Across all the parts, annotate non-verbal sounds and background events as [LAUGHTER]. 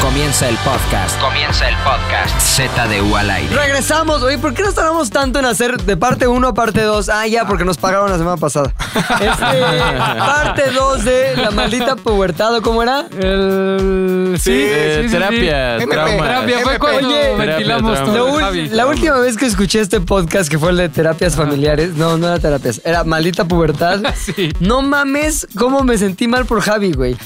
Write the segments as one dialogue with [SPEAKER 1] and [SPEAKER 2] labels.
[SPEAKER 1] Comienza el podcast. Comienza el podcast. Z de U al aire.
[SPEAKER 2] Regresamos. Oye, ¿por qué nos tardamos tanto en hacer de parte 1 a parte 2? Ah, ya, porque nos pagaron la semana
[SPEAKER 3] [LAUGHS]
[SPEAKER 2] pasada. Este, parte 2 de La maldita pubertado, ¿cómo era?
[SPEAKER 4] Eh, El... Sí,
[SPEAKER 3] Eh,
[SPEAKER 4] sí, sí,
[SPEAKER 3] terapia,
[SPEAKER 4] sí.
[SPEAKER 3] trauma.
[SPEAKER 4] Terapia fue
[SPEAKER 3] Oye,
[SPEAKER 4] cuando
[SPEAKER 2] terapia,
[SPEAKER 4] ventilamos
[SPEAKER 3] trauma.
[SPEAKER 2] La,
[SPEAKER 4] todo.
[SPEAKER 2] ul-
[SPEAKER 4] Javi.
[SPEAKER 2] la última vez que escuché este podcast, que fue el de terapias familiares, no, no era terapias, era maldita
[SPEAKER 3] [LAUGHS]
[SPEAKER 2] pubertad.
[SPEAKER 4] Sí.
[SPEAKER 2] No mames, cómo me sentí mal por Javi,
[SPEAKER 3] [LAUGHS]
[SPEAKER 2] güey.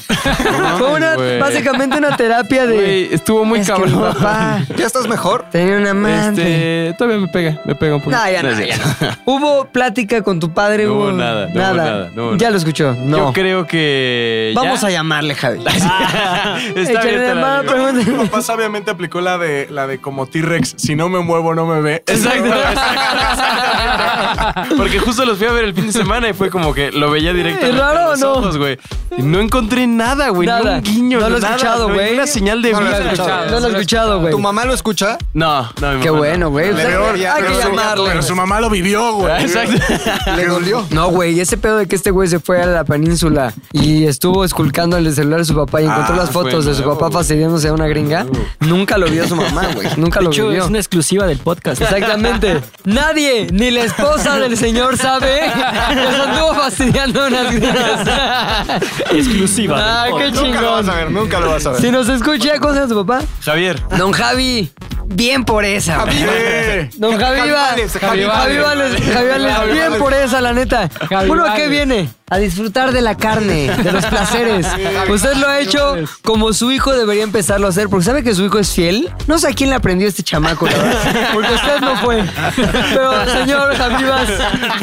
[SPEAKER 2] Fue una-
[SPEAKER 3] güey.
[SPEAKER 2] básicamente una terapia de.
[SPEAKER 3] Güey, estuvo muy
[SPEAKER 2] es que mi
[SPEAKER 3] cabrón. [LAUGHS]
[SPEAKER 2] papá
[SPEAKER 5] ¿Ya estás mejor?
[SPEAKER 2] tenía un amante.
[SPEAKER 3] Este, todavía me pega, me pega un poquito.
[SPEAKER 2] [LAUGHS] No, Ah, ya no, ya no. Hubo plática con tu padre,
[SPEAKER 3] No hubo
[SPEAKER 2] hubo-
[SPEAKER 3] nada, no hubo nada, no hubo
[SPEAKER 2] ya
[SPEAKER 3] nada.
[SPEAKER 2] lo escuchó. No.
[SPEAKER 3] Yo creo que.
[SPEAKER 2] Vamos a llamarle, Javi.
[SPEAKER 3] a. Está
[SPEAKER 2] Échale
[SPEAKER 3] abierta
[SPEAKER 2] la
[SPEAKER 3] la
[SPEAKER 2] mano,
[SPEAKER 3] liga.
[SPEAKER 5] Mi
[SPEAKER 3] [LAUGHS]
[SPEAKER 2] pregúntale.
[SPEAKER 5] papá sabiamente aplicó la de, la de como T-Rex, si no me muevo no me ve.
[SPEAKER 3] Exacto,
[SPEAKER 2] [LAUGHS]
[SPEAKER 3] exacto. Porque justo los fui a ver el fin de semana y fue como que lo veía directamente.
[SPEAKER 2] ¿Es raro
[SPEAKER 3] en
[SPEAKER 2] o
[SPEAKER 3] los
[SPEAKER 2] no?
[SPEAKER 3] ojos, güey. Y no encontré nada, güey. Ni
[SPEAKER 2] Nada.
[SPEAKER 3] un guiño.
[SPEAKER 2] No lo he
[SPEAKER 3] nada,
[SPEAKER 2] escuchado,
[SPEAKER 3] no, ni
[SPEAKER 2] güey.
[SPEAKER 3] Una señal de
[SPEAKER 5] No lo he
[SPEAKER 3] vida.
[SPEAKER 5] escuchado.
[SPEAKER 2] No lo he escuchado, güey.
[SPEAKER 5] ¿Tu mamá lo escucha?
[SPEAKER 3] No, no, mi
[SPEAKER 2] Qué
[SPEAKER 3] mamá no.
[SPEAKER 2] bueno, güey. O sea,
[SPEAKER 5] Pero-
[SPEAKER 2] Hay que
[SPEAKER 5] pero su-
[SPEAKER 2] llamarle.
[SPEAKER 5] Pero su mamá lo vivió, güey.
[SPEAKER 3] Exacto.
[SPEAKER 5] Le dolió.
[SPEAKER 2] No, güey, ese pedo de que este güey se fue a la península y estuvo esculcando el celular de su papá y encontró
[SPEAKER 3] Ah,
[SPEAKER 2] las
[SPEAKER 3] fue
[SPEAKER 2] fotos de su
[SPEAKER 3] nuevo,
[SPEAKER 2] papá
[SPEAKER 3] güey.
[SPEAKER 2] fastidiándose a una gringa, nunca lo vio su mamá, güey. Nunca
[SPEAKER 6] De
[SPEAKER 2] lo
[SPEAKER 6] hecho,
[SPEAKER 2] vio.
[SPEAKER 6] es una exclusiva del podcast.
[SPEAKER 2] Exactamente. Nadie, ni la esposa del señor sabe que se anduvo fastidiando a unas gringas.
[SPEAKER 6] [LAUGHS] exclusiva.
[SPEAKER 2] Ah,
[SPEAKER 6] del
[SPEAKER 2] qué
[SPEAKER 6] podcast.
[SPEAKER 5] Nunca lo vas a
[SPEAKER 2] chingón.
[SPEAKER 5] ver, nunca lo vas a ver.
[SPEAKER 2] Si nos escucha, ¿cómo se llama su papá?
[SPEAKER 3] Javier.
[SPEAKER 2] Don Javi, bien por esa. güey.
[SPEAKER 5] Sí.
[SPEAKER 2] Don Javi
[SPEAKER 5] Javi
[SPEAKER 2] va.
[SPEAKER 5] Vales,
[SPEAKER 2] Javi
[SPEAKER 5] Javi
[SPEAKER 2] Vales, Javi Vales,
[SPEAKER 5] Javi
[SPEAKER 2] Bien
[SPEAKER 5] Vales.
[SPEAKER 2] por esa, la neta.
[SPEAKER 4] Javi
[SPEAKER 2] Uno que
[SPEAKER 4] Vales.
[SPEAKER 2] viene a disfrutar de la carne, de los placeres. Usted lo ha hecho como su hijo debería empezarlo a hacer, porque sabe que su hijo es fiel. No sé a quién le aprendió este chamaco, la verdad, porque usted no fue. Pero, señor Javi Vaz,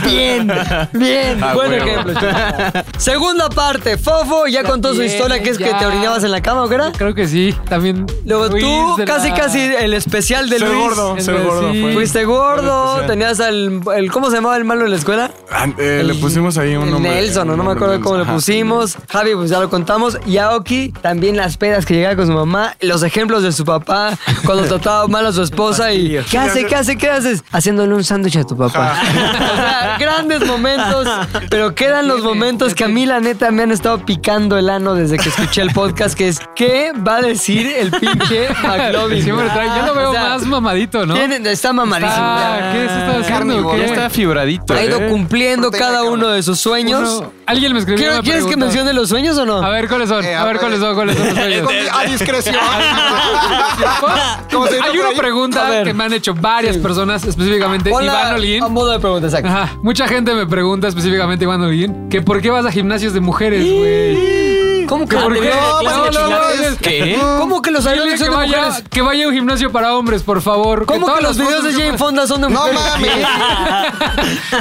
[SPEAKER 2] bien, bien.
[SPEAKER 3] Ah,
[SPEAKER 2] buen
[SPEAKER 3] bueno.
[SPEAKER 2] ejemplo. chingada. Segunda parte, Fofo, ya contó su
[SPEAKER 4] También,
[SPEAKER 2] historia, que es que
[SPEAKER 4] ya.
[SPEAKER 2] te orinabas en la cama, ¿o qué era?
[SPEAKER 4] Creo que sí. También.
[SPEAKER 2] Luego
[SPEAKER 4] Luis
[SPEAKER 2] tú,
[SPEAKER 4] de la-
[SPEAKER 2] casi casi el especial de
[SPEAKER 5] Ser
[SPEAKER 2] Luis.
[SPEAKER 5] gordo,
[SPEAKER 4] en
[SPEAKER 5] ser
[SPEAKER 4] el-
[SPEAKER 5] gordo.
[SPEAKER 4] sí.
[SPEAKER 5] fue.
[SPEAKER 2] Fuiste gordo,
[SPEAKER 5] Especial.
[SPEAKER 2] tenías al... el- ¿Cómo se llamaba el malo en la escuela?
[SPEAKER 5] Ah, eh, le pusimos ahí un
[SPEAKER 2] El
[SPEAKER 5] nombre.
[SPEAKER 2] Nelson, no,
[SPEAKER 5] un
[SPEAKER 2] no me
[SPEAKER 5] nombre,
[SPEAKER 2] acuerdo cómo le
[SPEAKER 5] Nelson.
[SPEAKER 2] pusimos. Javi, pues ya lo contamos. Y Aoki, también las pedas que llegaba con su mamá, los ejemplos de su papá, cuando trataba mal a su esposa y... ¿Qué haces? ¿Qué haces? ¿Qué haces? Haciéndole un sándwich a tu papá. [LAUGHS] O sea, grandes momentos, pero quedan los momentos que a mí la neta me han estado picando el ano desde que escuché el podcast, que es ¿qué va a decir el
[SPEAKER 4] [LAUGHS]
[SPEAKER 2] pinche McLovin?
[SPEAKER 4] Siempre trae. Yo lo veo
[SPEAKER 2] Ah, O sea,
[SPEAKER 4] más mamadito, ¿no?
[SPEAKER 2] tiene- está mamadísimo.
[SPEAKER 4] Ah, ¿Qué se está haciendo?
[SPEAKER 3] Ya
[SPEAKER 4] ¿Qué?
[SPEAKER 3] está fibradito.
[SPEAKER 2] ha ido
[SPEAKER 3] ¿eh?
[SPEAKER 2] cumpliendo cada uno de sus sueños.
[SPEAKER 4] Uno- Alguien me escribió.
[SPEAKER 2] Quiero-
[SPEAKER 4] una
[SPEAKER 2] ¿Quieres que
[SPEAKER 4] pregunta.
[SPEAKER 2] mencione los sueños o no? [LAUGHS]
[SPEAKER 4] A ver, ¿cuáles son?
[SPEAKER 5] Eh,
[SPEAKER 4] A
[SPEAKER 5] a
[SPEAKER 4] ver,
[SPEAKER 5] ver.
[SPEAKER 4] ¿cuáles son? ¿Cuáles son los
[SPEAKER 6] [LAUGHS]
[SPEAKER 4] sueños?
[SPEAKER 5] Con- A
[SPEAKER 4] [LAUGHS]
[SPEAKER 5] discreción. Como se dice
[SPEAKER 4] Hay
[SPEAKER 5] por
[SPEAKER 4] una
[SPEAKER 5] ahí.
[SPEAKER 2] A
[SPEAKER 4] pregunta
[SPEAKER 2] ver.
[SPEAKER 4] que me han hecho varias personas, específicamente
[SPEAKER 2] Hola,
[SPEAKER 4] Iván Olín.
[SPEAKER 2] A modo de pregunta, exacto.
[SPEAKER 4] Ajá. Mucha gente me pregunta, específicamente Iván Olín, que por qué vas a gimnasios de mujeres, güey.
[SPEAKER 2] ¿Cómo que,
[SPEAKER 4] ¿Por qué?
[SPEAKER 2] no, no, no, no,
[SPEAKER 4] no, es-
[SPEAKER 3] ¿Qué?
[SPEAKER 2] ¿Cómo que los
[SPEAKER 4] Dile
[SPEAKER 2] aeróbicos
[SPEAKER 4] que
[SPEAKER 2] son de
[SPEAKER 4] vaya,
[SPEAKER 2] mujeres?
[SPEAKER 4] que vaya a un gimnasio para hombres, por favor.
[SPEAKER 2] ¿Cómo que
[SPEAKER 4] todas
[SPEAKER 2] los
[SPEAKER 4] las
[SPEAKER 2] videos de
[SPEAKER 4] fotos que-
[SPEAKER 2] Jane Fonda son de
[SPEAKER 7] No
[SPEAKER 2] mujeres?
[SPEAKER 7] mames.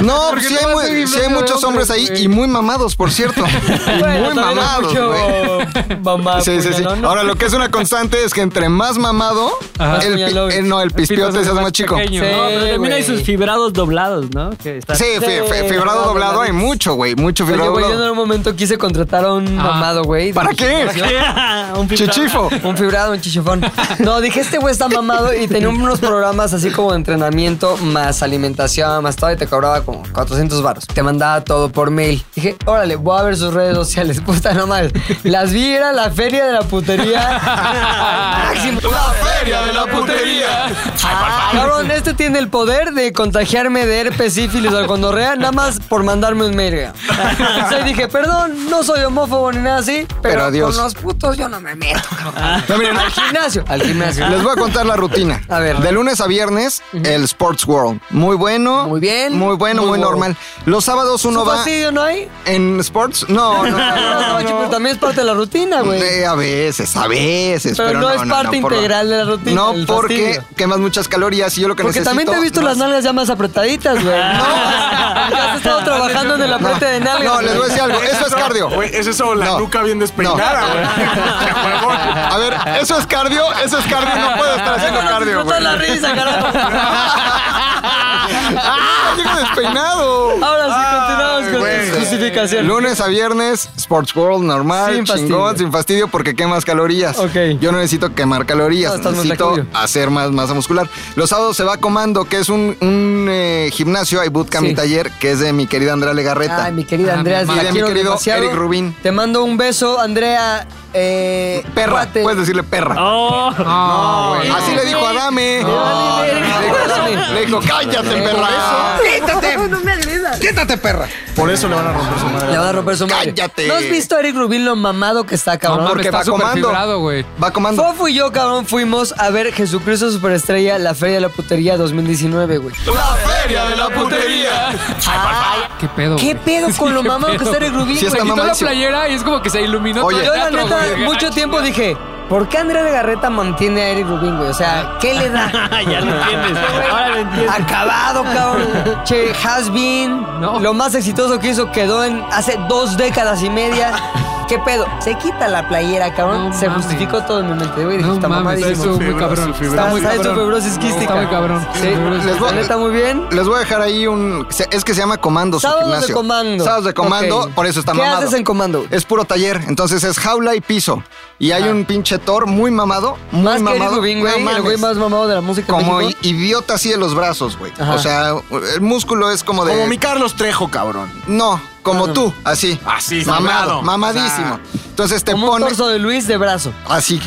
[SPEAKER 7] No, pues
[SPEAKER 4] Porque
[SPEAKER 7] sí
[SPEAKER 4] no
[SPEAKER 7] hay,
[SPEAKER 4] vas a
[SPEAKER 7] muy-
[SPEAKER 4] ir
[SPEAKER 7] sí hay
[SPEAKER 4] de
[SPEAKER 7] muchos
[SPEAKER 4] hombres,
[SPEAKER 7] hombres ahí
[SPEAKER 4] güey.
[SPEAKER 7] y muy mamados,
[SPEAKER 4] [LAUGHS]
[SPEAKER 7] por cierto. Y muy mamados, güey.
[SPEAKER 2] Mamá,
[SPEAKER 7] Sí, sí, sí. Ahora, lo que es una constante es que entre más mamado,
[SPEAKER 4] Ajá.
[SPEAKER 7] el, pi-
[SPEAKER 2] Puñalobis.
[SPEAKER 7] eh, no, el
[SPEAKER 4] pito se
[SPEAKER 7] pispiote es
[SPEAKER 4] hace
[SPEAKER 7] más
[SPEAKER 4] más
[SPEAKER 7] chico.
[SPEAKER 4] pequeño.
[SPEAKER 2] Sí.
[SPEAKER 6] No, pero también
[SPEAKER 2] güey.
[SPEAKER 6] hay sus fibrados doblados, ¿no? Que está-
[SPEAKER 7] Sí, fi- fi-
[SPEAKER 4] pues
[SPEAKER 7] fibrado
[SPEAKER 2] doblado,
[SPEAKER 7] doblado hay mucho, güey. Mucho
[SPEAKER 2] Oye,
[SPEAKER 7] fibrado
[SPEAKER 2] güey, yo en
[SPEAKER 7] doblado.
[SPEAKER 2] un momento quise contratar a un
[SPEAKER 4] Ah.
[SPEAKER 2] mamado, güey.
[SPEAKER 7] ¿Para qué? [LAUGHS]
[SPEAKER 4] [LAUGHS]
[SPEAKER 6] un fibrado.
[SPEAKER 7] Chichifo.
[SPEAKER 2] [LAUGHS] Un fibrado, un chichifón. No, dije, este güey está mamado y tenía unos programas así como de entrenamiento, más alimentación, más todo, y te cobraba como 400 varos. Te mandaba todo por mail. Dije, órale, voy a ver sus redes sociales. [LAUGHS] Puta, no mames. Las vi, era la feria de la
[SPEAKER 7] [LAUGHS]
[SPEAKER 2] putería. Al máximo.
[SPEAKER 7] feria de la putería.
[SPEAKER 2] Ah, Cabrón, este tiene el poder de contagiarme de herpes, sífilis o alcondorrea nada más por mandarme un mail. güey. Entonces dije, perdón, no soy homófobo ni nada así, pero,
[SPEAKER 7] Pero adiós.
[SPEAKER 2] con los putos yo no me meto, cabrón.
[SPEAKER 7] No, miren,
[SPEAKER 2] Al gimnasio. Al gimnasio. Ah.
[SPEAKER 7] Les voy a contar la rutina.
[SPEAKER 2] [LAUGHS] A ver.
[SPEAKER 7] De lunes a viernes, el Sports World. Muy bueno.
[SPEAKER 2] Muy bien.
[SPEAKER 7] Muy bueno,
[SPEAKER 2] Muy
[SPEAKER 7] muy,
[SPEAKER 2] bueno.
[SPEAKER 7] normal. Los sábados uno
[SPEAKER 2] ¿Su
[SPEAKER 7] va
[SPEAKER 2] fastidio no hay?
[SPEAKER 7] en Sports. No, no, no, no,
[SPEAKER 2] [LAUGHS] No,
[SPEAKER 7] no.
[SPEAKER 2] chico, pero también es parte de la rutina, güey.
[SPEAKER 7] Eh, a veces, a veces.
[SPEAKER 2] Pero
[SPEAKER 7] Pero,
[SPEAKER 2] no es parte
[SPEAKER 7] por-
[SPEAKER 2] integral de la rutina,
[SPEAKER 7] No,
[SPEAKER 2] el
[SPEAKER 7] porque
[SPEAKER 2] fastidio.
[SPEAKER 7] quemas muchas calorías y yo lo que
[SPEAKER 2] Porque
[SPEAKER 7] necesito.
[SPEAKER 2] también te he visto
[SPEAKER 7] no
[SPEAKER 2] las
[SPEAKER 7] es-
[SPEAKER 2] nalgas ya más apretaditas, güey. No. Ya has estado trabajando en el
[SPEAKER 7] Ah. No,
[SPEAKER 2] apriete de nalgas.
[SPEAKER 7] no, les voy a decir algo. Eso
[SPEAKER 2] [LAUGHS]
[SPEAKER 7] es cardio.
[SPEAKER 5] Güey, es eso, la
[SPEAKER 7] No.
[SPEAKER 5] nuca bien
[SPEAKER 7] No.
[SPEAKER 5] despeinada, güey. Qué huevón.
[SPEAKER 7] A ver, eso es cardio, eso es cardio. No puedo estar haciendo
[SPEAKER 2] Déjanos
[SPEAKER 7] cardio,
[SPEAKER 2] disfrutar
[SPEAKER 7] güey.
[SPEAKER 2] la risa, carajo.
[SPEAKER 7] Ah, llego despeinado.
[SPEAKER 2] Ahora sí, continuamos con
[SPEAKER 7] güey.
[SPEAKER 2] tus justificaciones.
[SPEAKER 7] Lunes a viernes, Sports World normal,
[SPEAKER 2] Sin fastidio.
[SPEAKER 7] chingón, sin fastidio, porque quemas calorías.
[SPEAKER 2] Ok.
[SPEAKER 7] Yo no necesito quemar
[SPEAKER 2] No,
[SPEAKER 7] calorías,
[SPEAKER 2] estás más
[SPEAKER 7] necesito
[SPEAKER 2] flaquillo.
[SPEAKER 7] hacer más masa muscular. Los sábados se va Comando, que es un, un, eh, gimnasio, hay bootcamp
[SPEAKER 2] Sí.
[SPEAKER 7] y taller, que es de mi querida Andrea Legarreta.
[SPEAKER 2] Ay, mi querida
[SPEAKER 4] Ah,
[SPEAKER 2] Andrea,
[SPEAKER 4] mi
[SPEAKER 2] la
[SPEAKER 7] madre.
[SPEAKER 2] quiero
[SPEAKER 7] Mi querido
[SPEAKER 2] demasiado.
[SPEAKER 7] Eric Rubín.
[SPEAKER 2] Te mando un beso, Andrea. eh,
[SPEAKER 7] Perra,
[SPEAKER 2] cuate.
[SPEAKER 7] puedes decirle perra.
[SPEAKER 6] Oh,
[SPEAKER 4] No, güey.
[SPEAKER 7] Así le dijo Adame.
[SPEAKER 2] Me vale
[SPEAKER 7] Le
[SPEAKER 2] verga.
[SPEAKER 7] dijo Adame, le dijo, cállate, perra.
[SPEAKER 2] No, no me agredas.
[SPEAKER 7] Quítate, perra.
[SPEAKER 5] Por eso le van a romper su madre.
[SPEAKER 2] Le va a romper su madre.
[SPEAKER 7] Cállate.
[SPEAKER 2] ¿No has visto a Eric Rubin lo mamado que está,
[SPEAKER 4] No,
[SPEAKER 2] cabrón?
[SPEAKER 4] mames,
[SPEAKER 7] porque
[SPEAKER 4] está
[SPEAKER 7] va
[SPEAKER 4] súper
[SPEAKER 7] comando.
[SPEAKER 4] fibrado, güey.
[SPEAKER 7] Va comando.
[SPEAKER 2] Fofo y yo, cabrón, fuimos a ver Jesucristo Superestrella, la Feria de la Putería 2019, güey.
[SPEAKER 7] La feria de la putería.
[SPEAKER 4] ¿Qué pedo?
[SPEAKER 2] ¿Qué
[SPEAKER 4] güey?
[SPEAKER 2] pedo con
[SPEAKER 4] [LAUGHS] Sí,
[SPEAKER 2] lo
[SPEAKER 4] qué
[SPEAKER 2] mamado que
[SPEAKER 4] pedo,
[SPEAKER 2] está Eric
[SPEAKER 4] güey.
[SPEAKER 2] Rubin,
[SPEAKER 7] Sí
[SPEAKER 2] güey?
[SPEAKER 7] está
[SPEAKER 4] Se quitó la
[SPEAKER 7] mamadísimo.
[SPEAKER 4] playera y es como que se iluminó
[SPEAKER 7] Oye,
[SPEAKER 4] todo
[SPEAKER 2] Yo,
[SPEAKER 4] el
[SPEAKER 2] la
[SPEAKER 4] teatro,
[SPEAKER 2] neta,
[SPEAKER 4] güey.
[SPEAKER 2] mucho
[SPEAKER 4] Ay,
[SPEAKER 2] tiempo dije, ¿por qué Andrea Legarreta mantiene a Eric Rubin, güey? O sea, ¿qué le
[SPEAKER 4] [LAUGHS]
[SPEAKER 2] da?
[SPEAKER 6] ya lo entiendes.
[SPEAKER 2] [LAUGHS]
[SPEAKER 6] Ahora lo entiendes.
[SPEAKER 2] Acabado,
[SPEAKER 4] [LAUGHS]
[SPEAKER 2] cabrón. Che, has been.
[SPEAKER 4] No.
[SPEAKER 2] Lo más exitoso que hizo quedó en hace dos décadas y
[SPEAKER 4] [LAUGHS]
[SPEAKER 2] media. ¿Qué pedo? Se quita la playera, cabrón.
[SPEAKER 4] No
[SPEAKER 2] Se
[SPEAKER 4] mames.
[SPEAKER 2] justificó todo en mi mente, güey. Dije,
[SPEAKER 4] No
[SPEAKER 2] está
[SPEAKER 4] mames,
[SPEAKER 2] mamadísimo.
[SPEAKER 4] está eso muy
[SPEAKER 5] Fibra-
[SPEAKER 4] cabrón.
[SPEAKER 5] fibra-
[SPEAKER 4] Está muy
[SPEAKER 2] Está hecho
[SPEAKER 4] cabrón.
[SPEAKER 2] fibrosis quística.
[SPEAKER 4] Está muy cabrón.
[SPEAKER 2] Sí.
[SPEAKER 4] Fibrosis
[SPEAKER 7] Les voy-
[SPEAKER 2] La neta, muy bien.
[SPEAKER 7] Les voy a dejar ahí un. se- Es que se llama comando su
[SPEAKER 2] Sábados
[SPEAKER 7] gimnasio.
[SPEAKER 2] de comando.
[SPEAKER 7] Sábados de comando,
[SPEAKER 2] Ok.
[SPEAKER 7] por eso está
[SPEAKER 2] ¿Qué
[SPEAKER 7] mamado.
[SPEAKER 2] haces en comando, güey?
[SPEAKER 7] Es puro taller, entonces es jaula y piso. Y hay un pinche Thor muy mamado, muy
[SPEAKER 2] Más que Eric
[SPEAKER 7] mamado.
[SPEAKER 2] Rubin,
[SPEAKER 7] No
[SPEAKER 2] güey. el
[SPEAKER 7] mames.
[SPEAKER 2] güey más mamado de la música. en
[SPEAKER 7] como
[SPEAKER 2] México.
[SPEAKER 7] i- idiota así de los brazos, güey.
[SPEAKER 2] Ajá.
[SPEAKER 7] O sea, el músculo es como de.
[SPEAKER 5] Como mi Carlos Trejo, cabrón.
[SPEAKER 7] No, como tú, así.
[SPEAKER 5] Así, mamado.
[SPEAKER 7] mamado. Mamadísimo.
[SPEAKER 5] O sea,
[SPEAKER 7] Entonces te
[SPEAKER 2] Como un
[SPEAKER 7] pone.
[SPEAKER 2] torso de Luis de brazo.
[SPEAKER 7] Así,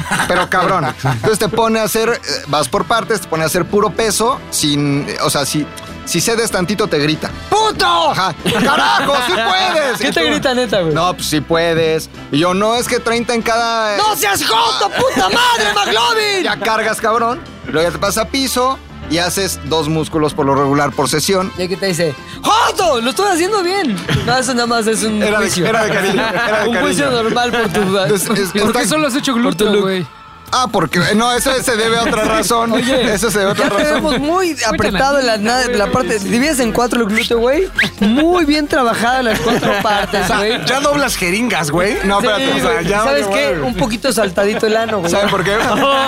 [SPEAKER 2] [LAUGHS]
[SPEAKER 7] pero cabrón. Entonces te pone a hacer, eh, vas por partes, te pone a hacer puro peso, sin, eh, o sea, si, si cedes tantito te grita. ¡Puto! Ajá. ¡Carajo,
[SPEAKER 2] [LAUGHS]
[SPEAKER 7] sí puedes!
[SPEAKER 2] ¿Qué
[SPEAKER 7] Y
[SPEAKER 2] te
[SPEAKER 7] tú,
[SPEAKER 2] grita neta, güey?
[SPEAKER 7] No, pues sí puedes. Y yo, no, es que 30 en cada... eh,
[SPEAKER 2] ¡No seas joto,
[SPEAKER 7] [LAUGHS]
[SPEAKER 2] puta madre, McLovin!
[SPEAKER 7] Ya cargas, cabrón. Luego ya te pasa a piso y haces dos músculos por lo regular por sesión.
[SPEAKER 2] Y aquí te dice, ¡Joto! ¡Lo estoy haciendo bien! No, eso nada más es un
[SPEAKER 7] Era de,
[SPEAKER 2] juicio.
[SPEAKER 7] era de cariño. Era
[SPEAKER 2] [LAUGHS]
[SPEAKER 7] de
[SPEAKER 2] un
[SPEAKER 7] cariño.
[SPEAKER 2] juicio normal por tu duda. [LAUGHS]
[SPEAKER 7] Es- es-
[SPEAKER 4] ¿Por
[SPEAKER 7] está-
[SPEAKER 4] qué solo has hecho
[SPEAKER 2] tu
[SPEAKER 4] glúteo,
[SPEAKER 2] look.
[SPEAKER 4] [LAUGHS] güey?
[SPEAKER 7] Ah, porque... No, eso se debe
[SPEAKER 2] [LAUGHS]
[SPEAKER 7] a otra razón. eso se debe a otra
[SPEAKER 2] Ya te
[SPEAKER 7] razón.
[SPEAKER 2] vemos muy apretado en la, na- la parte. Divides en cuatro el glúteo, güey. Muy bien trabajada las cuatro
[SPEAKER 7] [LAUGHS]
[SPEAKER 2] partes, güey.
[SPEAKER 5] Ya doblas jeringas, güey.
[SPEAKER 7] No,
[SPEAKER 2] Sí,
[SPEAKER 7] espérate.
[SPEAKER 2] güey.
[SPEAKER 5] o sea, ya
[SPEAKER 2] ¿Sabes
[SPEAKER 5] valió
[SPEAKER 2] qué?
[SPEAKER 5] madre.
[SPEAKER 2] Un poquito saltadito el ano, güey.
[SPEAKER 7] ¿Saben
[SPEAKER 2] [LAUGHS]
[SPEAKER 7] por qué?
[SPEAKER 6] Oh,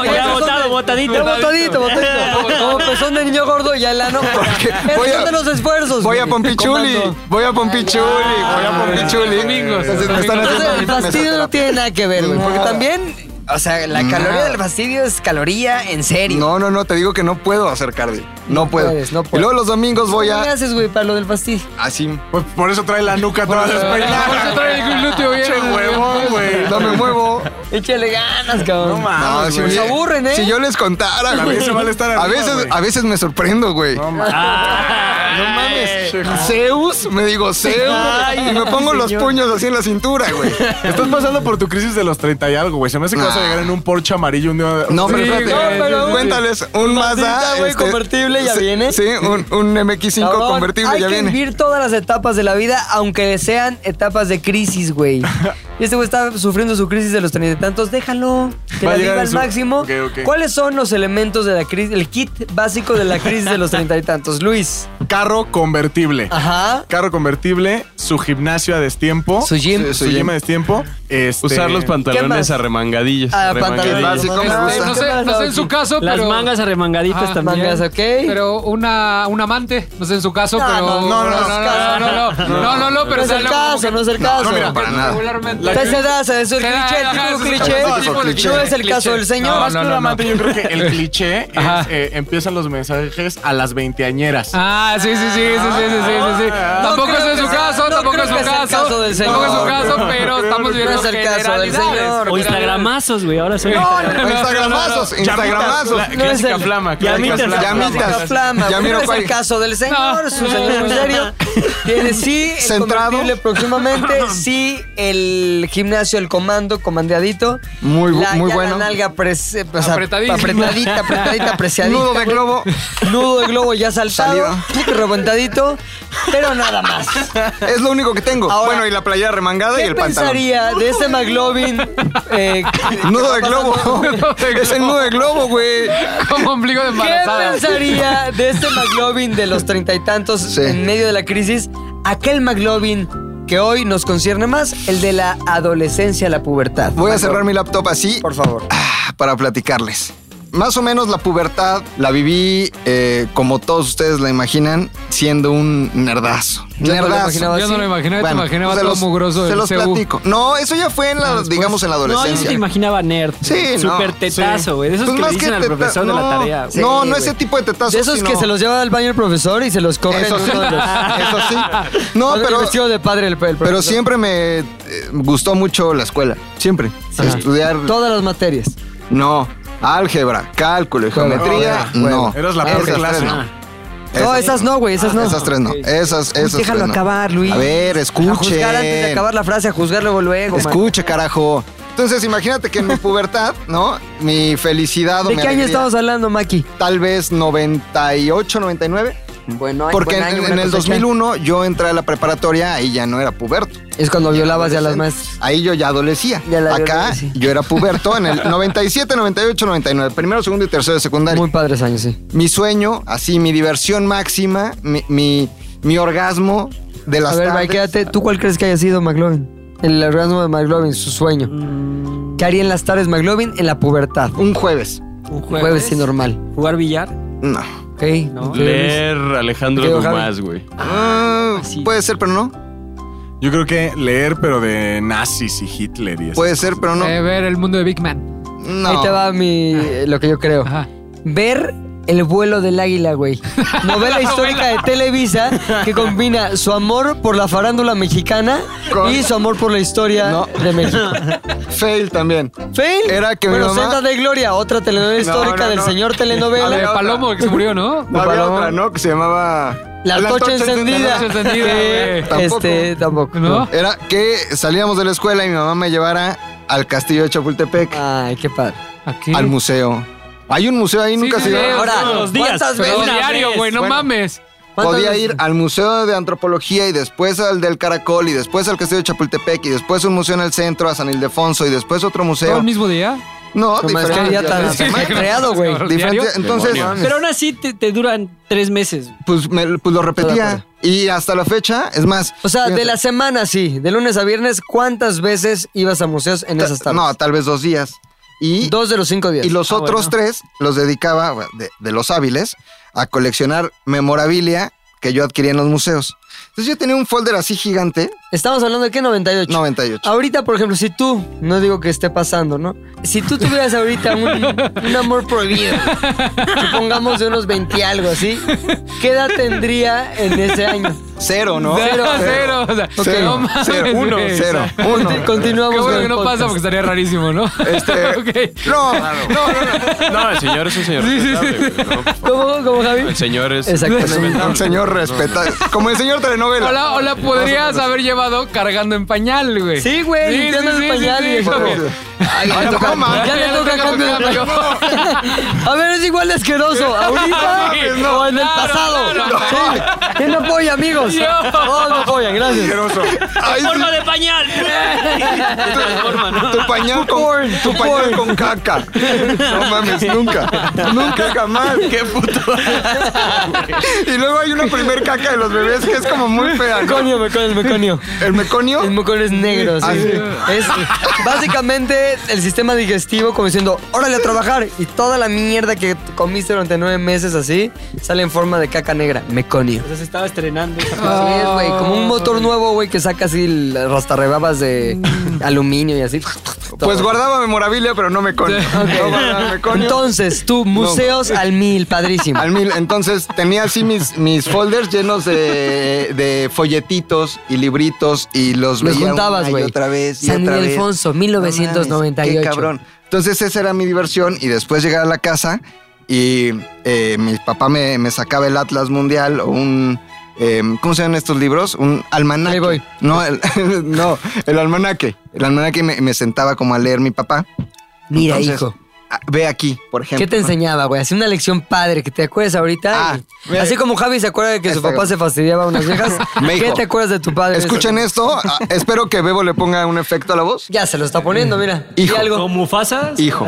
[SPEAKER 2] Esos
[SPEAKER 6] ya
[SPEAKER 2] son
[SPEAKER 6] botado,
[SPEAKER 2] de-
[SPEAKER 6] botadito.
[SPEAKER 2] Ya botadito, botadito. Como pezón de niño gordo y el ano. Porque
[SPEAKER 7] [LAUGHS] voy
[SPEAKER 2] voy
[SPEAKER 7] a-
[SPEAKER 2] a, de los esfuerzos.
[SPEAKER 7] Voy a
[SPEAKER 2] güey.
[SPEAKER 7] Pompichuli,
[SPEAKER 2] Comando.
[SPEAKER 7] voy a Pompichuli, voy a Pompichuli.
[SPEAKER 4] Domingos,
[SPEAKER 7] Entonces me
[SPEAKER 4] domingos.
[SPEAKER 7] están
[SPEAKER 2] Entonces el
[SPEAKER 7] haciendo
[SPEAKER 2] fastidio no tiene nada que ver, güey. Porque
[SPEAKER 7] Nada. Mm.
[SPEAKER 2] también, o sea, la
[SPEAKER 7] Nada.
[SPEAKER 2] caloría del fastidio es caloría en serio.
[SPEAKER 7] No, no, no, te digo que no puedo hacer cardio. No puedo.
[SPEAKER 2] puedes, no
[SPEAKER 7] Y
[SPEAKER 2] puedes.
[SPEAKER 7] luego los domingos voy
[SPEAKER 2] ¿Qué
[SPEAKER 7] a Ah,
[SPEAKER 2] haces, güey, para lo del fastidio?
[SPEAKER 7] así.
[SPEAKER 5] Pues por eso trae la nuca toda
[SPEAKER 4] Por eso
[SPEAKER 5] despeinada.
[SPEAKER 4] trae el glúteo bien.
[SPEAKER 5] Che huevón, güey.
[SPEAKER 7] No
[SPEAKER 2] [LAUGHS]
[SPEAKER 7] me muevo.
[SPEAKER 2] Échale ganas,
[SPEAKER 5] No
[SPEAKER 2] cabrón.
[SPEAKER 7] No,
[SPEAKER 5] mames,
[SPEAKER 7] si
[SPEAKER 5] güey.
[SPEAKER 2] Se aburren, ¿eh?
[SPEAKER 7] Si yo les contara,
[SPEAKER 5] La
[SPEAKER 7] güey.
[SPEAKER 5] mesa vale estar
[SPEAKER 7] A
[SPEAKER 5] arriba,
[SPEAKER 7] veces,
[SPEAKER 5] güey.
[SPEAKER 7] a veces me sorprendo, güey.
[SPEAKER 5] No mames.
[SPEAKER 7] No mames.
[SPEAKER 5] Che,
[SPEAKER 7] Zeus, me digo Zeus. y me pongo los puños así en la cintura, güey.
[SPEAKER 5] Estás pasando por tu crisis de los 30 y algo, güey. Se me hace que vas a llegar en un Porsche amarillo un día.
[SPEAKER 7] No, pero
[SPEAKER 4] Sí,
[SPEAKER 7] espérate.
[SPEAKER 4] güey,
[SPEAKER 2] no, pero-
[SPEAKER 7] Cuéntales, un Mazda. este,
[SPEAKER 2] Mazda, güey, convertible, ¿ya
[SPEAKER 7] sí,
[SPEAKER 2] viene?
[SPEAKER 7] Sí, un, un MX5
[SPEAKER 2] Cabrón,
[SPEAKER 7] convertible,
[SPEAKER 2] Hay
[SPEAKER 7] ya
[SPEAKER 2] que
[SPEAKER 7] viene.
[SPEAKER 2] vivir todas las etapas de la vida, aunque sean etapas de crisis, güey. Y este güey está sufriendo su crisis de los treinta y tantos. Déjalo, que
[SPEAKER 5] Va a
[SPEAKER 2] la
[SPEAKER 5] llegar
[SPEAKER 2] viva
[SPEAKER 5] en
[SPEAKER 2] al
[SPEAKER 5] su-
[SPEAKER 2] máximo.
[SPEAKER 5] Ok, ok.
[SPEAKER 2] ¿Cuáles son los elementos de la crisis, el kit básico de la crisis de los treinta y tantos? Luis.
[SPEAKER 5] Carro convertible.
[SPEAKER 2] Ajá.
[SPEAKER 5] Carro convertible, su gimnasio a destiempo.
[SPEAKER 2] Su gym.
[SPEAKER 5] Su gym a destiempo. este-
[SPEAKER 3] Usar los
[SPEAKER 2] ¿Qué más?
[SPEAKER 3] pantalones arremangadillos.
[SPEAKER 2] Ah,
[SPEAKER 3] arremangadillos.
[SPEAKER 2] pantalones.
[SPEAKER 7] Básico, me
[SPEAKER 2] Este,
[SPEAKER 7] gusta.
[SPEAKER 4] No sé, no sé en su caso,
[SPEAKER 6] Las
[SPEAKER 4] pero...
[SPEAKER 6] mangas arremangaditas
[SPEAKER 4] Ah,
[SPEAKER 6] también.
[SPEAKER 2] Mangas, ¿ok?
[SPEAKER 4] Pero una, un amante, no sé en su caso,
[SPEAKER 2] No,
[SPEAKER 4] pero...
[SPEAKER 2] no,
[SPEAKER 5] no, no,
[SPEAKER 4] no, no, no, no, no, no, no, no,
[SPEAKER 2] no
[SPEAKER 4] pero
[SPEAKER 2] es el
[SPEAKER 4] sale como
[SPEAKER 2] caso,
[SPEAKER 4] que-
[SPEAKER 2] no es el caso.
[SPEAKER 5] no, mira,
[SPEAKER 7] para
[SPEAKER 2] [LAUGHS]
[SPEAKER 7] nada.
[SPEAKER 4] Regularmente. Pues
[SPEAKER 2] Usted se da, se da, es un
[SPEAKER 4] Se da,
[SPEAKER 2] cliché, el
[SPEAKER 4] ajá,
[SPEAKER 2] típico
[SPEAKER 4] es un
[SPEAKER 2] cliché.
[SPEAKER 4] tipo de cliché.
[SPEAKER 2] No es el caso del
[SPEAKER 4] No,
[SPEAKER 2] señor.
[SPEAKER 5] Más que un amante, yo creo que
[SPEAKER 2] [LAUGHS]
[SPEAKER 5] el cliché es,
[SPEAKER 4] Ajá.
[SPEAKER 5] eh, empiezan los mensajes a las veinteañeras.
[SPEAKER 4] Ah, sí, sí, sí, sí, sí, sí, sí, sí, sí.
[SPEAKER 5] No
[SPEAKER 4] Tampoco
[SPEAKER 2] creo
[SPEAKER 4] es en su
[SPEAKER 2] que-
[SPEAKER 4] caso,
[SPEAKER 2] no
[SPEAKER 4] tampoco
[SPEAKER 2] creo
[SPEAKER 4] es su
[SPEAKER 2] que sea el
[SPEAKER 4] caso.
[SPEAKER 2] caso del
[SPEAKER 4] Tampoco es su
[SPEAKER 2] señor.
[SPEAKER 4] caso,
[SPEAKER 5] No,
[SPEAKER 4] pero estamos
[SPEAKER 5] no
[SPEAKER 4] viendo
[SPEAKER 2] es el caso del señor.
[SPEAKER 4] generalidades.
[SPEAKER 6] O instagramazos, güey.
[SPEAKER 4] [LAUGHS]
[SPEAKER 6] Ahora
[SPEAKER 7] O
[SPEAKER 6] soy.
[SPEAKER 7] Instagramazos, Instagramazos.
[SPEAKER 5] La clásica
[SPEAKER 2] es el-
[SPEAKER 5] flama.
[SPEAKER 6] Llamitas,
[SPEAKER 5] clásica flama.
[SPEAKER 7] llamitas.
[SPEAKER 2] Mica Flama.
[SPEAKER 7] Ya
[SPEAKER 2] Ya
[SPEAKER 7] miro
[SPEAKER 2] miro
[SPEAKER 7] cuál-
[SPEAKER 2] el caso del señor,
[SPEAKER 4] No.
[SPEAKER 2] su señor en serio. Tiene sí el
[SPEAKER 7] [LAUGHS] Centrado.
[SPEAKER 2] convertible próximamente, sí el gimnasio, el comando, comandeadito.
[SPEAKER 7] Muy bu-
[SPEAKER 2] La-
[SPEAKER 7] muy
[SPEAKER 2] ya
[SPEAKER 7] bueno.
[SPEAKER 2] La nalga pres- eh, o sea,
[SPEAKER 4] Apretadísima.
[SPEAKER 2] apretadita,
[SPEAKER 7] [LAUGHS]
[SPEAKER 2] apretadita, apreciadita.
[SPEAKER 7] Nudo de
[SPEAKER 2] güey.
[SPEAKER 7] globo.
[SPEAKER 2] Nudo de globo ya saltado,
[SPEAKER 7] Salido.
[SPEAKER 2] rebentadito, pero nada más.
[SPEAKER 7] Es lo único que tengo.
[SPEAKER 2] Ahora,
[SPEAKER 7] bueno, y la playera remangada y
[SPEAKER 2] ¿Qué
[SPEAKER 7] el pantalón.
[SPEAKER 2] pensaría de ese McLovin? eh,
[SPEAKER 7] [LAUGHS] Nudo de globo. [LAUGHS] es el nudo de globo, güey.
[SPEAKER 4] Como ombligo de
[SPEAKER 2] ¿Qué
[SPEAKER 4] embarazada.
[SPEAKER 2] pensaría de este McLovin de los treinta y tantos
[SPEAKER 7] Sí.
[SPEAKER 2] en medio de la crisis? Aquel McLovin que hoy nos concierne más, el de la adolescencia, la pubertad.
[SPEAKER 7] Voy a cerrar mi laptop así
[SPEAKER 2] Por favor.
[SPEAKER 7] ah, para platicarles. más o menos la pubertad la viví, eh, como todos ustedes la imaginan, siendo un nerdazo.
[SPEAKER 2] Yo no lo
[SPEAKER 7] nerdazo.
[SPEAKER 2] imaginaba
[SPEAKER 4] Yo no lo imaginaba, te
[SPEAKER 7] Bueno, pues
[SPEAKER 4] imaginaba
[SPEAKER 7] se
[SPEAKER 4] todo
[SPEAKER 7] los-
[SPEAKER 4] mugroso
[SPEAKER 7] Se
[SPEAKER 4] del Ah,
[SPEAKER 7] los
[SPEAKER 4] CU.
[SPEAKER 7] platico. No, eso ya fue en la, digamos, en la
[SPEAKER 6] No, yo sí
[SPEAKER 7] adolescencia.
[SPEAKER 6] te imaginaba nerd.
[SPEAKER 7] Sí, no.
[SPEAKER 6] Súper tetazo, güey. De esos
[SPEAKER 7] Pues
[SPEAKER 6] que le
[SPEAKER 7] más
[SPEAKER 6] dicen al
[SPEAKER 7] teta-
[SPEAKER 6] profesor de
[SPEAKER 7] no,
[SPEAKER 6] la tarea. güey.
[SPEAKER 7] no,
[SPEAKER 2] Sí,
[SPEAKER 7] no
[SPEAKER 2] güey.
[SPEAKER 7] ese tipo de tetazos.
[SPEAKER 2] De esos que
[SPEAKER 7] sino-
[SPEAKER 2] se los lleva al baño el profesor y se los coge.
[SPEAKER 7] Eso
[SPEAKER 2] en
[SPEAKER 7] sí,
[SPEAKER 2] uno de los-
[SPEAKER 7] eso sí. No,
[SPEAKER 2] con el
[SPEAKER 7] pero,
[SPEAKER 2] vestido de padre el, el profesor.
[SPEAKER 7] pero siempre me eh, gustó mucho la escuela. Siempre. Estudiar.
[SPEAKER 2] Todas las materias.
[SPEAKER 7] No. Álgebra, cálculo y
[SPEAKER 2] oh,
[SPEAKER 7] geometría.
[SPEAKER 5] Bueno,
[SPEAKER 7] no.
[SPEAKER 5] eras la
[SPEAKER 7] Esas
[SPEAKER 5] peor
[SPEAKER 7] tres
[SPEAKER 5] clase.
[SPEAKER 7] no.
[SPEAKER 2] Ah. No,
[SPEAKER 7] Esas- Ah,
[SPEAKER 2] esas no, güey, esas no.
[SPEAKER 7] Esas tres no. Esas, esas
[SPEAKER 2] déjalo
[SPEAKER 7] tres no.
[SPEAKER 2] acabar, Luis.
[SPEAKER 7] A ver,
[SPEAKER 2] A
[SPEAKER 7] escuche.
[SPEAKER 2] juzgar antes de acabar la frase, a juzgar luego, luego. man.
[SPEAKER 7] Escuche, carajo. Entonces, imagínate que en mi pubertad, ¿no? Mi felicidad o
[SPEAKER 2] ¿De
[SPEAKER 7] mi
[SPEAKER 2] qué año
[SPEAKER 7] alegría,
[SPEAKER 2] estamos hablando, Maki?
[SPEAKER 7] Tal vez 98, 99.
[SPEAKER 2] Bueno,
[SPEAKER 7] Porque en, en el 2001 yo entré a la preparatoria y ya no era puberto.
[SPEAKER 2] Es cuando violabas ya las maestras.
[SPEAKER 7] Ahí yo ya adolecía.
[SPEAKER 2] Ya la
[SPEAKER 7] Acá
[SPEAKER 2] adolecí.
[SPEAKER 7] yo era puberto
[SPEAKER 2] [LAUGHS]
[SPEAKER 7] en el 97, 98, 99. Primero, segundo y tercero de secundaria.
[SPEAKER 2] Muy padres años, sí.
[SPEAKER 7] Mi sueño, así, mi diversión máxima, mi, mi, mi orgasmo de las
[SPEAKER 2] a ver,
[SPEAKER 7] tardes.
[SPEAKER 2] Mike, quédate. ¿Tú cuál crees que haya sido McLovin? El orgasmo de McLovin, su sueño.
[SPEAKER 7] Mm.
[SPEAKER 2] ¿Qué haría en las tardes McLovin en la pubertad?
[SPEAKER 7] Un jueves.
[SPEAKER 6] Un
[SPEAKER 2] Jueves y normal.
[SPEAKER 6] Jugar billar.
[SPEAKER 7] No.
[SPEAKER 2] ¿Ok?
[SPEAKER 6] No.
[SPEAKER 3] Leer Alejandro
[SPEAKER 2] Creo,
[SPEAKER 3] Dumas, güey.
[SPEAKER 7] Ah,
[SPEAKER 6] sí.
[SPEAKER 7] Puede ser, pero no.
[SPEAKER 5] Yo creo que leer, pero de nazis y Hitler y eso.
[SPEAKER 2] Pues,
[SPEAKER 7] Puede ser, pero no.
[SPEAKER 4] Eh, ver el mundo de Big Man.
[SPEAKER 7] No.
[SPEAKER 2] Ahí te va mi, lo que yo creo.
[SPEAKER 4] Ajá.
[SPEAKER 2] Ver el vuelo del águila, güey. Novela
[SPEAKER 7] [LAUGHS]
[SPEAKER 2] histórica de Televisa que combina su amor por la farándula mexicana
[SPEAKER 7] Con-
[SPEAKER 2] y su amor por la historia
[SPEAKER 7] No.
[SPEAKER 2] de México.
[SPEAKER 7] [LAUGHS] Fail también.
[SPEAKER 2] ¿Fail?
[SPEAKER 7] Era que mi
[SPEAKER 2] bueno,
[SPEAKER 7] mamá-
[SPEAKER 2] Senda de Gloria, otra telenovela histórica
[SPEAKER 7] no,
[SPEAKER 2] del
[SPEAKER 7] no.
[SPEAKER 2] señor telenovela.
[SPEAKER 4] La de Palomo, que se murió, ¿no?
[SPEAKER 7] No había
[SPEAKER 2] Paloma.
[SPEAKER 7] otra, ¿no? Que se llamaba...
[SPEAKER 2] La antorcha encendida.
[SPEAKER 4] La antorcha encendida,
[SPEAKER 2] Que,
[SPEAKER 7] güey.
[SPEAKER 2] Este, tampoco.
[SPEAKER 4] ¿No?
[SPEAKER 7] Era que salíamos de la escuela y mi mamá me llevara al castillo de Chapultepec,
[SPEAKER 2] Ay, qué padre.
[SPEAKER 4] Aquí.
[SPEAKER 7] al museo. Hay un museo ahí,
[SPEAKER 4] Sí,
[SPEAKER 7] nunca
[SPEAKER 4] sí,
[SPEAKER 7] se
[SPEAKER 4] sí.
[SPEAKER 7] iba.
[SPEAKER 2] Ahora,
[SPEAKER 6] todos los días,
[SPEAKER 2] ¿cuántas
[SPEAKER 6] pero
[SPEAKER 2] veces?
[SPEAKER 4] Pero
[SPEAKER 6] una
[SPEAKER 4] diario,
[SPEAKER 6] vez.
[SPEAKER 4] güey, no
[SPEAKER 7] Bueno.
[SPEAKER 4] mames.
[SPEAKER 2] ¿Cuántas
[SPEAKER 7] Podía
[SPEAKER 2] veces?
[SPEAKER 7] ir al Museo de Antropología y después al del Caracol y después al Castillo de Chapultepec y después un museo en el centro, a San Ildefonso y después otro
[SPEAKER 4] ¿Todo el
[SPEAKER 7] museo.
[SPEAKER 4] mismo día?
[SPEAKER 7] No,
[SPEAKER 2] No más que
[SPEAKER 7] diferente.
[SPEAKER 2] ya tan
[SPEAKER 4] Sí,
[SPEAKER 2] tan creado, güey.
[SPEAKER 4] cabrón.
[SPEAKER 7] Diferente-
[SPEAKER 4] ¿Diario?
[SPEAKER 7] Entonces,
[SPEAKER 3] Demonios.
[SPEAKER 6] Pero aún así te, te duran tres meses.
[SPEAKER 7] pues, me- pues lo
[SPEAKER 2] Estoy de
[SPEAKER 7] repetía. Y hasta la fecha, es más.
[SPEAKER 2] O sea, de
[SPEAKER 7] fíjate,
[SPEAKER 2] la semana, sí. De lunes a viernes, ¿cuántas veces ibas a museos en
[SPEAKER 7] ta-
[SPEAKER 2] esas tardes?
[SPEAKER 7] No, tal vez dos días. Y,
[SPEAKER 2] Dos de los cinco días.
[SPEAKER 7] y los
[SPEAKER 6] Ah,
[SPEAKER 7] otros
[SPEAKER 6] bueno.
[SPEAKER 7] tres los dedicaba, bueno, de, de los hábiles, a coleccionar memorabilia que yo adquiría en los museos. Entonces yo tenía un folder así gigante,
[SPEAKER 2] Estamos hablando de qué, 98.
[SPEAKER 7] 98.
[SPEAKER 2] Ahorita, por ejemplo, si tú, no digo que esté pasando, ¿no? Si tú tuvieras ahorita un,
[SPEAKER 7] [LAUGHS]
[SPEAKER 2] un amor prohibido, supongamos de unos 20 y algo así, ¿qué edad tendría en ese año?
[SPEAKER 7] Cero, ¿no?
[SPEAKER 4] Cero, [LAUGHS] cero. O sea,
[SPEAKER 7] Cero,
[SPEAKER 4] no mames,
[SPEAKER 7] cero, uno,
[SPEAKER 4] güey.
[SPEAKER 7] cero, uno.
[SPEAKER 2] Conti- continuamos
[SPEAKER 4] Qué bueno
[SPEAKER 2] con
[SPEAKER 4] que
[SPEAKER 2] el
[SPEAKER 4] no
[SPEAKER 2] podcast.
[SPEAKER 4] pasa porque estaría rarísimo, ¿no?
[SPEAKER 2] [LAUGHS]
[SPEAKER 7] Este,
[SPEAKER 4] Ok.
[SPEAKER 7] No, no, no, no.
[SPEAKER 3] No, el señor es un señor.
[SPEAKER 4] Sí, sí, sí.
[SPEAKER 3] respetable, güey, ¿no?
[SPEAKER 2] ¿Cómo, cómo, Javi?
[SPEAKER 3] El señor es.
[SPEAKER 2] Exactamente.
[SPEAKER 7] Un señor respetado. Como el señor telenovela.
[SPEAKER 4] Hola, hola, podrías haber llevado cargando en pañal, güey.
[SPEAKER 2] Sí, güey, limpiando el pañal y-
[SPEAKER 4] güey.
[SPEAKER 2] Ay, ya le
[SPEAKER 7] no
[SPEAKER 2] toca-
[SPEAKER 7] mames.
[SPEAKER 2] ya le toca cambio de
[SPEAKER 4] cambio.
[SPEAKER 2] [LAUGHS] A ver, es igual de asqueroso. ¿Ahorita
[SPEAKER 4] Sí,
[SPEAKER 2] o en el
[SPEAKER 4] claro,
[SPEAKER 2] pasado?
[SPEAKER 4] claro.
[SPEAKER 2] Sí. ¿Quién apoya, amigos?
[SPEAKER 4] Yo.
[SPEAKER 2] Todos me apoyan, gracias.
[SPEAKER 5] Asqueroso.
[SPEAKER 7] Ay,
[SPEAKER 6] ¡Forma de pañal!
[SPEAKER 7] [LAUGHS] tu pañal con,
[SPEAKER 2] Porn,
[SPEAKER 7] tu pañal
[SPEAKER 2] porn.
[SPEAKER 7] con caca. No mames, nunca. Nunca jamás. Qué puto. Y luego hay una primer caca de los bebés que es como muy fea. ¿no?
[SPEAKER 2] Meconio, meconio, meconio.
[SPEAKER 7] El meconio.
[SPEAKER 2] El mocón es negro, sí.
[SPEAKER 7] Ah, sí.
[SPEAKER 2] Es básicamente el sistema digestivo como diciendo, órale a trabajar. Y toda la mierda que comiste durante nueve meses así sale en forma de caca negra. Meconio.
[SPEAKER 6] Entonces estaba estrenando.
[SPEAKER 2] Así es, güey. Como
[SPEAKER 7] Ah.
[SPEAKER 2] un motor nuevo, güey, que saca así el- rastarrebabas de aluminio y así.
[SPEAKER 7] Mm. Pues
[SPEAKER 2] Todo.
[SPEAKER 7] guardaba memorabilia, pero no meconio. No guardaba meconio.
[SPEAKER 2] Entonces, tú, museos al mil, padrísimo.
[SPEAKER 7] Al mil. Entonces tenía así mis, mis folders llenos de, de folletitos y libritos y los
[SPEAKER 2] Los
[SPEAKER 7] veía
[SPEAKER 2] juntabas,
[SPEAKER 7] una y
[SPEAKER 2] güey.
[SPEAKER 7] otra vez. y
[SPEAKER 2] San
[SPEAKER 7] otra vez.
[SPEAKER 2] Ildefonso,
[SPEAKER 7] No mames,
[SPEAKER 2] 1998.
[SPEAKER 7] Qué cabrón. Entonces esa era mi diversión y después llegar a la casa y eh, mi papá me, me sacaba el Atlas Mundial o un... eh, ¿Cómo se llaman estos libros? Un almanaque.
[SPEAKER 2] Playboy.
[SPEAKER 7] No, el, [LAUGHS] no, el almanaque. El almanaque me, me sentaba como a leer mi papá.
[SPEAKER 2] Mira,
[SPEAKER 7] Entonces,
[SPEAKER 2] hijo.
[SPEAKER 7] ah, Ve aquí, por ejemplo.
[SPEAKER 2] ¿Qué te enseñaba, güey? Hacía una lección padre que te acuerdes ahorita.
[SPEAKER 7] Ah,
[SPEAKER 2] y-
[SPEAKER 7] mira.
[SPEAKER 2] así como Javi se acuerda de que su
[SPEAKER 7] Está
[SPEAKER 2] papá
[SPEAKER 7] cabrón.
[SPEAKER 2] se fastidiaba a unas viejas.
[SPEAKER 7] [LAUGHS] Me
[SPEAKER 2] ¿Qué
[SPEAKER 7] dijo.
[SPEAKER 2] te acuerdas de tu padre?
[SPEAKER 7] Escuchen esto. Ah, espero que Bebo le ponga un efecto a la voz.
[SPEAKER 2] Ya se lo está poniendo, mira.
[SPEAKER 7] Hijo.
[SPEAKER 2] Y algo.
[SPEAKER 6] ¿Con Mufasa?
[SPEAKER 7] Hijo.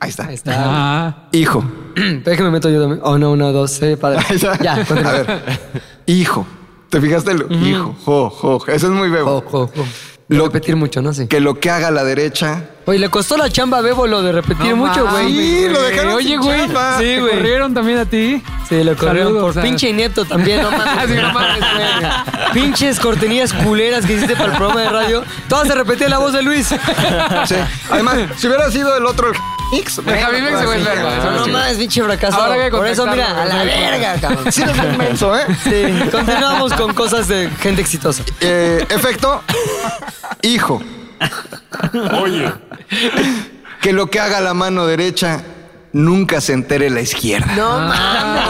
[SPEAKER 7] Ahí está.
[SPEAKER 2] Ahí está.
[SPEAKER 4] Ah,
[SPEAKER 7] Hijo.
[SPEAKER 2] [CLEARS THROAT] Pero es que me meto yo también. Oh, no, uno, dos, sí,
[SPEAKER 4] [LAUGHS]
[SPEAKER 2] padre.
[SPEAKER 7] Ahí está.
[SPEAKER 2] Ya,
[SPEAKER 7] A ver. Hijo. ¿Te fijaste? el Hijo. Jo, jo. Eso es muy Bebo.
[SPEAKER 2] Ojo, ojo. Lo...
[SPEAKER 7] Lo-
[SPEAKER 2] Repetir mucho, no sé.
[SPEAKER 7] Que lo que haga la derecha.
[SPEAKER 2] Oye, le costó la chamba a Bebo lo de repetir mucho, güey.
[SPEAKER 7] Sí, lo dejaron
[SPEAKER 4] Oye,
[SPEAKER 7] sin
[SPEAKER 4] güey.
[SPEAKER 7] chamba.
[SPEAKER 4] Sí, güey. Eh, Corrieron también a ti.
[SPEAKER 2] Sí, lo corrieron
[SPEAKER 4] Saludos,
[SPEAKER 2] por
[SPEAKER 4] a-
[SPEAKER 2] pinche inepto también, no mames.
[SPEAKER 4] [LAUGHS] Sí, no
[SPEAKER 2] [LAUGHS]
[SPEAKER 4] mames, güey.
[SPEAKER 2] Pinches cortinillas culeras que hiciste para el programa de radio. Todas se repetían la voz de
[SPEAKER 4] [LAUGHS]
[SPEAKER 2] Luis.
[SPEAKER 4] Ah,
[SPEAKER 7] Sí. Además, si hubiera sido el otro, el X.
[SPEAKER 4] El Javi Mex se fue el verga.
[SPEAKER 2] No, no mames, pinche fracaso.
[SPEAKER 4] Ahora voy a
[SPEAKER 2] Por eso, mira, a la
[SPEAKER 4] contactarlo, güey.
[SPEAKER 2] verga, cabrón.
[SPEAKER 7] Sí, es inmenso, ¿eh?
[SPEAKER 2] Sí, continuamos con cosas de gente exitosa.
[SPEAKER 7] Eh, efecto, hijo.
[SPEAKER 5] Oye.
[SPEAKER 7] Que lo que haga la mano derecha nunca se entere la izquierda.
[SPEAKER 2] No mames.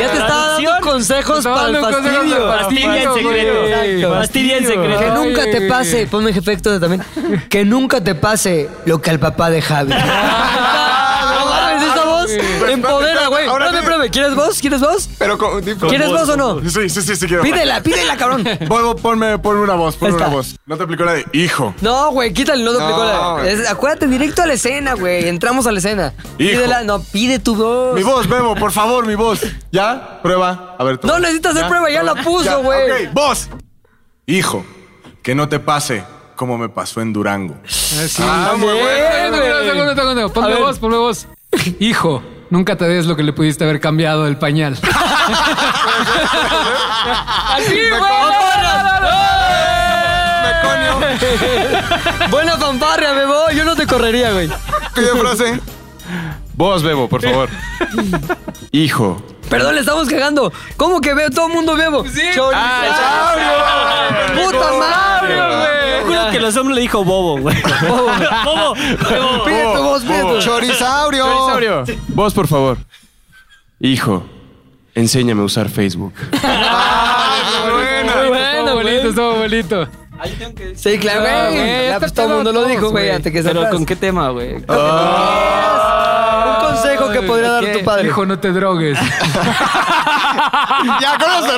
[SPEAKER 2] Ya te estaba dando consejos
[SPEAKER 4] Estaba
[SPEAKER 2] para el
[SPEAKER 4] dando consejos
[SPEAKER 2] fastidio.
[SPEAKER 4] para el
[SPEAKER 6] Fastidia en
[SPEAKER 4] fastidio,
[SPEAKER 6] secreto.
[SPEAKER 4] güey.
[SPEAKER 2] Exacto.
[SPEAKER 6] Fastidia en secreto.
[SPEAKER 2] Que nunca te
[SPEAKER 4] Ay.
[SPEAKER 2] pase, ponme jefe Héctor también. Que nunca te pase lo que al papá de [LAUGHS] Javi. Ah, No mames, esa voz empodera, güey.
[SPEAKER 7] Ahora
[SPEAKER 2] Pruebe,
[SPEAKER 7] sí.
[SPEAKER 2] pruebe. ¿Quieres vos? ¿Quieres vos?
[SPEAKER 7] Pero con,
[SPEAKER 2] ¿Quieres vos o no?
[SPEAKER 5] Sí, sí, sí, sí quiero.
[SPEAKER 2] Pídela, pídela, cabrón.
[SPEAKER 5] Voy, ponme, ponme una voz, ponme
[SPEAKER 2] Ahí está.
[SPEAKER 5] una voz. No te aplicó la de hijo.
[SPEAKER 2] No, güey, quítale, no duplicó
[SPEAKER 7] No,
[SPEAKER 2] la.
[SPEAKER 7] güey.
[SPEAKER 2] es- acuérdate, directo a la escena, güey. Entramos a la escena. Pídela, no, pide tu voz.
[SPEAKER 5] Mi voz, Bebo, por favor, mi voz. ¿Ya? Prueba. A ver, tú.
[SPEAKER 2] No necesitas hacer prueba, ya la
[SPEAKER 5] Ya,
[SPEAKER 2] puso, güey.
[SPEAKER 5] ok, voz. Hijo, que no te pase como me pasó en Durango.
[SPEAKER 4] Ah, muy bueno. Mira, segundo, segundo. Ponme voz, ponme voz. Hijo, nunca te des lo que le pudiste haber cambiado el
[SPEAKER 2] [LAUGHS]
[SPEAKER 4] pañal. Así, güey.
[SPEAKER 2] Buena fanfarria, bebo. Yo no te correría, güey.
[SPEAKER 7] Pide frase.
[SPEAKER 3] Vos, Bebo, por favor.
[SPEAKER 5] Hijo.
[SPEAKER 2] Perdón, le estamos cagando. ¿Cómo que veo? Todo el mundo bebo. Sí. ¡Puta madre,
[SPEAKER 6] Yo creo que los hombres le dijo bobo, güey. Bobo. bobo.
[SPEAKER 2] güey! Pide tu voz, pide tu voz.
[SPEAKER 7] Chorizaurio.
[SPEAKER 3] Saurio, Vos, por favor. Hijo, enséñame a usar Facebook.
[SPEAKER 4] Muy bueno, bonito, estuvo bonito.
[SPEAKER 2] Sí, claro,
[SPEAKER 4] Ah,
[SPEAKER 2] güey.
[SPEAKER 4] güey,
[SPEAKER 2] Ya,
[SPEAKER 4] este
[SPEAKER 2] pues, todo el
[SPEAKER 4] pedo
[SPEAKER 2] mundo lo
[SPEAKER 4] todos,
[SPEAKER 2] dijo, güey,
[SPEAKER 4] güey.
[SPEAKER 2] antes que se
[SPEAKER 6] Pero
[SPEAKER 2] atrás.
[SPEAKER 6] ¿con qué tema, güey?
[SPEAKER 2] Un consejo que podría dar tu padre.
[SPEAKER 4] Hijo, no te drogues.
[SPEAKER 7] [LAUGHS] Ya, con eso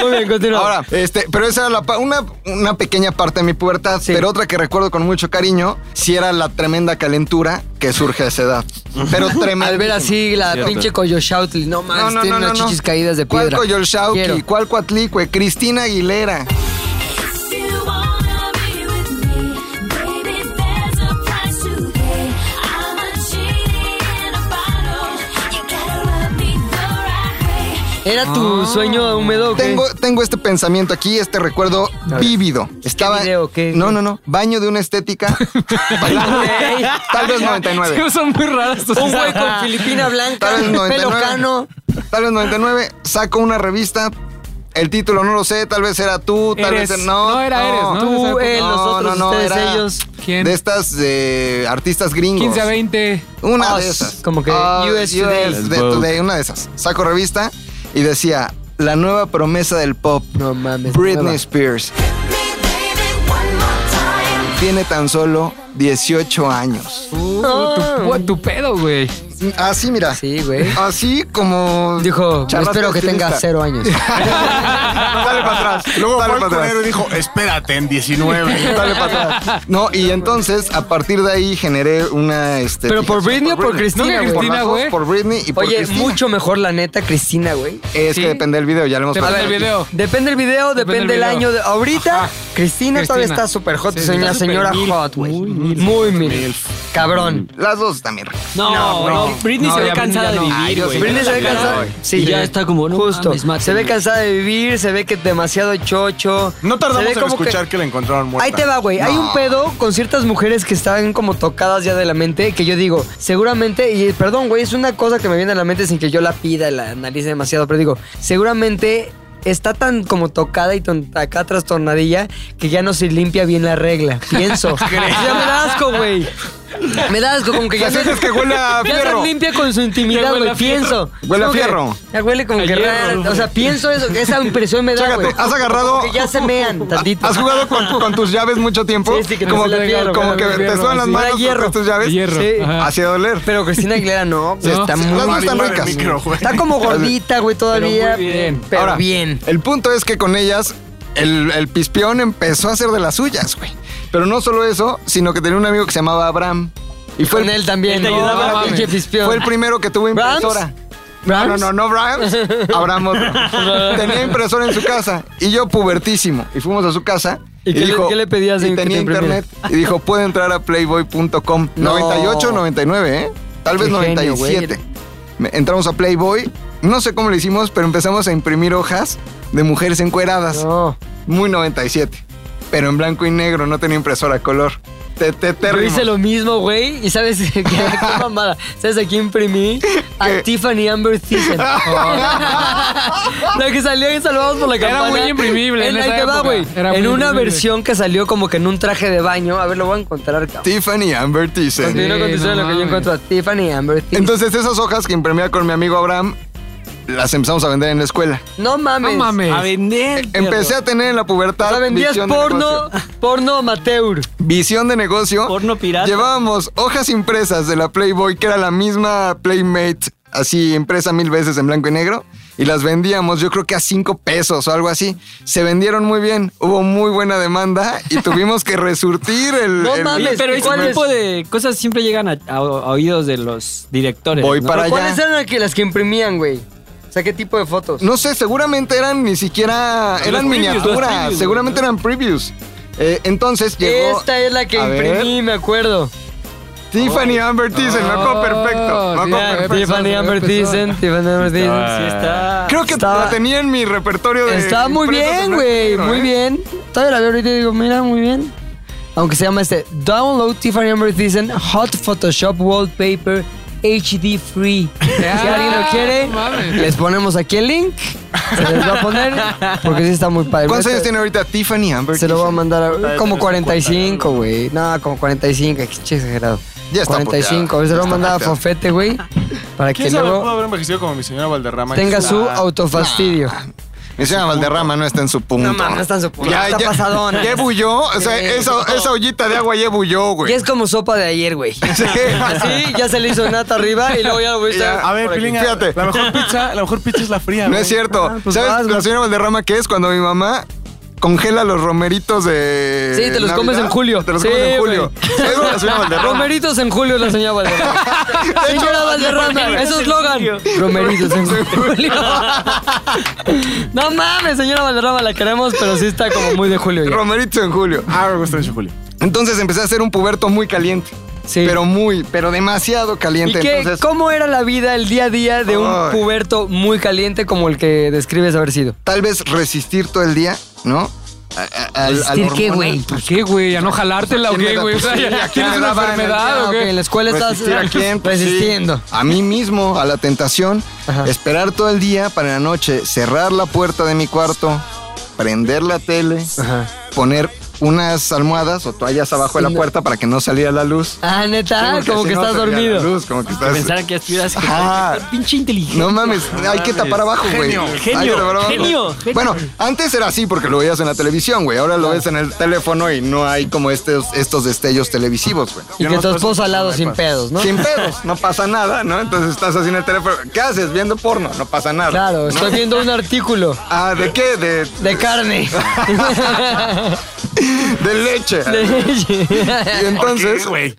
[SPEAKER 2] Muy bien, continúa.
[SPEAKER 7] Ahora, este, pero esa era la pa- una, una pequeña parte de mi pubertad, pero otra que recuerdo con mucho cariño, si era la tremenda calentura que surge a esa edad. Pero tremenda.
[SPEAKER 2] al ver así la pinche Coyoshautli, no más, tiene unas chichis caídas de piedra.
[SPEAKER 7] ¿Cuál Coyolxauhqui?
[SPEAKER 2] Quiero.
[SPEAKER 7] ¿Cuál Coatlicue? Cristina Aguilera.
[SPEAKER 8] you wanna be with me, baby, there's a price to pay. I'm a genie in a bottle. You gotta rub me the right way.
[SPEAKER 2] ¿Era tu sueño húmedo? o qué?
[SPEAKER 7] Tengo, tengo este pensamiento aquí, este recuerdo vívido. Estaba.
[SPEAKER 2] video? ¿Qué?
[SPEAKER 7] No, no, no. Baño de
[SPEAKER 2] [LAUGHS]
[SPEAKER 7] una estética. Tal
[SPEAKER 4] [LAUGHS]
[SPEAKER 7] vez 99.
[SPEAKER 4] Son muy raros estos.
[SPEAKER 2] Un güey [LAUGHS]
[SPEAKER 4] [LAUGHS]
[SPEAKER 2] con filipina blanca,
[SPEAKER 7] Tal vez
[SPEAKER 2] pelo
[SPEAKER 7] 99.
[SPEAKER 2] cano.
[SPEAKER 7] Tal vez 99. Saco una revista. El título no lo sé. Tal vez era tú. Tal
[SPEAKER 4] Eres.
[SPEAKER 7] vez era- no.
[SPEAKER 4] No, era Eres, ¿no?
[SPEAKER 2] Tú, él,
[SPEAKER 7] No,
[SPEAKER 2] nosotros,
[SPEAKER 7] no, no,
[SPEAKER 2] ustedes,
[SPEAKER 7] era-
[SPEAKER 2] ellos.
[SPEAKER 4] ¿Quién?
[SPEAKER 7] De estas eh, artistas gringos.
[SPEAKER 4] 15 a 20.
[SPEAKER 7] Una
[SPEAKER 2] Us,
[SPEAKER 7] de esas.
[SPEAKER 2] como que
[SPEAKER 7] Ah,
[SPEAKER 2] US Today.
[SPEAKER 7] US
[SPEAKER 3] El Vogue.
[SPEAKER 7] Today, una de esas. Saco revista y decía, la nueva promesa del pop,
[SPEAKER 2] No mames.
[SPEAKER 7] Britney
[SPEAKER 2] nueva.
[SPEAKER 7] Spears,
[SPEAKER 8] Me, baby, one more time.
[SPEAKER 7] tiene tan solo 18 años.
[SPEAKER 4] Uh,
[SPEAKER 2] Ah.
[SPEAKER 4] tu, what, tu pedo, güey.
[SPEAKER 7] Así, mira.
[SPEAKER 2] Oh, Sí, güey. [LAUGHS]
[SPEAKER 7] Así como...
[SPEAKER 2] Dijo,
[SPEAKER 7] Charlas
[SPEAKER 2] espero que tenga
[SPEAKER 7] estilista".
[SPEAKER 2] cero [LAUGHS] años.
[SPEAKER 7] Dale para
[SPEAKER 5] [LAUGHS]
[SPEAKER 7] atrás.
[SPEAKER 5] Luego
[SPEAKER 7] dale
[SPEAKER 5] fue el
[SPEAKER 7] para atrás.
[SPEAKER 5] culero y dijo, espérate, en 19.
[SPEAKER 7] Dale para atrás. No, y entonces, a partir de ahí generé una... Este,
[SPEAKER 2] ¿Pero por
[SPEAKER 7] fijación
[SPEAKER 2] Britney o por Cristina,
[SPEAKER 7] No, que
[SPEAKER 2] güey?
[SPEAKER 7] Por, las dos,
[SPEAKER 4] güey.
[SPEAKER 7] por Britney y por
[SPEAKER 2] Oye,
[SPEAKER 7] Cristina.
[SPEAKER 2] mucho mejor la neta, Cristina, güey.
[SPEAKER 7] Es que depende del video, ya lo hemos
[SPEAKER 4] Depende
[SPEAKER 7] platicado.
[SPEAKER 4] del video.
[SPEAKER 2] Depende el video, depende,
[SPEAKER 4] Depende
[SPEAKER 2] el
[SPEAKER 4] el video.
[SPEAKER 2] año. De... Ahorita, Cristina, todavía
[SPEAKER 4] Cristina.
[SPEAKER 2] está súper hot.
[SPEAKER 4] Sí,
[SPEAKER 2] es
[SPEAKER 4] está
[SPEAKER 2] una
[SPEAKER 4] súper
[SPEAKER 2] señora
[SPEAKER 4] milf,
[SPEAKER 2] hot, güey. Muy mil. Cabrón.
[SPEAKER 7] Las dos también.
[SPEAKER 6] No, no, Britney
[SPEAKER 4] No,
[SPEAKER 6] se ve
[SPEAKER 4] ya-
[SPEAKER 6] cansada
[SPEAKER 4] ya
[SPEAKER 6] de
[SPEAKER 4] no. Ay,
[SPEAKER 6] vivir,
[SPEAKER 4] Dios
[SPEAKER 6] güey.
[SPEAKER 4] mío.
[SPEAKER 2] Britney se ve
[SPEAKER 4] Ya,
[SPEAKER 2] cansada.
[SPEAKER 4] güey.
[SPEAKER 6] Y ya está como, no
[SPEAKER 2] Justo.
[SPEAKER 6] mames, mátenme.
[SPEAKER 2] se ve cansada de vivir, se ve que demasiado chocho.
[SPEAKER 5] No tardamos
[SPEAKER 2] se ve
[SPEAKER 5] en
[SPEAKER 2] como que-
[SPEAKER 5] escuchar que... la encontraron muerta.
[SPEAKER 2] Ahí te va, güey. Hay un pedo con ciertas mujeres que están como tocadas ya de la mente, que yo digo, seguramente, y perdón, güey, es una cosa que me viene a la mente sin que yo la pida, la analice demasiado, pero digo, seguramente está tan como tocada y tan acá trastornadilla que ya no se limpia bien la regla,
[SPEAKER 6] [LAUGHS]
[SPEAKER 2] pienso. ya me da asco, güey. Me da asco, como que
[SPEAKER 5] Pues
[SPEAKER 2] ya se
[SPEAKER 7] sientes que huele
[SPEAKER 2] [LAUGHS]
[SPEAKER 7] a
[SPEAKER 2] ya
[SPEAKER 7] Ah, fierro.
[SPEAKER 2] se limpia con su intimidad,
[SPEAKER 4] huele
[SPEAKER 2] güey,
[SPEAKER 4] a fierro.
[SPEAKER 2] pienso.
[SPEAKER 7] Huele a
[SPEAKER 2] Como que-
[SPEAKER 7] fierro.
[SPEAKER 2] Ya huele como que raro, o sea, pienso eso, esa impresión me da,
[SPEAKER 7] Chécate,
[SPEAKER 2] güey.
[SPEAKER 7] has agarrado-
[SPEAKER 2] Como que ya se
[SPEAKER 7] [LAUGHS]
[SPEAKER 2] mean tantito.
[SPEAKER 7] ¿Has jugado con, con tus llaves mucho tiempo?
[SPEAKER 2] Sí, sí, que
[SPEAKER 7] como
[SPEAKER 2] no se
[SPEAKER 7] que,
[SPEAKER 2] le agarra,
[SPEAKER 7] como
[SPEAKER 4] que
[SPEAKER 7] que
[SPEAKER 4] no se le
[SPEAKER 7] te sudan
[SPEAKER 4] agarra,
[SPEAKER 7] las
[SPEAKER 4] sí.
[SPEAKER 7] manos
[SPEAKER 2] Da hierro.
[SPEAKER 7] con tus llaves.
[SPEAKER 4] Hierro.
[SPEAKER 7] Sí.
[SPEAKER 4] Ajá.
[SPEAKER 7] Hacía doler.
[SPEAKER 2] Pero Cristina Aguilera no. pues,
[SPEAKER 4] No,
[SPEAKER 2] está
[SPEAKER 4] sí,
[SPEAKER 2] muy
[SPEAKER 7] las dos
[SPEAKER 2] mal.
[SPEAKER 7] están
[SPEAKER 5] Arriba del
[SPEAKER 7] ricas.
[SPEAKER 5] micro, güey.
[SPEAKER 2] Está como gordita, güey, todavía.
[SPEAKER 6] Pero muy bien.
[SPEAKER 2] Pero
[SPEAKER 7] Ahora,
[SPEAKER 2] bien.
[SPEAKER 7] El punto es que con ellas el, el pispión empezó a hacer de las suyas, güey. Pero no solo eso, sino que tenía un amigo que se llamaba Abraham. Y fue
[SPEAKER 2] Con
[SPEAKER 7] el,
[SPEAKER 2] él también.
[SPEAKER 6] Él te
[SPEAKER 2] ¿no?
[SPEAKER 6] ayudaba,
[SPEAKER 2] Ah,
[SPEAKER 6] mames.
[SPEAKER 2] pinche pispión.
[SPEAKER 7] fue el primero que tuvo
[SPEAKER 2] ¿Brahms?
[SPEAKER 7] impresora. No, no, no,
[SPEAKER 2] [LAUGHS]
[SPEAKER 7] no Brahms. Abraham otro. Tenía impresora en su casa y yo pubertísimo. Y fuimos a su casa.
[SPEAKER 2] ¿Y qué le- qué le pedías
[SPEAKER 7] Y
[SPEAKER 2] en que
[SPEAKER 7] tenía
[SPEAKER 2] te imprimiera?
[SPEAKER 7] internet. Y dijo, puede entrar a playboy.com.
[SPEAKER 2] No.
[SPEAKER 7] 98, 99, ¿eh? Tal vez
[SPEAKER 2] Qué genio,
[SPEAKER 7] 97. Me- Entramos a Playboy. No sé cómo lo hicimos, pero empezamos a imprimir hojas de mujeres encueradas.
[SPEAKER 2] No.
[SPEAKER 7] Muy 97. Pero en blanco y negro, no tenía impresora a color. Te, te,
[SPEAKER 2] Yo
[SPEAKER 7] terrible.
[SPEAKER 2] hice lo mismo, güey. Y sabes [LAUGHS] qué, qué mamada. ¿Sabes a quién imprimí? A
[SPEAKER 7] ¿Qué?
[SPEAKER 2] Tiffany Amber
[SPEAKER 7] [LAUGHS]
[SPEAKER 2] Thiessen. La que salió en Salvados por la
[SPEAKER 4] Era
[SPEAKER 2] Campana.
[SPEAKER 4] muy imprimible en
[SPEAKER 2] ahí
[SPEAKER 4] esa
[SPEAKER 2] te va,
[SPEAKER 4] época.
[SPEAKER 2] güey.
[SPEAKER 4] Era
[SPEAKER 2] En
[SPEAKER 4] muy
[SPEAKER 2] una
[SPEAKER 4] imprimible.
[SPEAKER 2] versión que salió como que en un traje de baño. A ver, lo voy a encontrar, cabrón.
[SPEAKER 7] Tiffany Amber Thyssen.
[SPEAKER 2] Continúa
[SPEAKER 4] Sí,
[SPEAKER 2] con tu historia,
[SPEAKER 4] no
[SPEAKER 2] lo que yo
[SPEAKER 4] mames.
[SPEAKER 2] encuentro a Tiffany Amber Thiessen.
[SPEAKER 7] [LAUGHS] Entonces esas hojas que imprimía con mi amigo Abraham, las empezamos a vender en la escuela.
[SPEAKER 2] no mames.
[SPEAKER 4] No mames.
[SPEAKER 6] A vender.
[SPEAKER 7] Em-, Empecé a tener en la
[SPEAKER 2] O
[SPEAKER 7] pubertad
[SPEAKER 2] sea, vendías
[SPEAKER 7] visión de
[SPEAKER 2] porno,
[SPEAKER 7] negocio.
[SPEAKER 2] porno amateur.
[SPEAKER 7] Visión de negocio.
[SPEAKER 6] Porno pirata.
[SPEAKER 7] Llevábamos hojas impresas de la Playboy, que era la misma Playmate, así impresa mil veces en blanco y negro, y las vendíamos, yo creo que a cinco pesos o algo así. Se vendieron muy bien, hubo muy buena demanda
[SPEAKER 2] [LAUGHS]
[SPEAKER 7] y tuvimos que resurtir el.
[SPEAKER 2] No
[SPEAKER 7] el-
[SPEAKER 2] mames,
[SPEAKER 6] Pero ese
[SPEAKER 2] ¿Cuál es?
[SPEAKER 6] tipo de cosas siempre llegan a, a- a oídos de los directores.
[SPEAKER 7] Voy
[SPEAKER 6] ¿no?
[SPEAKER 7] para allá.
[SPEAKER 2] ¿Cuáles eran las que, las que imprimían, güey? O sea, ¿qué tipo de fotos?
[SPEAKER 7] No sé, seguramente eran ni siquiera. eran
[SPEAKER 6] previews, los
[SPEAKER 7] miniaturas,
[SPEAKER 6] previews, güey.
[SPEAKER 7] seguramente eran previews. Eh, entonces llegó.
[SPEAKER 2] Esta es la que
[SPEAKER 7] A ver.
[SPEAKER 2] imprimí, me acuerdo.
[SPEAKER 7] Tiffany Amber Thyssen, me acuerdo perfecto. me acuerdo
[SPEAKER 4] Ah, ya,
[SPEAKER 7] perfecto.
[SPEAKER 2] Tiffany
[SPEAKER 4] empezó,
[SPEAKER 2] Amber
[SPEAKER 4] empezó.
[SPEAKER 2] Thyssen, Tiffany Amber
[SPEAKER 6] Sí
[SPEAKER 2] Thyssen.
[SPEAKER 6] está.
[SPEAKER 7] Creo que
[SPEAKER 2] eh, Estaba-
[SPEAKER 7] la tenía en mi repertorio de.
[SPEAKER 2] Está muy
[SPEAKER 7] impresos en
[SPEAKER 2] bien,
[SPEAKER 7] blanco y
[SPEAKER 2] güey,
[SPEAKER 7] negro,
[SPEAKER 2] muy
[SPEAKER 7] ¿eh?
[SPEAKER 2] bien. Todavía la veo ahorita y digo, mira, muy bien. Aunque se llama este Download Tiffany Amber Thyssen Hot Photoshop Wallpaper HD Free. Si
[SPEAKER 7] Ah,
[SPEAKER 2] alguien lo quiere,
[SPEAKER 4] no mames.
[SPEAKER 2] les ponemos aquí el link. Se les va a poner porque sí está muy padre.
[SPEAKER 7] ¿Cuántos
[SPEAKER 2] Este-
[SPEAKER 7] años tiene ahorita Tiffany Amber?
[SPEAKER 2] Se lo voy a
[SPEAKER 7] Thyssen?
[SPEAKER 2] mandar a, como 45, güey. No, como 45, qué chido exagerado.
[SPEAKER 7] Ya está
[SPEAKER 2] 45,
[SPEAKER 7] puteada,
[SPEAKER 2] se lo voy a
[SPEAKER 7] ya está
[SPEAKER 2] mandar a
[SPEAKER 7] puteada.
[SPEAKER 2] Fofete, güey, para que
[SPEAKER 5] ¿Quién sabe? Pudo
[SPEAKER 2] luego
[SPEAKER 5] haber envejecido como mi señora Valderrama.
[SPEAKER 2] tenga
[SPEAKER 5] Ah,
[SPEAKER 2] su autofastidio.
[SPEAKER 7] Mi señora Valderrama no está en su punto.
[SPEAKER 2] en su
[SPEAKER 7] Ya, ya, Ya ebulló. O sea,
[SPEAKER 2] Sí.
[SPEAKER 7] esa, esa ollita de agua ya ebulló,
[SPEAKER 2] Y
[SPEAKER 7] güey.
[SPEAKER 2] es como sopa de ayer, güey.
[SPEAKER 7] [LAUGHS] Sí. [LAUGHS]
[SPEAKER 2] Así, ya se le hizo nata arriba y luego ya lo voy a
[SPEAKER 7] Ya.
[SPEAKER 2] estar-
[SPEAKER 5] A ver,
[SPEAKER 7] Por aquí.
[SPEAKER 5] Pilinga,
[SPEAKER 7] Fíjate.
[SPEAKER 5] la mejor pizza, la mejor pizza es la fría.
[SPEAKER 7] No
[SPEAKER 5] güey. Ah,
[SPEAKER 7] es cierto.
[SPEAKER 2] pues
[SPEAKER 7] ¿Sabes
[SPEAKER 2] vas,
[SPEAKER 7] la
[SPEAKER 2] güey.
[SPEAKER 7] señora Valderrama qué es? Cuando mi mamá congela los romeritos de.
[SPEAKER 2] Sí, te los
[SPEAKER 7] Navidad,
[SPEAKER 2] comes en julio.
[SPEAKER 7] Te los
[SPEAKER 2] Sí,
[SPEAKER 7] comes en julio.
[SPEAKER 2] güey.
[SPEAKER 7] Eso es la señora Valderrama.
[SPEAKER 2] Romeritos en julio la
[SPEAKER 7] [LAUGHS]
[SPEAKER 2] señora Valderrama. señora Valderrama, eso es Logan. Romeritos
[SPEAKER 7] [LAUGHS]
[SPEAKER 2] en julio. [LAUGHS] no mames, señora Valderrama, la queremos, pero sí está como muy de julio ya.
[SPEAKER 7] Romeritos en julio.
[SPEAKER 5] Ah, me gusta mucho, Julio.
[SPEAKER 7] Entonces empecé a ser un puberto muy caliente.
[SPEAKER 2] Sí.
[SPEAKER 7] Pero muy, pero demasiado
[SPEAKER 2] ¿Y
[SPEAKER 7] caliente.
[SPEAKER 2] qué,
[SPEAKER 7] Entonces,
[SPEAKER 2] cómo era la vida, el día a día de un
[SPEAKER 7] Ay.
[SPEAKER 2] puberto muy caliente como el que describes haber sido?
[SPEAKER 7] tal vez resistir todo el día, ¿no? A- a- al- al
[SPEAKER 2] ¿Resistir qué,
[SPEAKER 7] hormonal.
[SPEAKER 2] güey?
[SPEAKER 4] ¿Por qué, güey? ¿A no jalártela o
[SPEAKER 7] ¿Quién me
[SPEAKER 4] qué,
[SPEAKER 7] da
[SPEAKER 4] güey? O
[SPEAKER 7] tu
[SPEAKER 4] sea,
[SPEAKER 7] silla?
[SPEAKER 4] ya-
[SPEAKER 7] ¿Quién
[SPEAKER 4] ¿tienes
[SPEAKER 7] me
[SPEAKER 4] una
[SPEAKER 7] da banana?
[SPEAKER 4] enfermedad
[SPEAKER 2] Ah,
[SPEAKER 4] o
[SPEAKER 2] ok, en
[SPEAKER 4] qué?
[SPEAKER 2] la escuela estás
[SPEAKER 7] ¿Resistir a quién? Pues sí.
[SPEAKER 2] resistiendo.
[SPEAKER 7] A mí mismo, a la tentación.
[SPEAKER 2] Ajá.
[SPEAKER 7] Esperar todo el día para la noche, cerrar la puerta de mi cuarto, prender la tele, poner unas almohadas o toallas abajo de la puerta para que no saliera la luz.
[SPEAKER 2] Ah, neta,
[SPEAKER 7] Sí, porque
[SPEAKER 2] como
[SPEAKER 7] si
[SPEAKER 2] que
[SPEAKER 7] no
[SPEAKER 2] estás
[SPEAKER 7] salía la
[SPEAKER 2] dormido.
[SPEAKER 7] luz, como que estás-
[SPEAKER 6] Pensaran que estuvieras
[SPEAKER 7] [LAUGHS] Ajá.
[SPEAKER 6] pinche inteligente.
[SPEAKER 7] No mames, hay que tapar abajo, güey. Genio,
[SPEAKER 6] genio, genio, genio.
[SPEAKER 7] Bueno, antes era así porque lo veías en la televisión, güey. Ahora lo ves en el teléfono y no hay como estos, estos destellos televisivos, güey.
[SPEAKER 2] Y que tu esposo al lado sin pedos, ¿no?
[SPEAKER 7] Sin pedos, no pasa nada, ¿no? Entonces estás así en el teléfono. ¿Qué haces? Viendo porno, no pasa
[SPEAKER 2] [LAUGHS]
[SPEAKER 7] nada.
[SPEAKER 2] Claro, estoy viendo un artículo
[SPEAKER 7] Ah, ¿de qué? De,
[SPEAKER 2] de carne.
[SPEAKER 7] [LAUGHS]
[SPEAKER 2] [LAUGHS]
[SPEAKER 7] de leche. Y entonces, güey.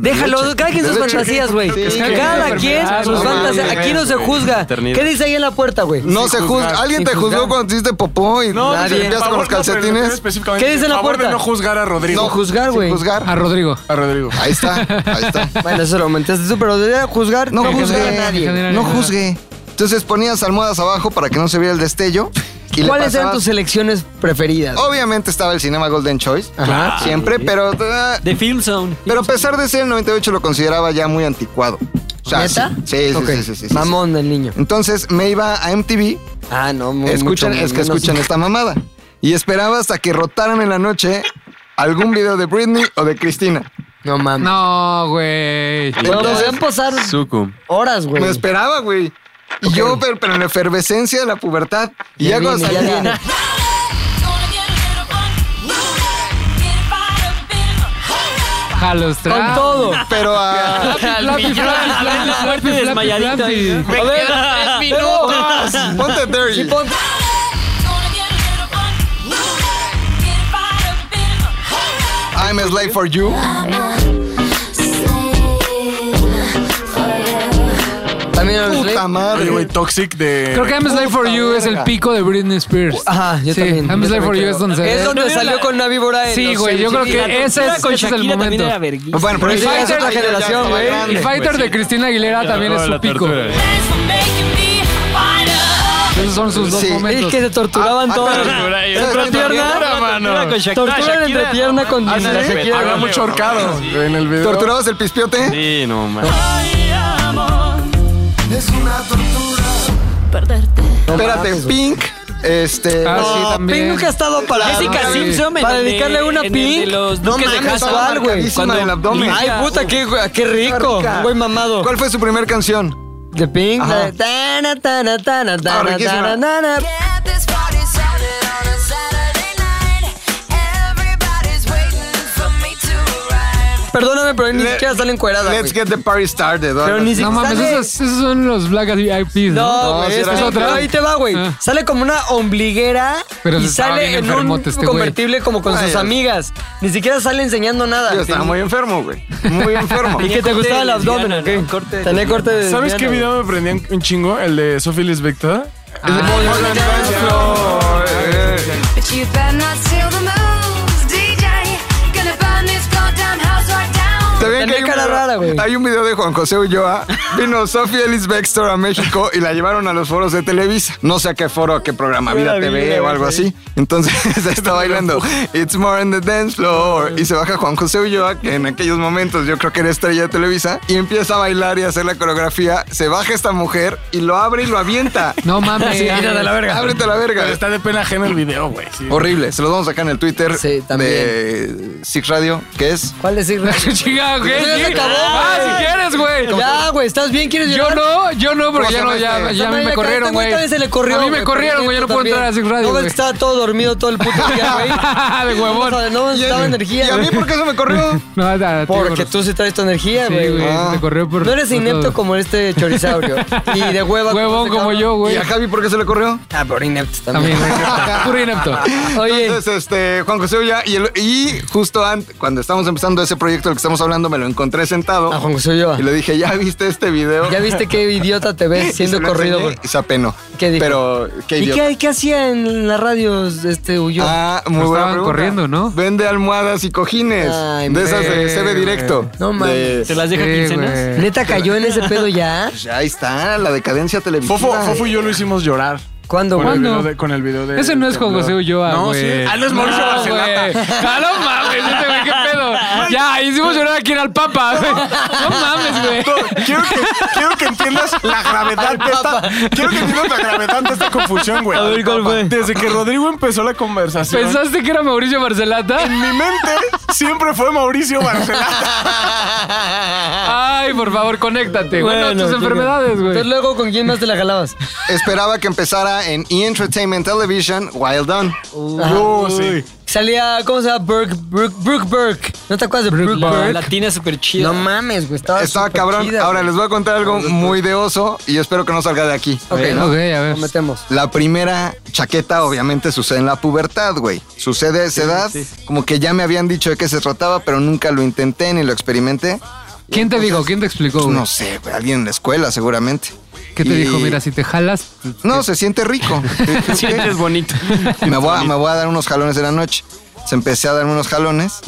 [SPEAKER 2] Déjalo, cada quien sus fantasías, güey. cada quien
[SPEAKER 7] Ah,
[SPEAKER 4] enfermedad,
[SPEAKER 2] sus
[SPEAKER 4] no
[SPEAKER 2] fantasías. Aquí no se juzga. ¿Qué dice ahí en la puerta, güey?
[SPEAKER 7] No se juzga. ¿Alguien te
[SPEAKER 2] Sin
[SPEAKER 7] juzgó
[SPEAKER 2] juzgar.
[SPEAKER 7] cuando te hiciste popó y
[SPEAKER 5] No,
[SPEAKER 7] te
[SPEAKER 2] nadie.
[SPEAKER 7] limpiaste con los calcetines?
[SPEAKER 2] ¿Qué dice la
[SPEAKER 5] puerta?
[SPEAKER 2] puerta?
[SPEAKER 5] no juzgar a Rodrigo.
[SPEAKER 2] Sin juzgar,
[SPEAKER 7] sin
[SPEAKER 2] güey.
[SPEAKER 7] juzgar.
[SPEAKER 4] A Rodrigo.
[SPEAKER 5] A Rodrigo.
[SPEAKER 7] Ahí está, ahí está.
[SPEAKER 2] Bueno, eso lo aumentaste tú, pero debería juzgar.
[SPEAKER 7] No
[SPEAKER 2] Deja
[SPEAKER 7] juzgue
[SPEAKER 2] de ver a nadie.
[SPEAKER 7] No juzgue. Entonces ponías almohadas abajo para que no se viera el destello. Y le Oh.
[SPEAKER 2] ¿Cuáles eran
[SPEAKER 7] pasabas-
[SPEAKER 2] tus selecciones preferidas?
[SPEAKER 7] Obviamente estaba el cinema Golden Choice.
[SPEAKER 2] Ajá.
[SPEAKER 7] Siempre,
[SPEAKER 5] Ah,
[SPEAKER 7] pero. eh,
[SPEAKER 6] De Film Zone.
[SPEAKER 7] Pero a pesar de ser el 98 lo consideraba ya muy anticuado. O sea,
[SPEAKER 2] ¿Neta?
[SPEAKER 7] Sí, sí, sí,
[SPEAKER 2] Ok.
[SPEAKER 7] sí, sí, sí, sí.
[SPEAKER 2] Mamón del niño.
[SPEAKER 7] Entonces me iba a MTV.
[SPEAKER 2] Ah, no, muy
[SPEAKER 7] Escuchen,
[SPEAKER 2] mucho
[SPEAKER 7] es que
[SPEAKER 2] menos.
[SPEAKER 7] escuchen esta mamada. Y esperaba hasta que rotaran en la noche algún video de Britney o de Cristina.
[SPEAKER 2] No mames.
[SPEAKER 4] No, güey.
[SPEAKER 2] Pero
[SPEAKER 7] Entonces-
[SPEAKER 2] podrían pasar
[SPEAKER 3] Sukum.
[SPEAKER 2] horas, güey.
[SPEAKER 7] Me esperaba, güey. Y yo, pero, pero en la efervescencia de la pubertad. Y
[SPEAKER 2] Ya
[SPEAKER 7] ya cuando
[SPEAKER 2] viene, ya
[SPEAKER 6] [LAUGHS]
[SPEAKER 7] salía-
[SPEAKER 2] viene. Con
[SPEAKER 4] Jalostrado.
[SPEAKER 2] todo.
[SPEAKER 7] Pero ah, a.
[SPEAKER 4] Flappy, flappy, flappy,
[SPEAKER 6] desmayadita,
[SPEAKER 4] flappy,
[SPEAKER 6] [LAUGHS] ¿no?
[SPEAKER 4] flappy.
[SPEAKER 7] Ponte dirty.
[SPEAKER 2] Sí, pon-
[SPEAKER 7] I'm a slave for you.
[SPEAKER 2] También también a
[SPEAKER 7] Puta
[SPEAKER 5] Oye,
[SPEAKER 7] madre.
[SPEAKER 5] güey, Toxic de.
[SPEAKER 4] Creo que I'm Slave for You es el pico de Britney Spears.
[SPEAKER 2] Ajá, yo
[SPEAKER 4] sí,
[SPEAKER 2] también.
[SPEAKER 4] I'm
[SPEAKER 2] yo
[SPEAKER 4] Slave
[SPEAKER 2] también
[SPEAKER 4] for You
[SPEAKER 2] creo.
[SPEAKER 4] es donde.
[SPEAKER 2] Es donde salió con una víbora en
[SPEAKER 4] Sí,
[SPEAKER 2] los
[SPEAKER 4] güey, yo creo
[SPEAKER 2] series.
[SPEAKER 4] que ese es,
[SPEAKER 6] con
[SPEAKER 4] ese es el
[SPEAKER 6] Shakira también
[SPEAKER 4] momento.
[SPEAKER 6] era verguísima.
[SPEAKER 7] Bueno, pero
[SPEAKER 4] Y
[SPEAKER 7] ese ya es
[SPEAKER 4] Fighter-
[SPEAKER 7] otra generación,
[SPEAKER 2] Y
[SPEAKER 7] güey.
[SPEAKER 4] Y Fighter de Cristina Aguilera también es su pico.
[SPEAKER 8] Thanks for making me wider.
[SPEAKER 4] Esos son sus dos
[SPEAKER 7] Sí.
[SPEAKER 2] Es
[SPEAKER 4] momentos.
[SPEAKER 2] que se torturaban
[SPEAKER 7] Ah,
[SPEAKER 2] todos.
[SPEAKER 7] pero-
[SPEAKER 6] Tortura con Shakira,
[SPEAKER 2] Tortura en
[SPEAKER 6] Shakira,
[SPEAKER 2] entrepierna con
[SPEAKER 6] Ah, sí,
[SPEAKER 2] la Shakira.
[SPEAKER 5] Había mucho horcado en el video.
[SPEAKER 7] ¿Torturabas el pispiote?
[SPEAKER 3] Sí, no, man.
[SPEAKER 8] Perderte.
[SPEAKER 7] Espérate, Pink. Este.
[SPEAKER 4] Ah, sí,
[SPEAKER 7] no,
[SPEAKER 4] también.
[SPEAKER 2] Pink nunca ha estado para.
[SPEAKER 6] Jessica
[SPEAKER 2] para-
[SPEAKER 6] Simpson en
[SPEAKER 2] Para
[SPEAKER 6] el de-
[SPEAKER 2] dedicarle una a
[SPEAKER 6] en el de
[SPEAKER 2] Pink.
[SPEAKER 6] los
[SPEAKER 7] Ah, No
[SPEAKER 6] duques de
[SPEAKER 7] mames,
[SPEAKER 6] Hazard.
[SPEAKER 2] casual, güey.
[SPEAKER 7] marcadísima del abdomen.
[SPEAKER 2] Ay, puta, qué, güey, qué rico.
[SPEAKER 7] Está rica.
[SPEAKER 2] Güey mamado.
[SPEAKER 7] ¿Cuál fue su primera canción?
[SPEAKER 2] De Pink.
[SPEAKER 7] Ajá. Ah,
[SPEAKER 2] la de tana, tana, tana, tana,
[SPEAKER 7] riquísima.
[SPEAKER 2] tana, tana.
[SPEAKER 8] Get this party started on a Saturday night. Everybody's waiting for me to arrive.
[SPEAKER 2] Perdóname, pero ni
[SPEAKER 7] Le-
[SPEAKER 2] siquiera sale encuerada.
[SPEAKER 7] Let's
[SPEAKER 2] güey.
[SPEAKER 7] get the party started.
[SPEAKER 2] Pero ni
[SPEAKER 4] No mames,
[SPEAKER 2] sale-
[SPEAKER 4] esos, esos son los Black IPs.
[SPEAKER 2] No, güey,
[SPEAKER 7] sí
[SPEAKER 2] es
[SPEAKER 7] era-
[SPEAKER 2] que-
[SPEAKER 4] ¿Es otra?
[SPEAKER 2] pero ahí te va, güey.
[SPEAKER 4] Ah.
[SPEAKER 2] Sale como una ombliguera
[SPEAKER 4] Pero
[SPEAKER 2] y
[SPEAKER 4] se estaba
[SPEAKER 2] sale
[SPEAKER 4] bien
[SPEAKER 2] en un
[SPEAKER 4] enfermote este güey.
[SPEAKER 2] convertible como con
[SPEAKER 7] Ay,
[SPEAKER 2] sus
[SPEAKER 7] Dios.
[SPEAKER 2] amigas. Ni siquiera sale enseñando nada.
[SPEAKER 7] Yo estaba muy enfermo, güey. Muy enfermo.
[SPEAKER 2] [LAUGHS] ¿Y que te gustaba el abdomen? ¿o qué? Tenía corte de
[SPEAKER 5] ¿Sabes qué
[SPEAKER 2] lesbiana,
[SPEAKER 5] video me prendían un chingo? El de Sophie Lisbecta.
[SPEAKER 7] Eh,
[SPEAKER 8] But you better not steal the moves, DJ. Gonna burn this goddamn house right down.
[SPEAKER 7] Está bien
[SPEAKER 2] Tenía
[SPEAKER 7] hay un
[SPEAKER 2] cara
[SPEAKER 7] video-
[SPEAKER 2] rara, güey.
[SPEAKER 7] Hay un video de Juan José Ulloa. Vino Sofía Ellis Bextor a México y la llevaron a los foros de Televisa. No sé a qué foro, a qué programa, Vida TV o algo así. Entonces [LAUGHS] está bailando It's More in the Dance Floor. Y se baja Juan José Ulloa, que en aquellos momentos yo creo que era estrella de Televisa, y empieza a bailar y a hacer la coreografía. Se baja esta mujer y lo abre y lo avienta.
[SPEAKER 4] No mames.
[SPEAKER 2] Sí, era de la [LAUGHS]
[SPEAKER 4] [LAUGHS]
[SPEAKER 2] verga.
[SPEAKER 7] Ábrete la verga.
[SPEAKER 5] Pero está de pena ajena el video, güey. sí.
[SPEAKER 7] Horrible. Se los vamos a sacar en el Twitter
[SPEAKER 2] Sí, también.
[SPEAKER 7] de Six Radio, que es.
[SPEAKER 2] ¿Cuál es
[SPEAKER 7] [LAUGHS]
[SPEAKER 2] el-
[SPEAKER 4] Chica, güey.
[SPEAKER 2] Ya se
[SPEAKER 4] sí.
[SPEAKER 2] acabó, güey.
[SPEAKER 4] Ah, si quieres, güey.
[SPEAKER 2] Ya, güey, ¿estás bien? ¿Quieres
[SPEAKER 4] Yo
[SPEAKER 2] llegar?
[SPEAKER 4] no, yo no, porque
[SPEAKER 7] ¿Cómo
[SPEAKER 4] ya no,
[SPEAKER 7] se
[SPEAKER 4] ya,
[SPEAKER 7] llama este?
[SPEAKER 4] ya
[SPEAKER 2] También
[SPEAKER 4] me
[SPEAKER 2] acá
[SPEAKER 4] corrieron,
[SPEAKER 2] este
[SPEAKER 4] güey.
[SPEAKER 2] también se le corrió,
[SPEAKER 4] a mí me
[SPEAKER 2] güey,
[SPEAKER 4] corrieron, güey, ya no puedo
[SPEAKER 2] también.
[SPEAKER 4] entrar a Six Radio,
[SPEAKER 2] No, ves
[SPEAKER 4] güey.
[SPEAKER 2] que estaba todo dormido todo el puto día, [LAUGHS] güey.
[SPEAKER 4] [LAUGHS] De huevón.
[SPEAKER 2] No, no
[SPEAKER 7] Y-
[SPEAKER 2] estaba energía.
[SPEAKER 7] ¿Y a
[SPEAKER 2] güey.
[SPEAKER 7] mí por qué eso me
[SPEAKER 2] [LAUGHS]
[SPEAKER 7] corrió?
[SPEAKER 4] No, a- a- a ti,
[SPEAKER 2] Porque
[SPEAKER 4] gordo.
[SPEAKER 2] tú sí traes tu energía,
[SPEAKER 4] Sí,
[SPEAKER 2] güey.
[SPEAKER 4] güey,
[SPEAKER 7] Ah.
[SPEAKER 4] se te corrió por...
[SPEAKER 2] No eres
[SPEAKER 4] por
[SPEAKER 2] inepto
[SPEAKER 4] todo.
[SPEAKER 2] como este [LAUGHS] chorizaurio. Y de hueva.
[SPEAKER 4] Huevón
[SPEAKER 2] este
[SPEAKER 4] como
[SPEAKER 2] cabrón.
[SPEAKER 4] yo,
[SPEAKER 7] ¿Y
[SPEAKER 4] güey.
[SPEAKER 7] a Javi por qué se le corrió?
[SPEAKER 2] Ah, pero inepto
[SPEAKER 4] También,
[SPEAKER 2] también.
[SPEAKER 4] güey. [LAUGHS] Puro inepto.
[SPEAKER 2] Oye,
[SPEAKER 7] Entonces, este, Juan José Ulla, y, el- y justo antes, cuando estábamos empezando ese proyecto del que estamos hablando, me lo encontré sentado
[SPEAKER 2] a Ah, Juan José Ulloa.
[SPEAKER 7] y le dije, ¿ya viste este video? [LAUGHS]
[SPEAKER 2] ¿Ya viste qué idiota te
[SPEAKER 7] Y
[SPEAKER 2] ves
[SPEAKER 7] se
[SPEAKER 2] siendo
[SPEAKER 7] lo
[SPEAKER 2] corrido,
[SPEAKER 7] enseñé
[SPEAKER 2] güey?
[SPEAKER 7] Y se apenó.
[SPEAKER 2] ¿Qué dijo?
[SPEAKER 7] Pero, qué
[SPEAKER 2] ¿Y
[SPEAKER 7] idiota.
[SPEAKER 2] qué, qué hacía en las radios este Ulloa?
[SPEAKER 7] Ah, muy
[SPEAKER 4] Lo
[SPEAKER 7] buena
[SPEAKER 4] estaban
[SPEAKER 7] pregunta.
[SPEAKER 4] corriendo, ¿no?
[SPEAKER 7] Vende almohadas y cojines.
[SPEAKER 2] Ay,
[SPEAKER 7] de esas
[SPEAKER 4] güey,
[SPEAKER 7] de se ve
[SPEAKER 4] güey.
[SPEAKER 7] directo.
[SPEAKER 2] No
[SPEAKER 7] De-
[SPEAKER 2] mames.
[SPEAKER 6] ¿Te las deja
[SPEAKER 4] Sí,
[SPEAKER 6] quincenas?
[SPEAKER 4] güey.
[SPEAKER 2] ¿Neta cayó en ese pedo ya?
[SPEAKER 7] [LAUGHS] Pues ahí está, la decadencia televisiva.
[SPEAKER 5] Fofo, Fofo y yo lo hicimos llorar.
[SPEAKER 2] ¿Cuándo,
[SPEAKER 5] Con el,
[SPEAKER 2] güey?
[SPEAKER 4] ¿Cuándo?
[SPEAKER 5] video de, con el video de.
[SPEAKER 4] Ese no es
[SPEAKER 2] este,
[SPEAKER 4] Juan José Ulloa,
[SPEAKER 5] No,
[SPEAKER 4] güey.
[SPEAKER 5] sí. Ah, no es Mauricio Barcelata.
[SPEAKER 4] güey. Ah, no mames, este güey, qué pedo. Ya, hicimos llorar aquí al Papa, güey. No mames, güey.
[SPEAKER 5] Quiero que, quiero que entiendas la gravedad de esta. Quiero que entiendas la gravedad de esta confusión, güey.
[SPEAKER 6] A ver, ¿cuál fue?
[SPEAKER 5] Desde que Rodrigo empezó la conversación.
[SPEAKER 4] ¿Pensaste que era Mauricio Barcelata?
[SPEAKER 5] En mi mente siempre fue Mauricio Barcelata.
[SPEAKER 4] Ay, por favor, conéctate. Bueno,
[SPEAKER 2] Bueno,
[SPEAKER 4] tus
[SPEAKER 2] chica.
[SPEAKER 4] enfermedades,
[SPEAKER 2] Entonces
[SPEAKER 4] güey.
[SPEAKER 2] Pues luego, ¿con quién más te la jalabas?
[SPEAKER 7] Esperaba que empezara en E! Entertainment Television, Wild On.
[SPEAKER 5] Uh, sí.
[SPEAKER 2] Salía, ¿cómo se llama? Brooke, Brooke, Brooke Burke. ¿No te acuerdas de Brooke
[SPEAKER 6] La
[SPEAKER 2] Burke?
[SPEAKER 6] latina súper chida.
[SPEAKER 2] No mames, güey. Estaba,
[SPEAKER 7] Estaba
[SPEAKER 2] súper
[SPEAKER 7] cabrón.
[SPEAKER 2] chida,
[SPEAKER 7] Ahora
[SPEAKER 2] Ah, güey.
[SPEAKER 7] les voy a contar algo muy de oso y espero que no salga de aquí.
[SPEAKER 2] Ok,
[SPEAKER 4] Ok,
[SPEAKER 2] ¿no?
[SPEAKER 4] a ver.
[SPEAKER 2] Nos metemos.
[SPEAKER 7] La primera chaqueta obviamente sucede en la pubertad, güey. Sucede a esa edad, como que ya me habían dicho de qué se trataba, pero nunca lo intenté ni lo experimenté.
[SPEAKER 4] ¿Quién te dijo? ¿Quién te explicó?
[SPEAKER 7] Pues,
[SPEAKER 4] güey?
[SPEAKER 7] no sé, güey, alguien en la escuela seguramente.
[SPEAKER 4] ¿Qué te
[SPEAKER 7] Y-
[SPEAKER 4] dijo? Mira, si te jalas,
[SPEAKER 7] No, se
[SPEAKER 4] [LAUGHS]
[SPEAKER 7] siente rico.
[SPEAKER 6] Sientes bonito.
[SPEAKER 7] [LAUGHS] me, voy a, me voy a dar unos jalones en la noche. Se empecé a dar unos jalones.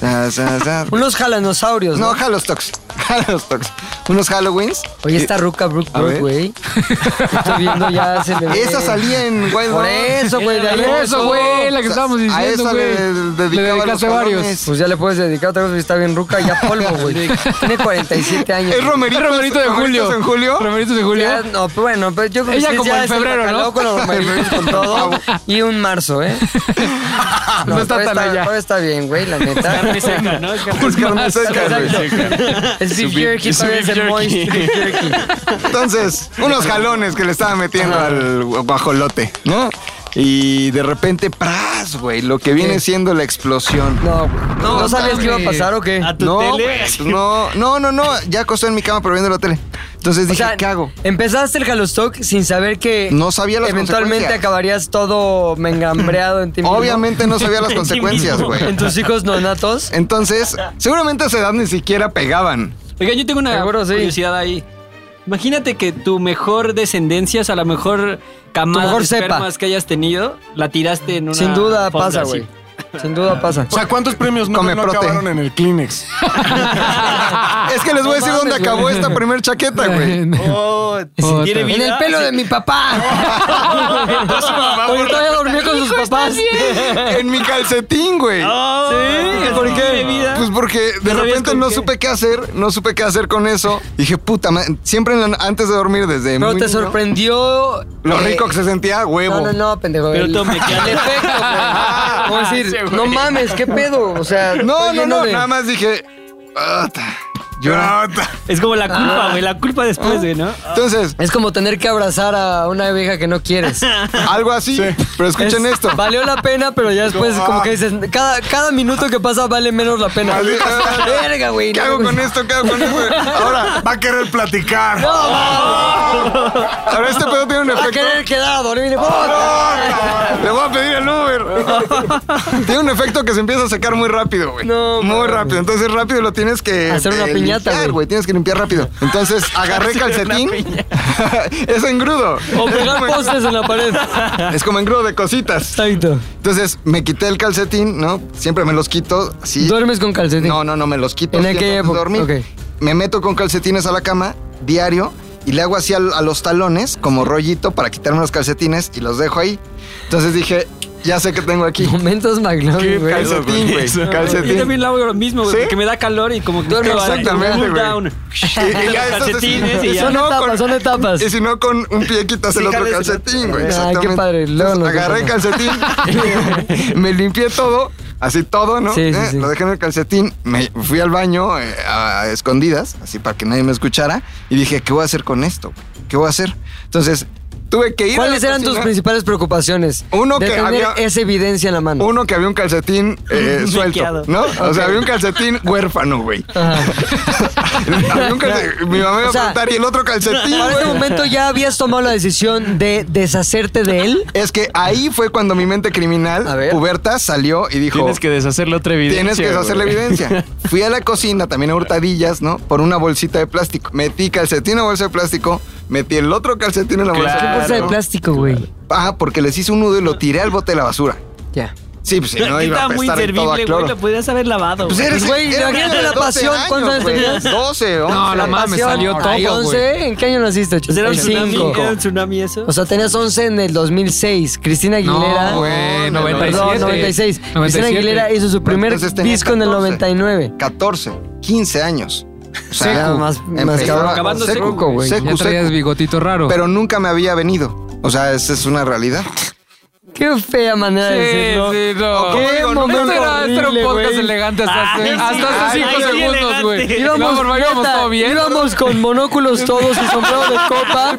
[SPEAKER 7] Za, za, za.
[SPEAKER 2] Unos jalanosaurios,
[SPEAKER 7] No,
[SPEAKER 2] ¿no?
[SPEAKER 7] [LAUGHS] Halostox. Halostox. Unos Halloweens.
[SPEAKER 2] Oye, esta ruca Brooke
[SPEAKER 7] A
[SPEAKER 2] Burke,
[SPEAKER 7] ver.
[SPEAKER 2] güey. Estoy viendo ya se le ve.
[SPEAKER 7] Esa salía en Wild
[SPEAKER 2] Por
[SPEAKER 7] On.
[SPEAKER 2] eso, güey. De ahí
[SPEAKER 4] Por
[SPEAKER 2] empezó.
[SPEAKER 4] eso, güey, la que
[SPEAKER 7] O sea,
[SPEAKER 4] estábamos
[SPEAKER 7] a
[SPEAKER 4] diciendo,
[SPEAKER 7] esa
[SPEAKER 4] güey.
[SPEAKER 7] le- le
[SPEAKER 4] Le
[SPEAKER 7] dedicaba
[SPEAKER 4] dedicaste
[SPEAKER 7] los
[SPEAKER 4] varios.
[SPEAKER 7] jalones.
[SPEAKER 2] Pues ya le puedes dedicar otra cosa si está bien ruca, ya polvo,
[SPEAKER 4] [LAUGHS]
[SPEAKER 2] güey. Tiene 47 años.
[SPEAKER 7] Es Romerito.
[SPEAKER 4] Romerito de Julio.
[SPEAKER 7] en julio.
[SPEAKER 4] Romeritos de Julio. [LAUGHS]
[SPEAKER 2] Ya, no, pero bueno, pero yo creo que
[SPEAKER 4] Ella
[SPEAKER 2] sí,
[SPEAKER 4] como
[SPEAKER 2] ya
[SPEAKER 4] en
[SPEAKER 2] es el
[SPEAKER 4] febrero, ¿no?
[SPEAKER 2] bacalao con los romeritos, con
[SPEAKER 4] [LAUGHS]
[SPEAKER 2] todo. Y un marzo, ¿eh?
[SPEAKER 4] No está
[SPEAKER 2] todavía
[SPEAKER 4] tan allá.
[SPEAKER 2] todavía está bien, güey, la
[SPEAKER 4] [LAUGHS]
[SPEAKER 2] neta.
[SPEAKER 6] Carne seca, ¿no?
[SPEAKER 7] Es carne seca,
[SPEAKER 2] [LAUGHS]
[SPEAKER 7] güey.
[SPEAKER 2] Es beef jerky,
[SPEAKER 6] es
[SPEAKER 2] pero es
[SPEAKER 6] beef
[SPEAKER 2] el moist
[SPEAKER 6] jerky.
[SPEAKER 2] beef jerky.
[SPEAKER 7] Entonces, unos jalones que le estaba metiendo al guajolote, ¿no? Y de repente, ¡pras, güey! Lo que viene siendo la explosión.
[SPEAKER 2] [LAUGHS] No, güey. ¿No, sabías que iba a pasar o qué?
[SPEAKER 6] A tu
[SPEAKER 7] No,
[SPEAKER 6] tele.
[SPEAKER 7] güey, pues no, no, no, no. Ya acosté en mi cama, pero viendo la tele.
[SPEAKER 2] O
[SPEAKER 7] Entonces dije,
[SPEAKER 2] sea,
[SPEAKER 7] ¿qué hago?
[SPEAKER 2] Empezaste el Halostock sin saber que
[SPEAKER 7] No sabía las
[SPEAKER 2] eventualmente
[SPEAKER 7] consecuencias.
[SPEAKER 2] acabarías todo mengambreado en ti mismo.
[SPEAKER 7] [LAUGHS] Obviamente no sabía las consecuencias, güey.
[SPEAKER 2] En tus hijos nonatos.
[SPEAKER 7] Entonces, seguramente a esa edad ni siquiera pegaban.
[SPEAKER 6] Oigan, yo tengo una
[SPEAKER 2] Seguro sí.
[SPEAKER 6] curiosidad ahí. Imagínate que tu mejor descendencia, o sea, la mejor camada
[SPEAKER 2] Tu mejor
[SPEAKER 6] de
[SPEAKER 2] cepa.
[SPEAKER 6] espermas que hayas tenido, la tiraste en una
[SPEAKER 2] Sin duda
[SPEAKER 6] alfombra
[SPEAKER 2] pasa,
[SPEAKER 6] así.
[SPEAKER 2] güey. Sin duda pasa.
[SPEAKER 5] O sea, ¿cuántos premios no,
[SPEAKER 7] Come
[SPEAKER 5] no
[SPEAKER 7] prote.
[SPEAKER 5] acabaron en el Kleenex?
[SPEAKER 7] Es que les voy a decir dónde acabó esta primer chaqueta,
[SPEAKER 4] [LAUGHS]
[SPEAKER 7] güey.
[SPEAKER 6] Oh, si
[SPEAKER 4] Otra.
[SPEAKER 6] tiene
[SPEAKER 2] En
[SPEAKER 6] vida,
[SPEAKER 2] el pelo de mi
[SPEAKER 6] [LAUGHS]
[SPEAKER 2] papá. Porque todavía dormía con sus papás. [LAUGHS]
[SPEAKER 7] En mi calcetín, güey.
[SPEAKER 6] Oh,
[SPEAKER 2] Sí, ¿por
[SPEAKER 6] si
[SPEAKER 2] qué?
[SPEAKER 6] tiene vida.
[SPEAKER 7] Pues porque de
[SPEAKER 6] sabías
[SPEAKER 7] repente
[SPEAKER 6] con
[SPEAKER 7] no
[SPEAKER 6] qué.
[SPEAKER 7] supe qué hacer, no supe qué hacer con eso. Dije, puta, ma- siempre en la- antes de dormir desde
[SPEAKER 2] Pero
[SPEAKER 7] muy
[SPEAKER 2] te
[SPEAKER 7] niño,
[SPEAKER 2] sorprendió.
[SPEAKER 7] Lo
[SPEAKER 2] eh,
[SPEAKER 7] rico que se sentía, huevo.
[SPEAKER 2] No, no, no, pendejo.
[SPEAKER 6] Pero
[SPEAKER 2] el-
[SPEAKER 6] tome,
[SPEAKER 2] [LAUGHS]
[SPEAKER 6] ¿qué
[SPEAKER 2] el
[SPEAKER 6] haces?
[SPEAKER 2] efecto, güey.
[SPEAKER 6] Ah,
[SPEAKER 2] Vamos a decir, no mames, qué pedo. O sea,
[SPEAKER 7] [LAUGHS] No,
[SPEAKER 2] estoy lleno
[SPEAKER 7] no, no,
[SPEAKER 2] de- Ah.
[SPEAKER 7] nada más dije, "Ota, llora".
[SPEAKER 6] Es como la culpa, güey, la culpa después, güey, ¿no?
[SPEAKER 7] Entonces,
[SPEAKER 2] Es como tener que abrazar a una vieja que no
[SPEAKER 6] [LAUGHS]
[SPEAKER 2] quieres.
[SPEAKER 7] algo así, pero escuchen
[SPEAKER 2] Es-
[SPEAKER 7] esto.
[SPEAKER 2] Valió la pena, pero ya después
[SPEAKER 5] No.
[SPEAKER 2] como que dices, cada, cada minuto que pasa vale menos la pena. [LAUGHS] Verga, güey.
[SPEAKER 7] ¿Qué
[SPEAKER 2] no,
[SPEAKER 7] hago
[SPEAKER 2] güey.
[SPEAKER 7] con esto? ¿Qué hago con esto? Ahora,
[SPEAKER 5] Va a querer platicar.
[SPEAKER 7] ahora este pedo tiene un
[SPEAKER 2] Va a
[SPEAKER 7] efecto.
[SPEAKER 2] querer quedar a dormir.
[SPEAKER 7] Le voy a pedir
[SPEAKER 2] [LAUGHS]
[SPEAKER 7] el Uber. Tiene un efecto que se empieza a sacar muy rápido, güey.
[SPEAKER 2] No,
[SPEAKER 7] Muy
[SPEAKER 2] mames.
[SPEAKER 7] rápido. Entonces rápido lo tienes que
[SPEAKER 2] Hacer una piñata,
[SPEAKER 7] limpiar,
[SPEAKER 2] güey.
[SPEAKER 7] Tienes que limpiar rápido.
[SPEAKER 2] [LAUGHS]
[SPEAKER 7] Entonces agarré calcetín. [LAUGHS] es engrudo.
[SPEAKER 2] O
[SPEAKER 7] [LAUGHS]
[SPEAKER 2] pegar postes en la pared.
[SPEAKER 7] Es como engrudo de cositas.
[SPEAKER 2] Exacto.
[SPEAKER 7] Entonces me quité el calcetín, ¿no? Siempre me los quito. Así.
[SPEAKER 2] Duermes con calcetín.
[SPEAKER 7] No, no, no, me los quito.
[SPEAKER 2] En
[SPEAKER 7] así
[SPEAKER 2] aquella
[SPEAKER 7] antes de
[SPEAKER 2] época,
[SPEAKER 7] dormir.
[SPEAKER 2] ok.
[SPEAKER 7] Me meto con calcetines a la cama diario y le hago así al- a, los talones como rollito para quitarme los calcetines y los dejo ahí. Entonces dije, ya sé que tengo aquí.
[SPEAKER 2] Momentos McLovin, güey.
[SPEAKER 7] Calcetín,
[SPEAKER 5] [LAUGHS]
[SPEAKER 7] güey.
[SPEAKER 6] Yo también
[SPEAKER 7] Calcetín.
[SPEAKER 6] lo hago lo mismo, güey,
[SPEAKER 7] ¿Sí?
[SPEAKER 6] porque me da calor y como que
[SPEAKER 2] Duerme
[SPEAKER 6] me va a dar
[SPEAKER 7] exactamente,
[SPEAKER 6] un cool
[SPEAKER 7] güey. [LAUGHS]
[SPEAKER 6] down.
[SPEAKER 7] Y- y ya, entonces,
[SPEAKER 6] calcetines y ya.
[SPEAKER 7] eso
[SPEAKER 2] Son
[SPEAKER 7] no,
[SPEAKER 2] etapas,
[SPEAKER 7] con-
[SPEAKER 2] son etapas.
[SPEAKER 7] Y si no, con un pie quitas el
[SPEAKER 6] Sí,
[SPEAKER 7] otro
[SPEAKER 6] jales el
[SPEAKER 7] calcetín, güey.
[SPEAKER 2] Ay,
[SPEAKER 7] exactamente.
[SPEAKER 2] qué padre. Luego
[SPEAKER 7] Entonces,
[SPEAKER 2] nos
[SPEAKER 7] agarré el
[SPEAKER 2] [LAUGHS]
[SPEAKER 7] calcetín, [LAUGHS] me limpié todo, así todo, ¿no?
[SPEAKER 2] Sí, sí,
[SPEAKER 7] Eh,
[SPEAKER 2] sí.
[SPEAKER 7] Lo dejé en el calcetín, me fui al baño eh, a escondidas, así para que nadie me escuchara, y dije, ¿qué voy a hacer con esto? ¿Qué voy a hacer? Entonces, tuve que ir
[SPEAKER 2] ¿Cuáles
[SPEAKER 7] a la
[SPEAKER 2] eran tus
[SPEAKER 7] cocina.
[SPEAKER 2] principales preocupaciones?
[SPEAKER 7] Uno
[SPEAKER 2] De
[SPEAKER 7] que
[SPEAKER 2] tener
[SPEAKER 7] había-
[SPEAKER 2] esa evidencia en la mano.
[SPEAKER 7] Uno que había un calcetín
[SPEAKER 2] [LAUGHS]
[SPEAKER 7] eh, suelto,
[SPEAKER 6] Liqueado.
[SPEAKER 7] ¿no? O sea, había un calcetín huérfano, güey. [LAUGHS]
[SPEAKER 2] Ajá.
[SPEAKER 7] Había un calce- Mi mamá me iba
[SPEAKER 2] O sea,
[SPEAKER 7] a preguntar, ¿y el otro calcetín,
[SPEAKER 2] Para este
[SPEAKER 7] güey?
[SPEAKER 2] momento ya habías tomado la decisión de deshacerte de él.
[SPEAKER 7] Es que ahí fue cuando mi mente
[SPEAKER 2] A
[SPEAKER 7] criminal,
[SPEAKER 2] ver.
[SPEAKER 7] puberta, salió y dijo...
[SPEAKER 3] Tienes que deshacer la otra evidencia.
[SPEAKER 7] Tienes que deshacer la
[SPEAKER 3] güey. [LAUGHS]
[SPEAKER 5] [LAUGHS]
[SPEAKER 7] evidencia. Fui a la cocina, también a hurtadillas, ¿no? Por una bolsita de plástico. Metí calcetín en la bolsa de plástico, metí el otro calcetín en la bolsa
[SPEAKER 3] Claro.
[SPEAKER 7] de
[SPEAKER 2] Bolsa de
[SPEAKER 7] plástico.
[SPEAKER 2] plástico, güey.
[SPEAKER 7] Ah, porque les hice un nudo y lo tiré al bote de la basura.
[SPEAKER 2] Ya.
[SPEAKER 7] Sí, pues si
[SPEAKER 6] Pero
[SPEAKER 7] no
[SPEAKER 6] aquí
[SPEAKER 7] iba a
[SPEAKER 6] estaba muy
[SPEAKER 7] apestar en todo a
[SPEAKER 6] inservible, güey,
[SPEAKER 7] cloro.
[SPEAKER 6] lo podrías haber lavado.
[SPEAKER 7] Pues
[SPEAKER 6] güey.
[SPEAKER 7] eres,
[SPEAKER 2] Güey,
[SPEAKER 7] era un
[SPEAKER 2] imagínate
[SPEAKER 7] niño de
[SPEAKER 2] la
[SPEAKER 7] 12
[SPEAKER 2] pasión,
[SPEAKER 7] años,
[SPEAKER 2] ¿cuántos años
[SPEAKER 7] güey.
[SPEAKER 2] tenías?
[SPEAKER 7] 12, 11.
[SPEAKER 4] No, la mames,
[SPEAKER 2] Pasión.
[SPEAKER 4] salió todo,
[SPEAKER 2] Ay,
[SPEAKER 4] güey.
[SPEAKER 2] 11? ¿En qué año naciste?
[SPEAKER 6] Pues Era un
[SPEAKER 2] El
[SPEAKER 6] tsunami,
[SPEAKER 2] cinco.
[SPEAKER 6] era un tsunami eso.
[SPEAKER 2] O sea, tenías 11 en el 2006. Cristina Aguilera.
[SPEAKER 4] No, güey, 97.
[SPEAKER 2] Perdón, 96. Cristina Aguilera hizo su primer
[SPEAKER 7] Entonces este tenía
[SPEAKER 2] disco en el
[SPEAKER 7] 14.
[SPEAKER 2] 99.
[SPEAKER 7] 14, 15 años. O sea,
[SPEAKER 2] Seco,
[SPEAKER 7] ya
[SPEAKER 2] más- más
[SPEAKER 7] empezaba-
[SPEAKER 2] cabrón.
[SPEAKER 6] Acabando seco,
[SPEAKER 2] güey.
[SPEAKER 7] Seco,
[SPEAKER 4] Ya traías
[SPEAKER 7] seco.
[SPEAKER 4] bigotito raro.
[SPEAKER 7] Pero nunca me había venido. O sea, esa es una realidad.
[SPEAKER 2] Qué fea manera de decirlo.
[SPEAKER 4] sí, no.
[SPEAKER 2] Qué
[SPEAKER 4] Digo, no,
[SPEAKER 2] momento
[SPEAKER 4] esto era, esto era un
[SPEAKER 2] horrible,
[SPEAKER 4] podcast
[SPEAKER 2] güey.
[SPEAKER 4] elegante hasta hace,
[SPEAKER 6] Ay, sí,
[SPEAKER 4] hasta hace
[SPEAKER 6] ay,
[SPEAKER 4] cinco
[SPEAKER 6] ay, qué
[SPEAKER 4] segundos,
[SPEAKER 6] elegante.
[SPEAKER 4] güey.
[SPEAKER 2] Íbamos,
[SPEAKER 4] No, por- íbamos
[SPEAKER 2] neta,
[SPEAKER 4] todo bien. [LAUGHS]
[SPEAKER 2] íbamos con monóculos todos y sombrero de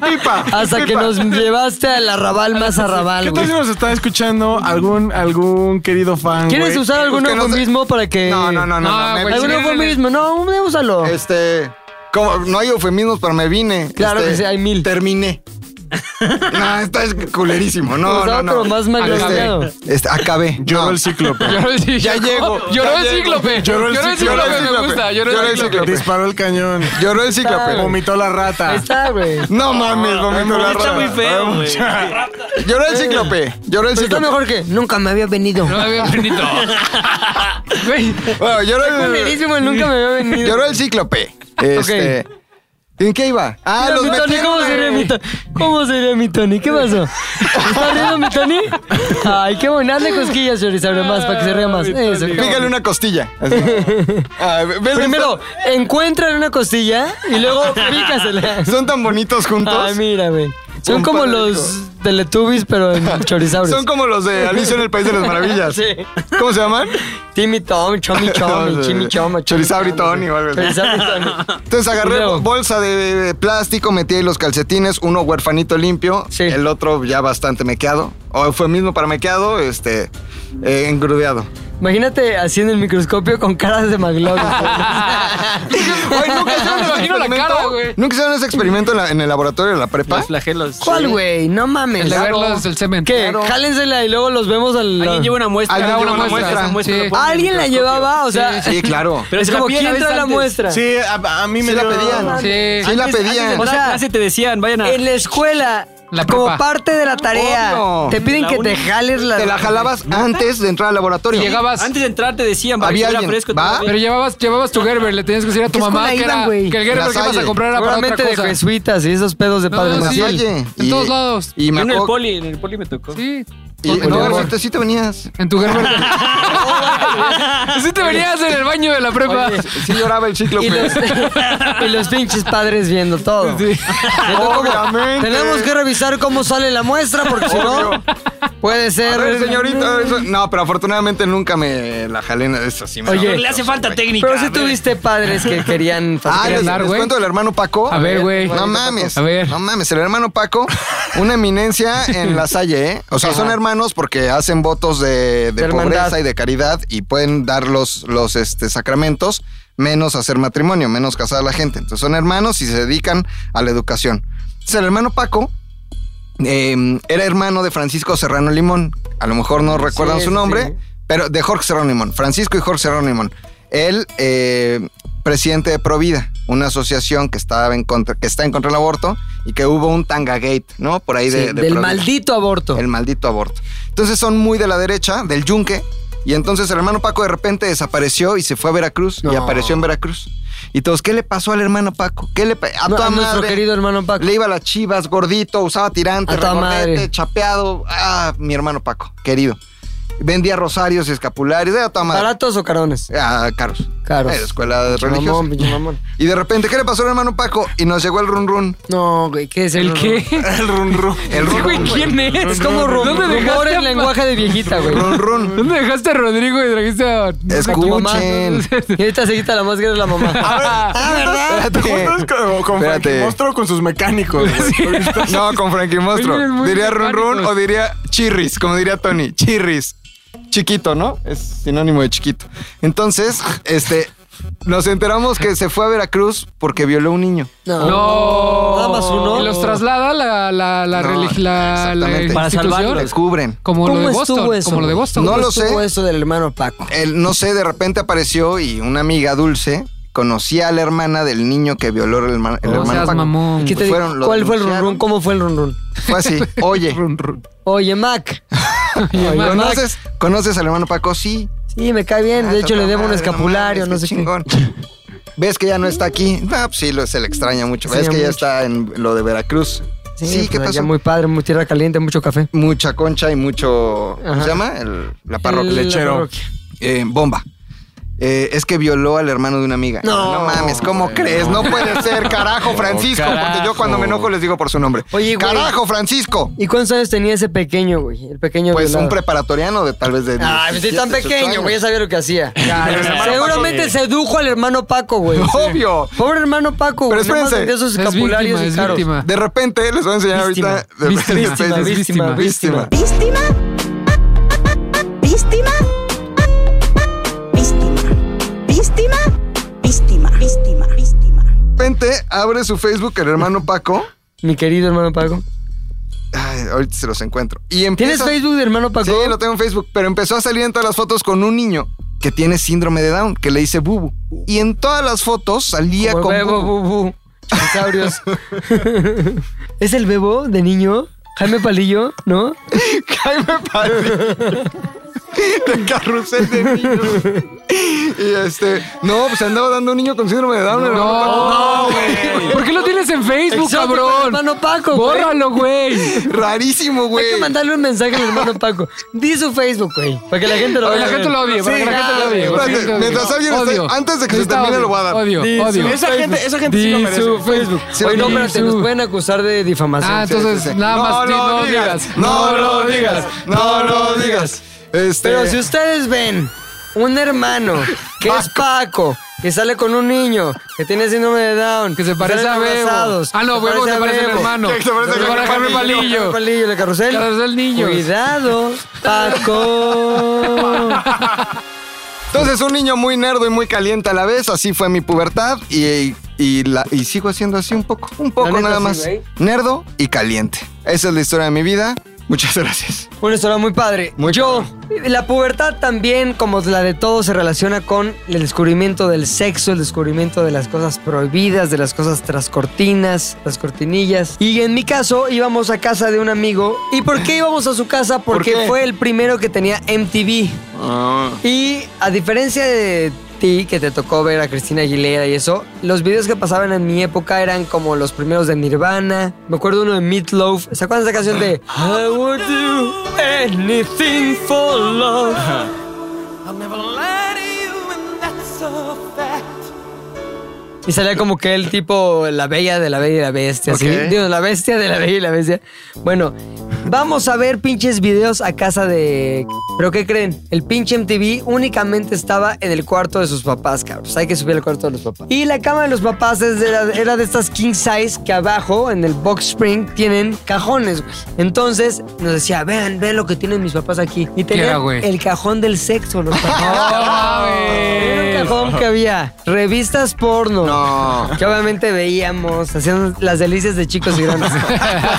[SPEAKER 7] [LAUGHS]
[SPEAKER 2] copa hasta que nos llevaste al arrabal más arrabal,
[SPEAKER 5] ¿Qué tal
[SPEAKER 2] güey.
[SPEAKER 5] si nos está escuchando algún, algún querido fan?
[SPEAKER 2] ¿Quieres
[SPEAKER 5] güey?
[SPEAKER 2] usar algún
[SPEAKER 7] Pues que no se-
[SPEAKER 2] eufemismo para que...?
[SPEAKER 7] No, no, no, no.
[SPEAKER 4] No,
[SPEAKER 7] no, me
[SPEAKER 4] güey,
[SPEAKER 7] vine.
[SPEAKER 2] ¿Algún
[SPEAKER 4] Pues sí,
[SPEAKER 2] eufemismo? No, hombre, úsalo.
[SPEAKER 7] Este. ¿cómo? No hay eufemismos para me vine.
[SPEAKER 2] Claro
[SPEAKER 7] Este,
[SPEAKER 2] que sí, hay mil. [LAUGHS]
[SPEAKER 7] Terminé. no, esto es culerísimo. No,
[SPEAKER 2] Usado,
[SPEAKER 7] no, no.
[SPEAKER 2] pero más mal
[SPEAKER 7] Este,
[SPEAKER 2] cambiado.
[SPEAKER 7] este, acabé.
[SPEAKER 5] Yo
[SPEAKER 7] No.
[SPEAKER 3] [LAUGHS]
[SPEAKER 5] el cíclope.
[SPEAKER 4] Lloró el cíclope.
[SPEAKER 7] Ya llego.
[SPEAKER 4] Lloró
[SPEAKER 7] Ya
[SPEAKER 4] el
[SPEAKER 7] llego.
[SPEAKER 4] cíclope.
[SPEAKER 5] Lloró el
[SPEAKER 4] Lloró el
[SPEAKER 5] cíclope.
[SPEAKER 4] cíclope, me gusta. Lloró el cíclope.
[SPEAKER 5] Disparó el cañón.
[SPEAKER 7] Lloró el cíclope.
[SPEAKER 5] Vomitó la
[SPEAKER 2] Ahí
[SPEAKER 5] rata.
[SPEAKER 2] está, güey.
[SPEAKER 7] No mames,
[SPEAKER 6] Ah,
[SPEAKER 7] vomitó la
[SPEAKER 6] Está
[SPEAKER 7] rata.
[SPEAKER 6] muy feo, güey.
[SPEAKER 7] [LAUGHS] Lloró el cíclope. Lloró el
[SPEAKER 2] Pero está
[SPEAKER 7] cíclope.
[SPEAKER 2] mejor que nunca me había venido.
[SPEAKER 4] No había venido. Güey,
[SPEAKER 7] Bueno, lloró el,
[SPEAKER 2] Buenísimo, el nunca me había venido.
[SPEAKER 7] lloró el cíclope. Este. ¿En qué iba? Ah,
[SPEAKER 2] Mira,
[SPEAKER 7] los
[SPEAKER 2] mi Tony,
[SPEAKER 7] metí. en
[SPEAKER 2] ¿cómo
[SPEAKER 7] una-
[SPEAKER 2] sería mi Tony? ¿Cómo sería mi Tony? ¿Qué pasó? ¿Está riendo mi Tony? Ay, qué bueno. Hazle cosquillas, Joris, abre más para que se ría más. Eso,
[SPEAKER 7] Pícale una costilla.
[SPEAKER 2] [LAUGHS]
[SPEAKER 7] Así. Ah, ve- ve-
[SPEAKER 2] Primero, encuentran una costilla y
[SPEAKER 7] [LAUGHS]
[SPEAKER 2] luego pícasela.
[SPEAKER 7] Son tan bonitos juntos.
[SPEAKER 2] Ay, mira, güey. Son
[SPEAKER 7] Un
[SPEAKER 2] como
[SPEAKER 7] padre
[SPEAKER 2] los Teletubbies, pero en
[SPEAKER 7] [LAUGHS]
[SPEAKER 2] chorizauros.
[SPEAKER 7] Son como los de Alicia en el País de las
[SPEAKER 2] [LAUGHS]
[SPEAKER 7] Maravillas.
[SPEAKER 2] Sí.
[SPEAKER 7] ¿Cómo se llaman?
[SPEAKER 2] Timmy Tom,
[SPEAKER 7] [LAUGHS]
[SPEAKER 2] Chomi Chomi, Chimi Choma.
[SPEAKER 7] Chorizabri Tony o algo así.
[SPEAKER 2] Chorizabri Tony.
[SPEAKER 7] [LAUGHS] Entonces agarré
[SPEAKER 2] Luego.
[SPEAKER 7] bolsa de, de plástico, metí ahí los calcetines, uno huerfanito limpio,
[SPEAKER 2] Sí.
[SPEAKER 7] el otro ya bastante mequeado, o fue mismo para mequeado, este, eh, engrudeado.
[SPEAKER 2] Imagínate así en el microscopio con caras de
[SPEAKER 7] [LAUGHS]
[SPEAKER 2] McLovin.
[SPEAKER 4] Güey, nunca se me imagino la cara, güey.
[SPEAKER 7] ¿Este ¿Nunca hicieron ese experimento en, la- en el laboratorio de la prepa?
[SPEAKER 6] Los flagelos.
[SPEAKER 2] ¿Cuál, güey? No
[SPEAKER 4] El
[SPEAKER 2] mames.
[SPEAKER 4] de verlos del
[SPEAKER 2] ¿Qué?
[SPEAKER 4] cementerio.
[SPEAKER 2] Jálensela y luego los vemos al...
[SPEAKER 6] Alguien lleva una muestra.
[SPEAKER 7] Alguien
[SPEAKER 6] Alguien
[SPEAKER 7] lleva una muestra.
[SPEAKER 6] esa
[SPEAKER 4] Sí.
[SPEAKER 6] lo ponen en
[SPEAKER 2] ¿Alguien la
[SPEAKER 6] el microscopio.
[SPEAKER 2] llevaba, o sea...
[SPEAKER 7] Sí, claro.
[SPEAKER 2] [LAUGHS]
[SPEAKER 6] Pero
[SPEAKER 2] es
[SPEAKER 6] se la
[SPEAKER 2] como,
[SPEAKER 6] piden a
[SPEAKER 2] ¿quién
[SPEAKER 6] veces
[SPEAKER 2] trae la
[SPEAKER 6] antes.
[SPEAKER 2] muestra?
[SPEAKER 5] Sí, a, a mí me
[SPEAKER 7] Sí la
[SPEAKER 5] dio-
[SPEAKER 7] pedían.
[SPEAKER 4] Sí.
[SPEAKER 7] Sí la
[SPEAKER 6] Antes-
[SPEAKER 7] pedían.
[SPEAKER 6] O
[SPEAKER 2] O sea,
[SPEAKER 6] sea, clase te decían, vayan a...
[SPEAKER 2] En la escuela,
[SPEAKER 4] La
[SPEAKER 2] como
[SPEAKER 4] prepa.
[SPEAKER 2] parte de la tarea,
[SPEAKER 7] Obvio.
[SPEAKER 2] te piden
[SPEAKER 6] La
[SPEAKER 2] que te
[SPEAKER 6] única-
[SPEAKER 2] jales la...
[SPEAKER 7] Te la jalabas antes de entrar al laboratorio.
[SPEAKER 4] Llegabas.
[SPEAKER 6] Antes de entrar te decían, para
[SPEAKER 7] Había
[SPEAKER 6] que estuviera
[SPEAKER 7] alguien,
[SPEAKER 6] fresco.
[SPEAKER 7] ¿va?
[SPEAKER 6] todavía.
[SPEAKER 4] Pero llevabas, llevabas tu Gerber, le tenías que decir a tu
[SPEAKER 2] Es con
[SPEAKER 4] mamá
[SPEAKER 2] la
[SPEAKER 4] que,
[SPEAKER 2] Iban,
[SPEAKER 4] era,
[SPEAKER 2] güey.
[SPEAKER 4] que el Gerber
[SPEAKER 7] La
[SPEAKER 4] que ibas a
[SPEAKER 7] Salle.
[SPEAKER 4] comprar era para otra
[SPEAKER 2] Seguramente de
[SPEAKER 4] cosa.
[SPEAKER 2] jesuitas y esos pedos de
[SPEAKER 4] No,
[SPEAKER 2] Padre
[SPEAKER 4] no,
[SPEAKER 7] La
[SPEAKER 4] sí.
[SPEAKER 2] Maciel.
[SPEAKER 7] Salle.
[SPEAKER 4] En todos lados.
[SPEAKER 7] Y me
[SPEAKER 6] Yo en el
[SPEAKER 7] acuerdo-
[SPEAKER 6] [LAUGHS] poli, en el poli me tocó.
[SPEAKER 4] Sí.
[SPEAKER 7] y-
[SPEAKER 4] Con-
[SPEAKER 7] no,
[SPEAKER 4] con-
[SPEAKER 7] Alberto, sí te venías.
[SPEAKER 4] En tu
[SPEAKER 2] [LAUGHS]
[SPEAKER 4] Gerber. Sí te venías en el baño de la prepa.
[SPEAKER 7] Sí lloraba el ciclo. pues.
[SPEAKER 2] Y los,
[SPEAKER 7] [LAUGHS]
[SPEAKER 2] y los pinches padres viendo todo. Viendo cómo-
[SPEAKER 7] Obviamente.
[SPEAKER 2] tenemos que revisar cómo sale la muestra porque si no puede
[SPEAKER 7] A
[SPEAKER 2] ser.
[SPEAKER 7] ver, señorita, eso- no, pero afortunadamente nunca me la jalé en eso. Sí me
[SPEAKER 2] Oye.
[SPEAKER 7] daba
[SPEAKER 6] Le hace falta técnica.
[SPEAKER 2] Pero si
[SPEAKER 6] a ver.
[SPEAKER 2] tuviste padres que querían
[SPEAKER 7] [LAUGHS] Ah,
[SPEAKER 2] fastidiar.
[SPEAKER 7] les,
[SPEAKER 4] andar,
[SPEAKER 7] les
[SPEAKER 4] güey?
[SPEAKER 7] cuento del hermano Paco.
[SPEAKER 4] A ver, güey.
[SPEAKER 7] No mames.
[SPEAKER 4] A ver.
[SPEAKER 7] No mames. El hermano Paco, una eminencia en la salle, ¿eh? O sea, son hermanos porque hacen votos de, de
[SPEAKER 2] De hermandad.
[SPEAKER 7] pobreza y de caridad y pueden dar los, los este, sacramentos menos hacer matrimonio, menos casar a la gente. Entonces son hermanos y se dedican a la educación. Entonces el hermano Paco eh, era hermano de Francisco Serrano Limón. A lo mejor no recuerdan
[SPEAKER 2] Sí,
[SPEAKER 7] su
[SPEAKER 2] sí,
[SPEAKER 7] nombre,
[SPEAKER 2] sí.
[SPEAKER 7] pero de Jorge Serrano Limón. Francisco y Jorge Serrano Limón. Él, eh, presidente de Provida, una asociación que, estaba en contra, que está en contra del aborto y que hubo un tangagate, ¿no? Por ahí
[SPEAKER 2] Sí,
[SPEAKER 7] de, de
[SPEAKER 2] del
[SPEAKER 7] Provida.
[SPEAKER 2] maldito aborto.
[SPEAKER 7] El maldito aborto. Entonces son muy de la derecha, del yunque. Y entonces el hermano Paco de repente desapareció y se fue a Veracruz y
[SPEAKER 2] No.
[SPEAKER 7] apareció en Veracruz. Y todos, ¿qué le pasó al hermano Paco? ¿Qué le pa- a
[SPEAKER 2] No,
[SPEAKER 7] toda
[SPEAKER 2] a nuestro
[SPEAKER 7] madre?
[SPEAKER 2] querido hermano Paco.
[SPEAKER 7] Le iba a las chivas, gordito, usaba tirante,
[SPEAKER 2] A toda madre.
[SPEAKER 7] regordete, chapeado. Ah, mi hermano Paco, querido. Vendía rosarios y escapularios, era toda madre.
[SPEAKER 2] ¿Baratos o carones?
[SPEAKER 7] Ah, caros.
[SPEAKER 2] Caros.
[SPEAKER 7] Eh, escuela de religiosa.
[SPEAKER 2] Mamón, pinche mamón.
[SPEAKER 7] Y de repente, ¿qué le pasó al hermano Paco? Y nos llegó el run run.
[SPEAKER 2] No, güey, ¿qué es
[SPEAKER 4] ¿El qué?
[SPEAKER 5] El run run.
[SPEAKER 7] El run
[SPEAKER 4] Güey,
[SPEAKER 7] run.
[SPEAKER 4] ¿quién es?
[SPEAKER 2] Es como ru-
[SPEAKER 4] ¿Dónde
[SPEAKER 2] rumor
[SPEAKER 4] dejaste a
[SPEAKER 2] en lenguaje de viejita, güey.
[SPEAKER 7] Run run.
[SPEAKER 4] ¿Dónde dejaste a Rodrigo y trajiste a...
[SPEAKER 2] Tu mamá.
[SPEAKER 7] Escuchen.
[SPEAKER 2] Y ahorita se quita la máscara de la
[SPEAKER 4] Ah,
[SPEAKER 2] mamá.
[SPEAKER 7] [LAUGHS]
[SPEAKER 5] Te juntas con, con
[SPEAKER 7] Espérate.
[SPEAKER 5] Frankie Monstruo con sus mecánicos. güey.
[SPEAKER 7] [LAUGHS] No, con Frankie
[SPEAKER 4] Oye, eres
[SPEAKER 7] Monstruo.
[SPEAKER 4] Pues muy
[SPEAKER 7] Diría run
[SPEAKER 4] mecánico.
[SPEAKER 7] run o diría chirris, como diría Tony. Chirris. Chiquito, ¿no? Es sinónimo de chiquito. Entonces, este, nos enteramos que se fue a Veracruz porque violó a un niño.
[SPEAKER 2] No.
[SPEAKER 4] No.
[SPEAKER 2] Nada más uno.
[SPEAKER 4] Y los traslada la, la, la,
[SPEAKER 7] No,
[SPEAKER 4] religi- la, la
[SPEAKER 7] exactamente. Para
[SPEAKER 4] institución.
[SPEAKER 7] Le cubren.
[SPEAKER 4] Como lo
[SPEAKER 2] ¿Cómo
[SPEAKER 4] de
[SPEAKER 2] estuvo
[SPEAKER 4] Boston.
[SPEAKER 2] eso?
[SPEAKER 4] Como lo de Boston.
[SPEAKER 7] No
[SPEAKER 2] ¿Cómo
[SPEAKER 7] lo
[SPEAKER 2] estuvo
[SPEAKER 7] sé. Eh,
[SPEAKER 2] eso del hermano Paco?
[SPEAKER 7] Él, no sé, de repente apareció y una amiga dulce conocía a la hermana del niño que violó el, herma- el
[SPEAKER 4] No
[SPEAKER 7] hermano.
[SPEAKER 4] seas
[SPEAKER 7] Paco.
[SPEAKER 4] mamón.
[SPEAKER 2] ¿Qué te dijo?
[SPEAKER 7] Fueron, lo
[SPEAKER 2] ¿Cuál fue el
[SPEAKER 7] denunciaron.
[SPEAKER 2] run? ¿Cómo fue el run? [LAUGHS]
[SPEAKER 7] Fue así. Oye,
[SPEAKER 4] Run, run.
[SPEAKER 2] Oye,
[SPEAKER 4] [LAUGHS]
[SPEAKER 2] Mac. Oye, Mac.
[SPEAKER 7] ¿conoces, ¿conoces al hermano Paco? Sí.
[SPEAKER 2] Sí, me cae bien.
[SPEAKER 7] Ah,
[SPEAKER 2] De hecho, le
[SPEAKER 7] está
[SPEAKER 2] debo un
[SPEAKER 7] madre,
[SPEAKER 2] escapulario, no
[SPEAKER 7] mames,
[SPEAKER 2] sé qué.
[SPEAKER 7] qué
[SPEAKER 2] [LAUGHS]
[SPEAKER 7] chingón. ¿Ves que ya no está aquí? No, pues sí, lo- se le extraña mucho.
[SPEAKER 2] Se
[SPEAKER 7] ¿Ves que
[SPEAKER 2] extraña
[SPEAKER 7] ya
[SPEAKER 2] mucho.
[SPEAKER 7] está en lo de Veracruz? Sí, ¿qué
[SPEAKER 2] pues,
[SPEAKER 7] pasó?
[SPEAKER 2] allá Muy padre, muy tierra caliente, mucho café.
[SPEAKER 7] Mucha concha y mucho... ¿Cómo
[SPEAKER 2] Ajá.
[SPEAKER 7] se llama? El- la parroquia.
[SPEAKER 2] El- la
[SPEAKER 7] Lechero.
[SPEAKER 2] parroquia.
[SPEAKER 7] Eh, bomba. Eh, es que violó al hermano de una amiga.
[SPEAKER 2] No.
[SPEAKER 7] mames, ¿cómo crees? No puede ser, carajo, Francisco. Porque yo cuando me enojo les digo por su nombre.
[SPEAKER 2] Oye, güey.
[SPEAKER 7] Carajo, Francisco.
[SPEAKER 2] ¿Y cuántos años tenía ese pequeño, güey? El pequeño
[SPEAKER 7] Pues
[SPEAKER 2] violado.
[SPEAKER 7] un preparatoriano de tal vez de...
[SPEAKER 2] Ay, pues sí, tan
[SPEAKER 7] 17,
[SPEAKER 2] pequeño, güey, ya
[SPEAKER 7] [LAUGHS] 18
[SPEAKER 2] sabía lo que hacía.
[SPEAKER 7] el hermano Paco,
[SPEAKER 2] Seguramente
[SPEAKER 7] sí.
[SPEAKER 2] sedujo al hermano Paco, güey.
[SPEAKER 7] años. Obvio.
[SPEAKER 2] Pobre hermano Paco,
[SPEAKER 7] Pero
[SPEAKER 2] güey. nada más
[SPEAKER 7] espérense.
[SPEAKER 2] vendió sus
[SPEAKER 4] Es
[SPEAKER 2] escapularios
[SPEAKER 4] víctima,
[SPEAKER 2] y
[SPEAKER 4] es
[SPEAKER 2] caros.
[SPEAKER 4] víctima.
[SPEAKER 7] De repente, les voy a enseñar
[SPEAKER 2] Víctima.
[SPEAKER 7] ahorita... de-
[SPEAKER 4] Víctima,
[SPEAKER 7] de- de-
[SPEAKER 4] es víctima.
[SPEAKER 7] Víctima.
[SPEAKER 9] Víctima. Víctima. Víctima. Víctima. Víctima. Víctima. Víctima.
[SPEAKER 7] De repente abre su Facebook el hermano Paco.
[SPEAKER 2] Mi querido hermano Paco.
[SPEAKER 7] Ay, ahorita se los encuentro. Y
[SPEAKER 2] ¿Tienes
[SPEAKER 7] empieza-
[SPEAKER 2] Facebook de hermano Paco?
[SPEAKER 7] Sí, lo tengo en Facebook. Pero empezó a salir en todas las fotos con un niño que tiene síndrome de Down, que le dice bubu. Y en todas las fotos salía
[SPEAKER 2] Como
[SPEAKER 7] con
[SPEAKER 2] el bebo,
[SPEAKER 7] bubu.
[SPEAKER 2] bubu. Dinosaurios. [LAUGHS] ¿Es el bebo de niño? Jaime Palillo, ¿no?
[SPEAKER 7] Jaime Palillo. De [LAUGHS] carrusel de niños. Y este, no, pues andaba dando un niño con síndrome de Down. hermano Paco.
[SPEAKER 4] No, güey. ¿Por qué lo tienes en Facebook,
[SPEAKER 2] Exótico, el
[SPEAKER 4] cabrón?
[SPEAKER 2] hermano Paco, güey.
[SPEAKER 4] Bórralo, güey.
[SPEAKER 7] Rarísimo, güey.
[SPEAKER 2] Hay que mandarle un mensaje al hermano Paco. Di su Facebook, güey. Para que la gente lo
[SPEAKER 4] Para
[SPEAKER 2] vea.
[SPEAKER 4] que la gente lo odie, para que la gente lo odie. para que la gente lo odie.
[SPEAKER 7] Mientras alguien esté-
[SPEAKER 4] Odio.
[SPEAKER 7] antes de que se
[SPEAKER 4] Necesita
[SPEAKER 7] termine,
[SPEAKER 4] odio.
[SPEAKER 7] lo voy a dar.
[SPEAKER 4] Odio, odio.
[SPEAKER 5] Esa gente, esa gente sí lo
[SPEAKER 4] Di
[SPEAKER 5] merece.
[SPEAKER 4] su Facebook.
[SPEAKER 2] Oye, no,
[SPEAKER 4] Di
[SPEAKER 2] espérate,
[SPEAKER 4] su-
[SPEAKER 2] nos pueden acusar de difamación.
[SPEAKER 4] Ah, entonces
[SPEAKER 7] Sí, sí, sí.
[SPEAKER 4] nada más di- no, digas.
[SPEAKER 7] No lo digas. No lo digas. Este,
[SPEAKER 2] Pero si ustedes ven un hermano que es Paco, que sale con un niño, que tiene síndrome de Down,
[SPEAKER 4] Que se parece
[SPEAKER 2] salen
[SPEAKER 4] a Bebo.
[SPEAKER 2] abrazados,
[SPEAKER 4] Ah, no, Bebo se parece al
[SPEAKER 2] Bebo,
[SPEAKER 4] hermano.
[SPEAKER 7] Que se parece a
[SPEAKER 4] Se parece a Jaime
[SPEAKER 7] Jaime
[SPEAKER 4] Palillo.
[SPEAKER 2] Palillo, el carrusel.
[SPEAKER 4] Carrusel niños. [LAUGHS]
[SPEAKER 2] Cuidado, Paco.
[SPEAKER 7] Entonces, un niño muy nerdo y muy caliente a la vez, así fue mi pubertad y, y la- y sigo haciendo así un poco, un poco
[SPEAKER 2] La neta,
[SPEAKER 7] nada
[SPEAKER 2] sí,
[SPEAKER 7] más.
[SPEAKER 2] güey.
[SPEAKER 7] Nerdo y caliente. Esa es la historia de mi vida. Muchas [LAUGHS] gracias.
[SPEAKER 2] Una historia muy padre.
[SPEAKER 7] Muy
[SPEAKER 2] Yo, la pubertad también, como la de todos, se relaciona con el descubrimiento del sexo, el descubrimiento de las cosas prohibidas, de las cosas tras cortinas, las cortinillas. Y en mi caso, íbamos a casa de un amigo. ¿Y por qué íbamos a su casa? Porque
[SPEAKER 7] qué?
[SPEAKER 2] fue el primero que tenía MTV. Y a diferencia de ti, que te tocó ver a Cristina Aguilera y eso, los videos que pasaban en mi época eran como los primeros de Nirvana. Me acuerdo uno de Meatloaf. ¿Se acuerdan de esa canción de I would do anything for love? Y salía como que el tipo, la bella de la bella y la bestia. así.
[SPEAKER 5] Ok.
[SPEAKER 2] Digo, la bestia de la bella y la bestia. Bueno, vamos a ver pinches videos a casa de... ¿Pero qué creen? El pinche MTV únicamente estaba en el cuarto de sus papás, cabrón. O sea, hay que subir al cuarto de los papás. Y la cama de los papás es de la- era de estas king size que abajo, en el box spring, tienen cajones, güey. Entonces nos decía, vean, vean lo que tienen mis papás aquí. Y
[SPEAKER 4] era,
[SPEAKER 2] tenían
[SPEAKER 4] güey?
[SPEAKER 2] el cajón del sexo, los papás.
[SPEAKER 4] [LAUGHS] ¡No mames!
[SPEAKER 2] Era un cajón que había revistas porno. Que obviamente veíamos, haciendo las delicias de chicos y
[SPEAKER 5] [LAUGHS]
[SPEAKER 2] grandes.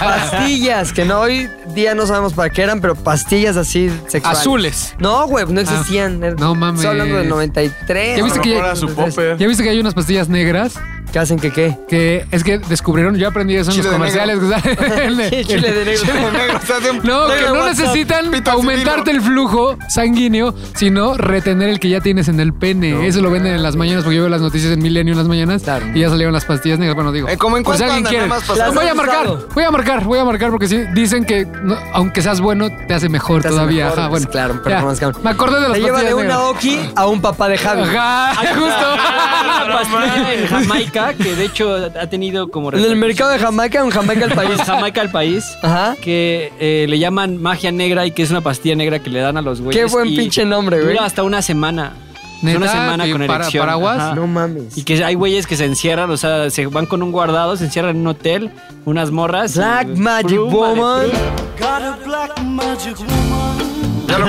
[SPEAKER 2] pastillas, que no hoy día no sabemos para qué eran, pero pastillas así sexuales.
[SPEAKER 4] Azules.
[SPEAKER 2] No, güey, no existían. Era-
[SPEAKER 4] no mames.
[SPEAKER 2] Estoy hablando del 93.
[SPEAKER 4] ¿Ya
[SPEAKER 5] A
[SPEAKER 4] viste
[SPEAKER 5] lo
[SPEAKER 4] que-
[SPEAKER 5] mejor era su popper.
[SPEAKER 4] ¿Ya viste que hay unas pastillas negras?
[SPEAKER 2] ¿Qué hacen que qué?
[SPEAKER 4] Que es que descubrieron, yo aprendí eso en
[SPEAKER 7] Chile
[SPEAKER 4] los
[SPEAKER 7] de
[SPEAKER 4] comerciales.
[SPEAKER 2] Sí, [LAUGHS] chile de negro.
[SPEAKER 7] Los negros hacen-
[SPEAKER 4] No,
[SPEAKER 2] Negro
[SPEAKER 4] que no
[SPEAKER 2] WhatsApp,
[SPEAKER 4] necesitan
[SPEAKER 7] pito
[SPEAKER 4] aumentarte el flujo sanguíneo, sino retener el que ya tienes en el pene. Eso lo venden en las mañanas, porque yo veo las noticias en Milenio en las mañanas
[SPEAKER 2] Claro.
[SPEAKER 4] y ya salieron las pastillas negras. Bueno, digo.
[SPEAKER 7] Eh, ¿cómo en
[SPEAKER 4] por si
[SPEAKER 7] cuánto
[SPEAKER 4] alguien
[SPEAKER 7] andan?
[SPEAKER 4] quiere.
[SPEAKER 7] Nada más pasando.
[SPEAKER 2] Las
[SPEAKER 4] Voy a
[SPEAKER 2] han
[SPEAKER 4] marcar,
[SPEAKER 2] usado.
[SPEAKER 4] voy a marcar, voy a marcar, porque sí, dicen que no, aunque seas bueno, te hace mejor
[SPEAKER 2] Te hace
[SPEAKER 4] todavía.
[SPEAKER 2] mejor,
[SPEAKER 4] Ajá,
[SPEAKER 2] pues,
[SPEAKER 4] bueno.
[SPEAKER 2] claro,
[SPEAKER 4] Ya,
[SPEAKER 2] performance, cabrón.
[SPEAKER 4] Me acordé de
[SPEAKER 2] [LAUGHS]
[SPEAKER 4] las
[SPEAKER 2] Le lleva
[SPEAKER 4] pastillas
[SPEAKER 2] de una
[SPEAKER 4] negras.
[SPEAKER 2] Oki a un papá de Javi.
[SPEAKER 4] Ajá, justo.
[SPEAKER 6] Pastilla en Jamaica, que de hecho ha tenido como...
[SPEAKER 2] En el mercado de Jamaica, un Jamaica al país.
[SPEAKER 6] En Jamaica al país.
[SPEAKER 2] Ajá.
[SPEAKER 6] que eh, le llaman magia negra y que es una pastilla negra que le dan a los güeyes.
[SPEAKER 2] Qué buen
[SPEAKER 6] y
[SPEAKER 2] pinche nombre, güey.
[SPEAKER 6] Dura hasta una semana. O sea,
[SPEAKER 4] ¿Neta?
[SPEAKER 6] Una semana
[SPEAKER 4] ¿Y
[SPEAKER 6] con
[SPEAKER 4] para-
[SPEAKER 6] erección.
[SPEAKER 4] paraguas?
[SPEAKER 2] No mames.
[SPEAKER 6] Y que hay güeyes que se encierran, o sea, se van con un guardado, se encierran en un hotel, unas morras. y-
[SPEAKER 2] Black Magic
[SPEAKER 6] pluma de-
[SPEAKER 2] Woman.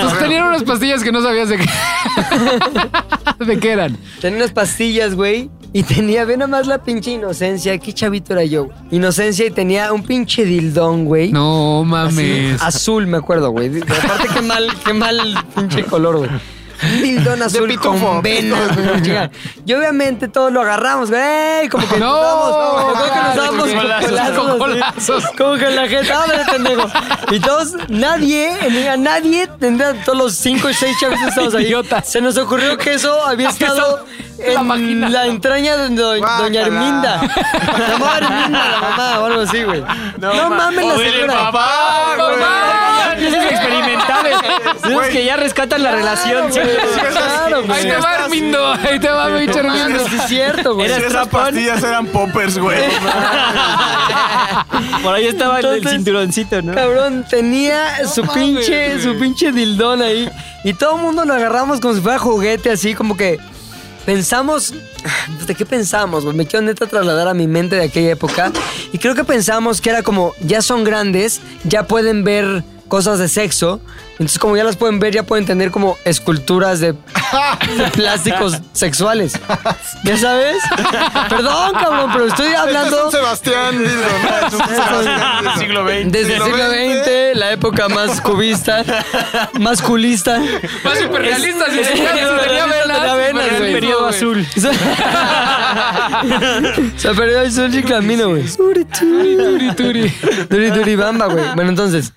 [SPEAKER 4] Pues tenían unas pastillas que no sabías de qué, de qué [LAUGHS] eran.
[SPEAKER 2] Tenía unas pastillas, güey. Y tenía, ve nada más la pinche inocencia. ¿Qué chavito era yo? güey? Inocencia y tenía un pinche dildón, güey.
[SPEAKER 4] No
[SPEAKER 2] Así,
[SPEAKER 4] mames.
[SPEAKER 2] azul, me acuerdo, güey. De- Aparte, qué mal, qué mal pinche color, güey. Un Dildón azul con venas, güey, chica. Y obviamente todos lo agarramos, güey. Como que
[SPEAKER 4] No,
[SPEAKER 2] nos damos, como que nos damos con
[SPEAKER 4] claro, con golazos,
[SPEAKER 2] golazos,
[SPEAKER 4] con
[SPEAKER 2] güey.
[SPEAKER 4] golazos.
[SPEAKER 2] Como que la gente, ábrele, pendejo. Y todos, nadie, a nadie tendrá todos los cinco y seis chavitos que estamos ahí.
[SPEAKER 4] Idiota.
[SPEAKER 2] Se nos ocurrió que eso había estado
[SPEAKER 4] la
[SPEAKER 2] en
[SPEAKER 4] vagina.
[SPEAKER 2] la, entraña de do- Doña
[SPEAKER 7] Guácala.
[SPEAKER 2] Herminda. Se llamaba Herminda, la mamá, o algo así, güey. No, mames, la señora.
[SPEAKER 5] papá,
[SPEAKER 4] ¡Mamá!
[SPEAKER 6] Esos experimentales. Esos que ya rescatan la relación.
[SPEAKER 2] Claro, güey. Claro,
[SPEAKER 4] Ahí
[SPEAKER 2] güey.
[SPEAKER 4] te va Armindo, ahí te va mi Armindo.
[SPEAKER 2] Sí, es cierto, güey.
[SPEAKER 5] Si esas pastillas eran poppers,
[SPEAKER 7] [LAUGHS]
[SPEAKER 5] güey.
[SPEAKER 6] Por ahí estaba el- el
[SPEAKER 2] Entonces-
[SPEAKER 6] cinturoncito, ¿no?
[SPEAKER 2] Cabrón, tenía su pinche, su pinche dildón ahí. Y todo el mundo lo agarramos como si fuera juguete, así como que pensamos. pues, ¿De qué pensamos, güey? Me quiero neta trasladar a mi mente de aquella época. Y creo que pensamos que era como, ya son grandes, ya pueden ver cosas de sexo. Entonces, como ya las pueden ver, ya pueden tener como esculturas de, de plásticos sexuales. ¿Ya sabes? Perdón, cabrón, pero estoy hablando.
[SPEAKER 7] Este es un Sebastián Lidl, ¿no? Es un Sebastián Lidl.
[SPEAKER 5] Siglo XX.
[SPEAKER 2] Desde el siglo XX, la época más
[SPEAKER 4] [LAUGHS]
[SPEAKER 2] cubista, más culista.
[SPEAKER 4] Más superrealista, si tenía venas.
[SPEAKER 2] Tenía venas,
[SPEAKER 4] superrealista,
[SPEAKER 2] güey.
[SPEAKER 4] güey.
[SPEAKER 2] [LAUGHS] Se perdió el sol y camino, güey. Suri, turi,
[SPEAKER 4] Turi, turi.
[SPEAKER 2] Duri duri bamba, güey. Bueno, entonces,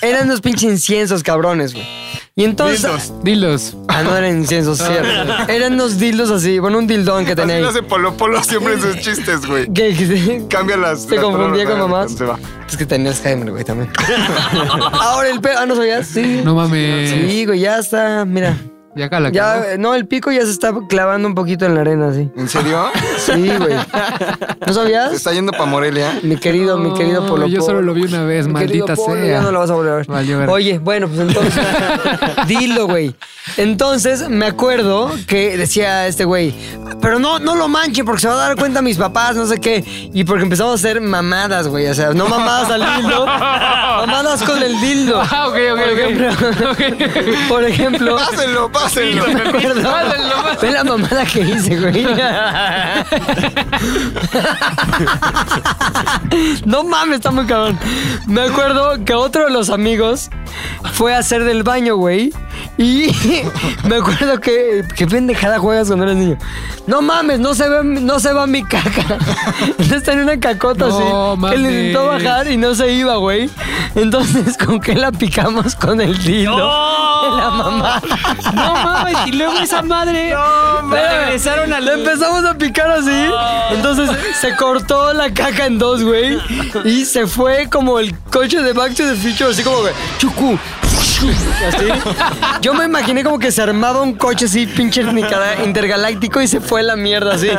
[SPEAKER 2] eran unos pinches inciensos, cabrones, güey. Y entonces.
[SPEAKER 5] Dildos.
[SPEAKER 4] Dilos.
[SPEAKER 2] Ah, no eran inciensos, cierto. Eran unos dildos así, bueno, un dildón que tenía
[SPEAKER 7] Así
[SPEAKER 2] ahí.
[SPEAKER 7] lo hace Polo Polo siempre en sus chistes, güey.
[SPEAKER 2] Que- que-
[SPEAKER 7] Cambia las.
[SPEAKER 2] Te
[SPEAKER 7] las
[SPEAKER 2] confundía con
[SPEAKER 7] palabras,
[SPEAKER 2] mamás.
[SPEAKER 7] se va.
[SPEAKER 2] Es que tenías Alzheimer, güey, también.
[SPEAKER 7] [LAUGHS]
[SPEAKER 2] Ahora el pedo. Ah, no sabías. Sí.
[SPEAKER 4] No mames.
[SPEAKER 2] Sí, güey, ya está. Mira.
[SPEAKER 4] Ya cala.
[SPEAKER 2] Ya,
[SPEAKER 4] cabrón.
[SPEAKER 2] eh, no, el pico ya se está clavando un poquito en la arena, sí.
[SPEAKER 7] ¿En serio?
[SPEAKER 2] Sí, güey. ¿No
[SPEAKER 7] Se
[SPEAKER 2] sabías?
[SPEAKER 7] está yendo
[SPEAKER 2] [LAUGHS]
[SPEAKER 7] para Morelia.
[SPEAKER 2] Mi querido, mi querido
[SPEAKER 4] No,
[SPEAKER 2] Polo.
[SPEAKER 4] Yo solo lo vi una vez,
[SPEAKER 2] Mi querido
[SPEAKER 4] maldita
[SPEAKER 2] Polo,
[SPEAKER 4] sea.
[SPEAKER 2] Ya no lo vas a volver a ver.
[SPEAKER 4] Valió ver.
[SPEAKER 2] Oye, bueno, pues
[SPEAKER 4] [LAUGHS]
[SPEAKER 2] entonces. dilo, güey. Entonces, me acuerdo que decía este güey, pero no, no lo manche porque se va a dar cuenta mis papás, no sé qué. Y porque empezamos a hacer mamadas, güey. O sea, no mamadas al dildo, mamadas con el dildo.
[SPEAKER 4] Ah, ok, ok,
[SPEAKER 2] Por
[SPEAKER 4] [LAUGHS] ok.
[SPEAKER 2] ejemplo-
[SPEAKER 4] [LAUGHS] Ok.
[SPEAKER 2] Por ejemplo.
[SPEAKER 7] Pásenlo, pásenlo.
[SPEAKER 2] me acuerdo. Ve la mamada que hice, güey. No mames, está muy cabrón. Me acuerdo que otro de los amigos fue a hacer del baño, güey. Y [LAUGHS] me acuerdo que. Qué pendejada juegas cuando eres niño. No mames, no se, ve, no se va mi caca. [LAUGHS] Entonces tenía una cacota
[SPEAKER 4] No
[SPEAKER 2] así. Que le intentó
[SPEAKER 4] mames.
[SPEAKER 2] bajar y no se iba, güey. Entonces, ¿con qué la picamos con el dildo? de [LAUGHS] La mamá.
[SPEAKER 6] No mames, y luego esa madre.
[SPEAKER 2] Espérame.
[SPEAKER 6] regresaron al.
[SPEAKER 2] Le empezamos a picar así. Entonces se cortó la caca en dos, güey. Y se fue como el coche de Back to the Future, así como que chucu. Así. Yo me imaginé como que se armaba un coche así, pinche nicara- intergaláctico, y se fue la mierda así.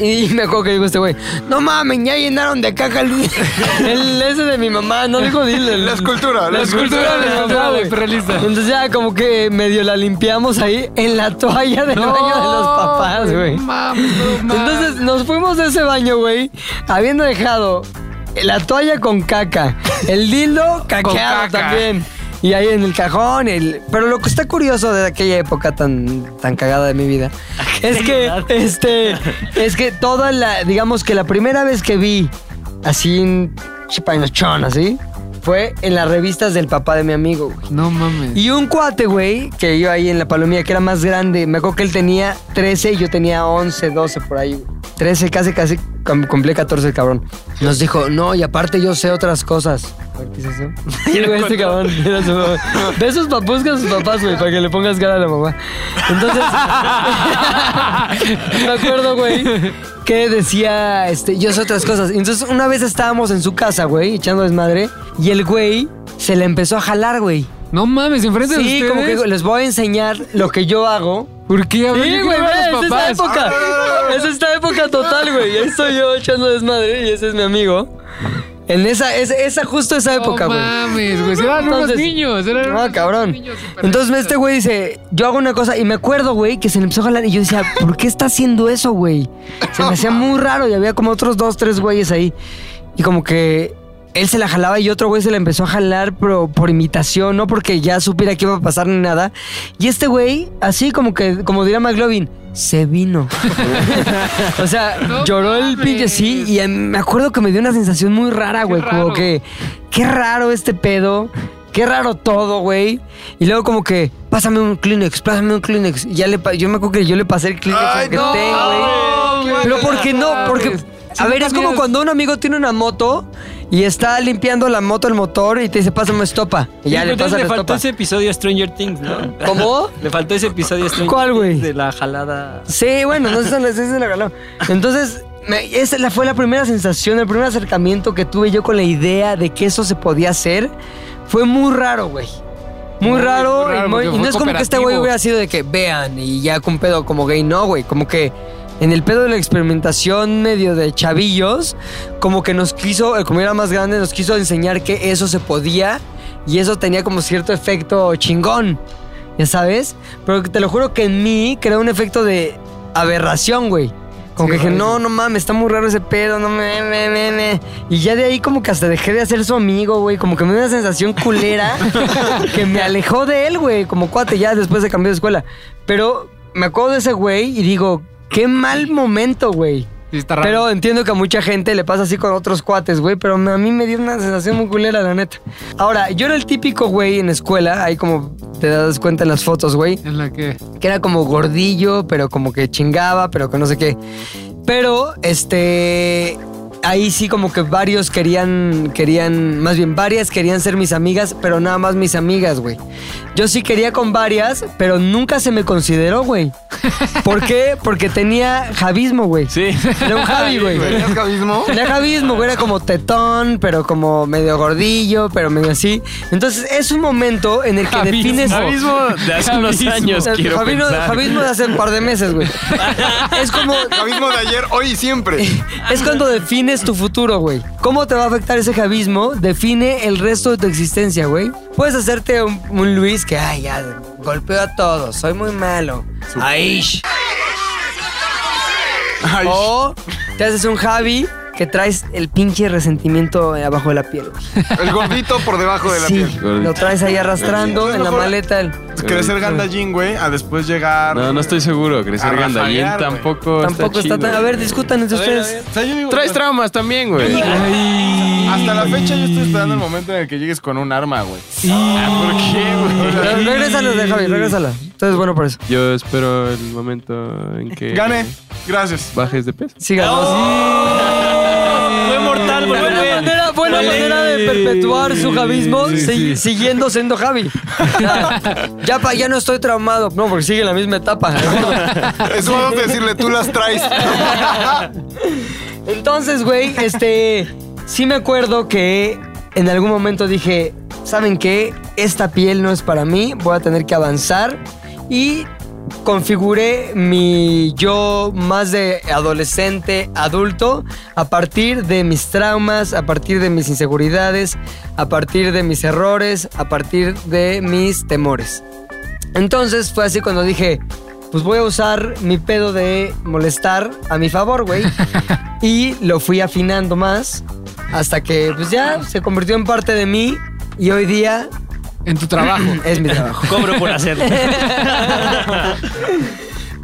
[SPEAKER 2] Y me acuerdo que dijo este güey, no mames, ya llenaron de caca el, el ese de mi mamá, no dijo dile.
[SPEAKER 7] La escultura, la
[SPEAKER 2] La escultura de mi mamá, güey.
[SPEAKER 4] Hiperrealista.
[SPEAKER 2] Entonces ya como que medio la limpiamos ahí en la toalla del baño de los papás, güey.
[SPEAKER 4] No mames, no mames.
[SPEAKER 2] Entonces nos fuimos de ese baño, güey, habiendo dejado la toalla con caca, el
[SPEAKER 4] [LAUGHS]
[SPEAKER 2] dildo caqueado
[SPEAKER 4] caca.
[SPEAKER 2] también. Y ahí en el cajón, el... pero lo que está curioso de aquella época tan, tan cagada de mi vida es que, [LAUGHS] este, es que toda la, digamos que la primera vez que vi así en Chipanochón, así, fue en las revistas del papá de mi amigo, güey.
[SPEAKER 4] No mames.
[SPEAKER 2] Y un cuate, güey, que iba ahí en la palomía, que era más grande. Me acuerdo que él tenía 13 y yo tenía 11, 12 por ahí. güey. 13, casi, casi com- cumplí 14 el cabrón. Nos dijo, no, y aparte yo sé otras cosas. A ver, ¿Qué es eso? [LAUGHS] Sí, güey, este cabrón. Era su mamá. Ve sus papás con sus papás, güey, para que le pongas cara a la mamá. Entonces, [LAUGHS] me acuerdo, güey, que decía, este, yo sé otras cosas. Y Entonces, una vez estábamos en su casa, güey, echando desmadre, y el güey se le empezó a jalar, güey.
[SPEAKER 4] No mames, enfrente de
[SPEAKER 2] Sí,
[SPEAKER 4] ustedes.
[SPEAKER 2] como que les voy a enseñar lo que yo hago.
[SPEAKER 4] ¿Por qué? A ver,
[SPEAKER 2] Sí,
[SPEAKER 4] yo
[SPEAKER 2] güey,
[SPEAKER 4] quiero ver a
[SPEAKER 2] es
[SPEAKER 4] los
[SPEAKER 2] esta
[SPEAKER 4] papás.
[SPEAKER 2] época. Es esta época total, güey. Y Ahí estoy yo echando desmadre y ese es mi amigo. En esa, es- esa justo esa época,
[SPEAKER 4] no
[SPEAKER 2] güey.
[SPEAKER 4] mames, güey. Eran unos
[SPEAKER 2] Entonces-
[SPEAKER 4] niños. Eran
[SPEAKER 2] No,
[SPEAKER 4] unos
[SPEAKER 2] cabrón.
[SPEAKER 4] niños hiperrealistas.
[SPEAKER 2] Entonces este güey dice, yo hago una cosa y me acuerdo, güey, que se le empezó a jalar y yo decía, ¿por qué está haciendo eso, güey? Se me hacía muy raro y había como otros dos, tres güeyes ahí. Y como que él se la jalaba y otro güey se la empezó a jalar pero por imitación, no porque ya supiera que iba a pasar ni nada. Y este güey, así como que, como diría McLovin, se vino. [LAUGHS] o sea,
[SPEAKER 4] No
[SPEAKER 2] lloró el pinche sí
[SPEAKER 4] mames.
[SPEAKER 2] y em, me acuerdo que me dio una sensación muy rara, güey,
[SPEAKER 4] raro.
[SPEAKER 2] como que qué raro este pedo, qué raro todo, güey. Y luego como que, pásame un Kleenex, pásame un Kleenex. Y ya le, pa- yo me acuerdo que yo le pasé el Kleenex al que tengo, güey. Pero porque no, porque... A ver, es como cuando un amigo tiene una moto y está limpiando la moto, el motor, y te dice, pásame estopa. Y ya le pasa
[SPEAKER 6] Entonces
[SPEAKER 2] la
[SPEAKER 6] le faltó
[SPEAKER 2] estopa.
[SPEAKER 6] ese episodio a Stranger Things, ¿no?
[SPEAKER 2] ¿Cómo?
[SPEAKER 6] [LAUGHS] Le faltó ese episodio a Stranger
[SPEAKER 2] ¿Cuál,
[SPEAKER 6] Things
[SPEAKER 2] güey?
[SPEAKER 6] De la jalada.
[SPEAKER 2] Sí, bueno, no sé si se la regaló. Entonces, me- esa la- fue la primera sensación, el primer acercamiento que tuve yo con la idea de que eso se podía hacer. Fue muy raro, güey. Muy,
[SPEAKER 4] Muy,
[SPEAKER 2] raro.
[SPEAKER 4] muy raro,
[SPEAKER 2] y, muy-
[SPEAKER 4] porque
[SPEAKER 2] y
[SPEAKER 4] fue
[SPEAKER 2] no es como que este
[SPEAKER 4] cooperativo.
[SPEAKER 2] güey hubiera sido de que vean y ya con pedo como gay. No, güey. Como que en el pedo de la experimentación medio de chavillos, como que nos quiso, eh, como era más grande, nos quiso enseñar que eso se podía y eso tenía como cierto efecto chingón. Ya sabes, pero te lo juro que en mí creó un efecto de aberración, güey. Como
[SPEAKER 4] Sí,
[SPEAKER 2] que dije,
[SPEAKER 4] rarísimo.
[SPEAKER 2] no, no mames, está muy raro ese pedo, no me, me, me, me. Y ya de ahí como que hasta dejé de hacer su amigo, güey. Como que me dio una sensación culera que me alejó de él, güey. Como cuate, ya después se cambió de escuela. Pero me acuerdo de ese güey y digo, qué mal momento, güey.
[SPEAKER 4] Sí, está raro.
[SPEAKER 2] Pero entiendo que a mucha gente le pasa así con otros cuates, güey. Pero me- a mí me dio una sensación muy culera, la neta. Ahora, yo era el típico güey en escuela. Ahí como te das cuenta en las fotos, güey
[SPEAKER 4] En la que.
[SPEAKER 2] que era como gordillo, pero como que chingaba, pero que no sé qué. Pero, este, ahí sí como que varios querían, querían, más bien varias querían ser mis amigas, pero nada más mis amigas, güey. Yo sí quería con varias, pero nunca se me consideró, güey. ¿Por qué? Porque tenía javismo, güey.
[SPEAKER 3] Sí.
[SPEAKER 2] Era un javi, güey.
[SPEAKER 7] ¿Tenías cabismo?
[SPEAKER 2] [LAUGHS] Tenía javismo, güey, era como tetón, pero como medio gordillo, pero medio así. Entonces es un momento en el que
[SPEAKER 4] Javismo.
[SPEAKER 2] defines...
[SPEAKER 4] Javismo
[SPEAKER 3] de hace unos
[SPEAKER 4] Javismo.
[SPEAKER 3] años,
[SPEAKER 2] El
[SPEAKER 3] quiero
[SPEAKER 2] Javismo,
[SPEAKER 3] pensar.
[SPEAKER 2] javismo de hace un par de meses, güey. Es como...
[SPEAKER 7] Cabismo de ayer, hoy y siempre.
[SPEAKER 2] Es cuando defines tu futuro, güey. ¿Cómo te va a afectar ese javismo? Define el resto de tu existencia, güey. Puedes hacerte un, un Luis que, ay, ya, golpeo a todos, soy muy malo. Aish. O
[SPEAKER 7] Oh,
[SPEAKER 2] te haces un Javi que traes el pinche resentimiento abajo de la piel, güey.
[SPEAKER 7] El gordito por debajo de la
[SPEAKER 2] Sí,
[SPEAKER 7] piel.
[SPEAKER 3] piel.
[SPEAKER 2] lo traes ahí arrastrando en la
[SPEAKER 5] Mejor-
[SPEAKER 2] maleta. el-
[SPEAKER 5] Crecer Gandallín, güey, a después llegar.
[SPEAKER 3] No, no estoy seguro.
[SPEAKER 5] A
[SPEAKER 3] Crecer
[SPEAKER 5] rafaguear,
[SPEAKER 3] Gandallín
[SPEAKER 5] güey.
[SPEAKER 3] tampoco
[SPEAKER 2] Tampoco está
[SPEAKER 3] chido,
[SPEAKER 2] tan... A
[SPEAKER 3] güey.
[SPEAKER 2] ver, discutan entre ustedes.
[SPEAKER 5] O sea, yo digo,
[SPEAKER 3] Traes traumas también, güey.
[SPEAKER 5] Hasta la fecha yo estoy esperando el momento en el que llegues con un arma, güey. Ah,
[SPEAKER 3] ¿Por qué, güey?
[SPEAKER 2] Re- Regrésala de Javi, regrésala. Entonces, bueno, por eso.
[SPEAKER 3] Yo espero el momento en que
[SPEAKER 5] Gané.
[SPEAKER 7] [LAUGHS]
[SPEAKER 5] Gracias.
[SPEAKER 3] bajes de peso.
[SPEAKER 2] Sigamos.
[SPEAKER 6] Fue mortal,
[SPEAKER 2] Buena manera, buena manera de perpetuar su javismo si- siguiendo siendo
[SPEAKER 6] [LAUGHS]
[SPEAKER 2] Javi. Ya, ya, pa- ya no estoy traumado. No, porque sigue en la misma
[SPEAKER 6] [LAUGHS]
[SPEAKER 2] etapa.
[SPEAKER 7] Es modo de decirle, tú las traes.
[SPEAKER 2] Entonces, güey, este. Sí me acuerdo que en algún momento dije: ¿Saben qué? Esta piel no es para mí. Voy a tener que avanzar. Y configuré mi yo más de adolescente, adulto, a partir de mis traumas, a partir de mis inseguridades, a partir de mis errores, a partir de mis temores. Entonces fue así cuando dije, pues voy a usar mi pedo de molestar a mi favor, güey. y lo fui afinando más hasta que pues ya se convirtió en parte de mí y hoy día
[SPEAKER 4] En tu trabajo.
[SPEAKER 2] es mi trabajo.
[SPEAKER 6] [LAUGHS] Cobro por hacerlo.
[SPEAKER 2] [LAUGHS]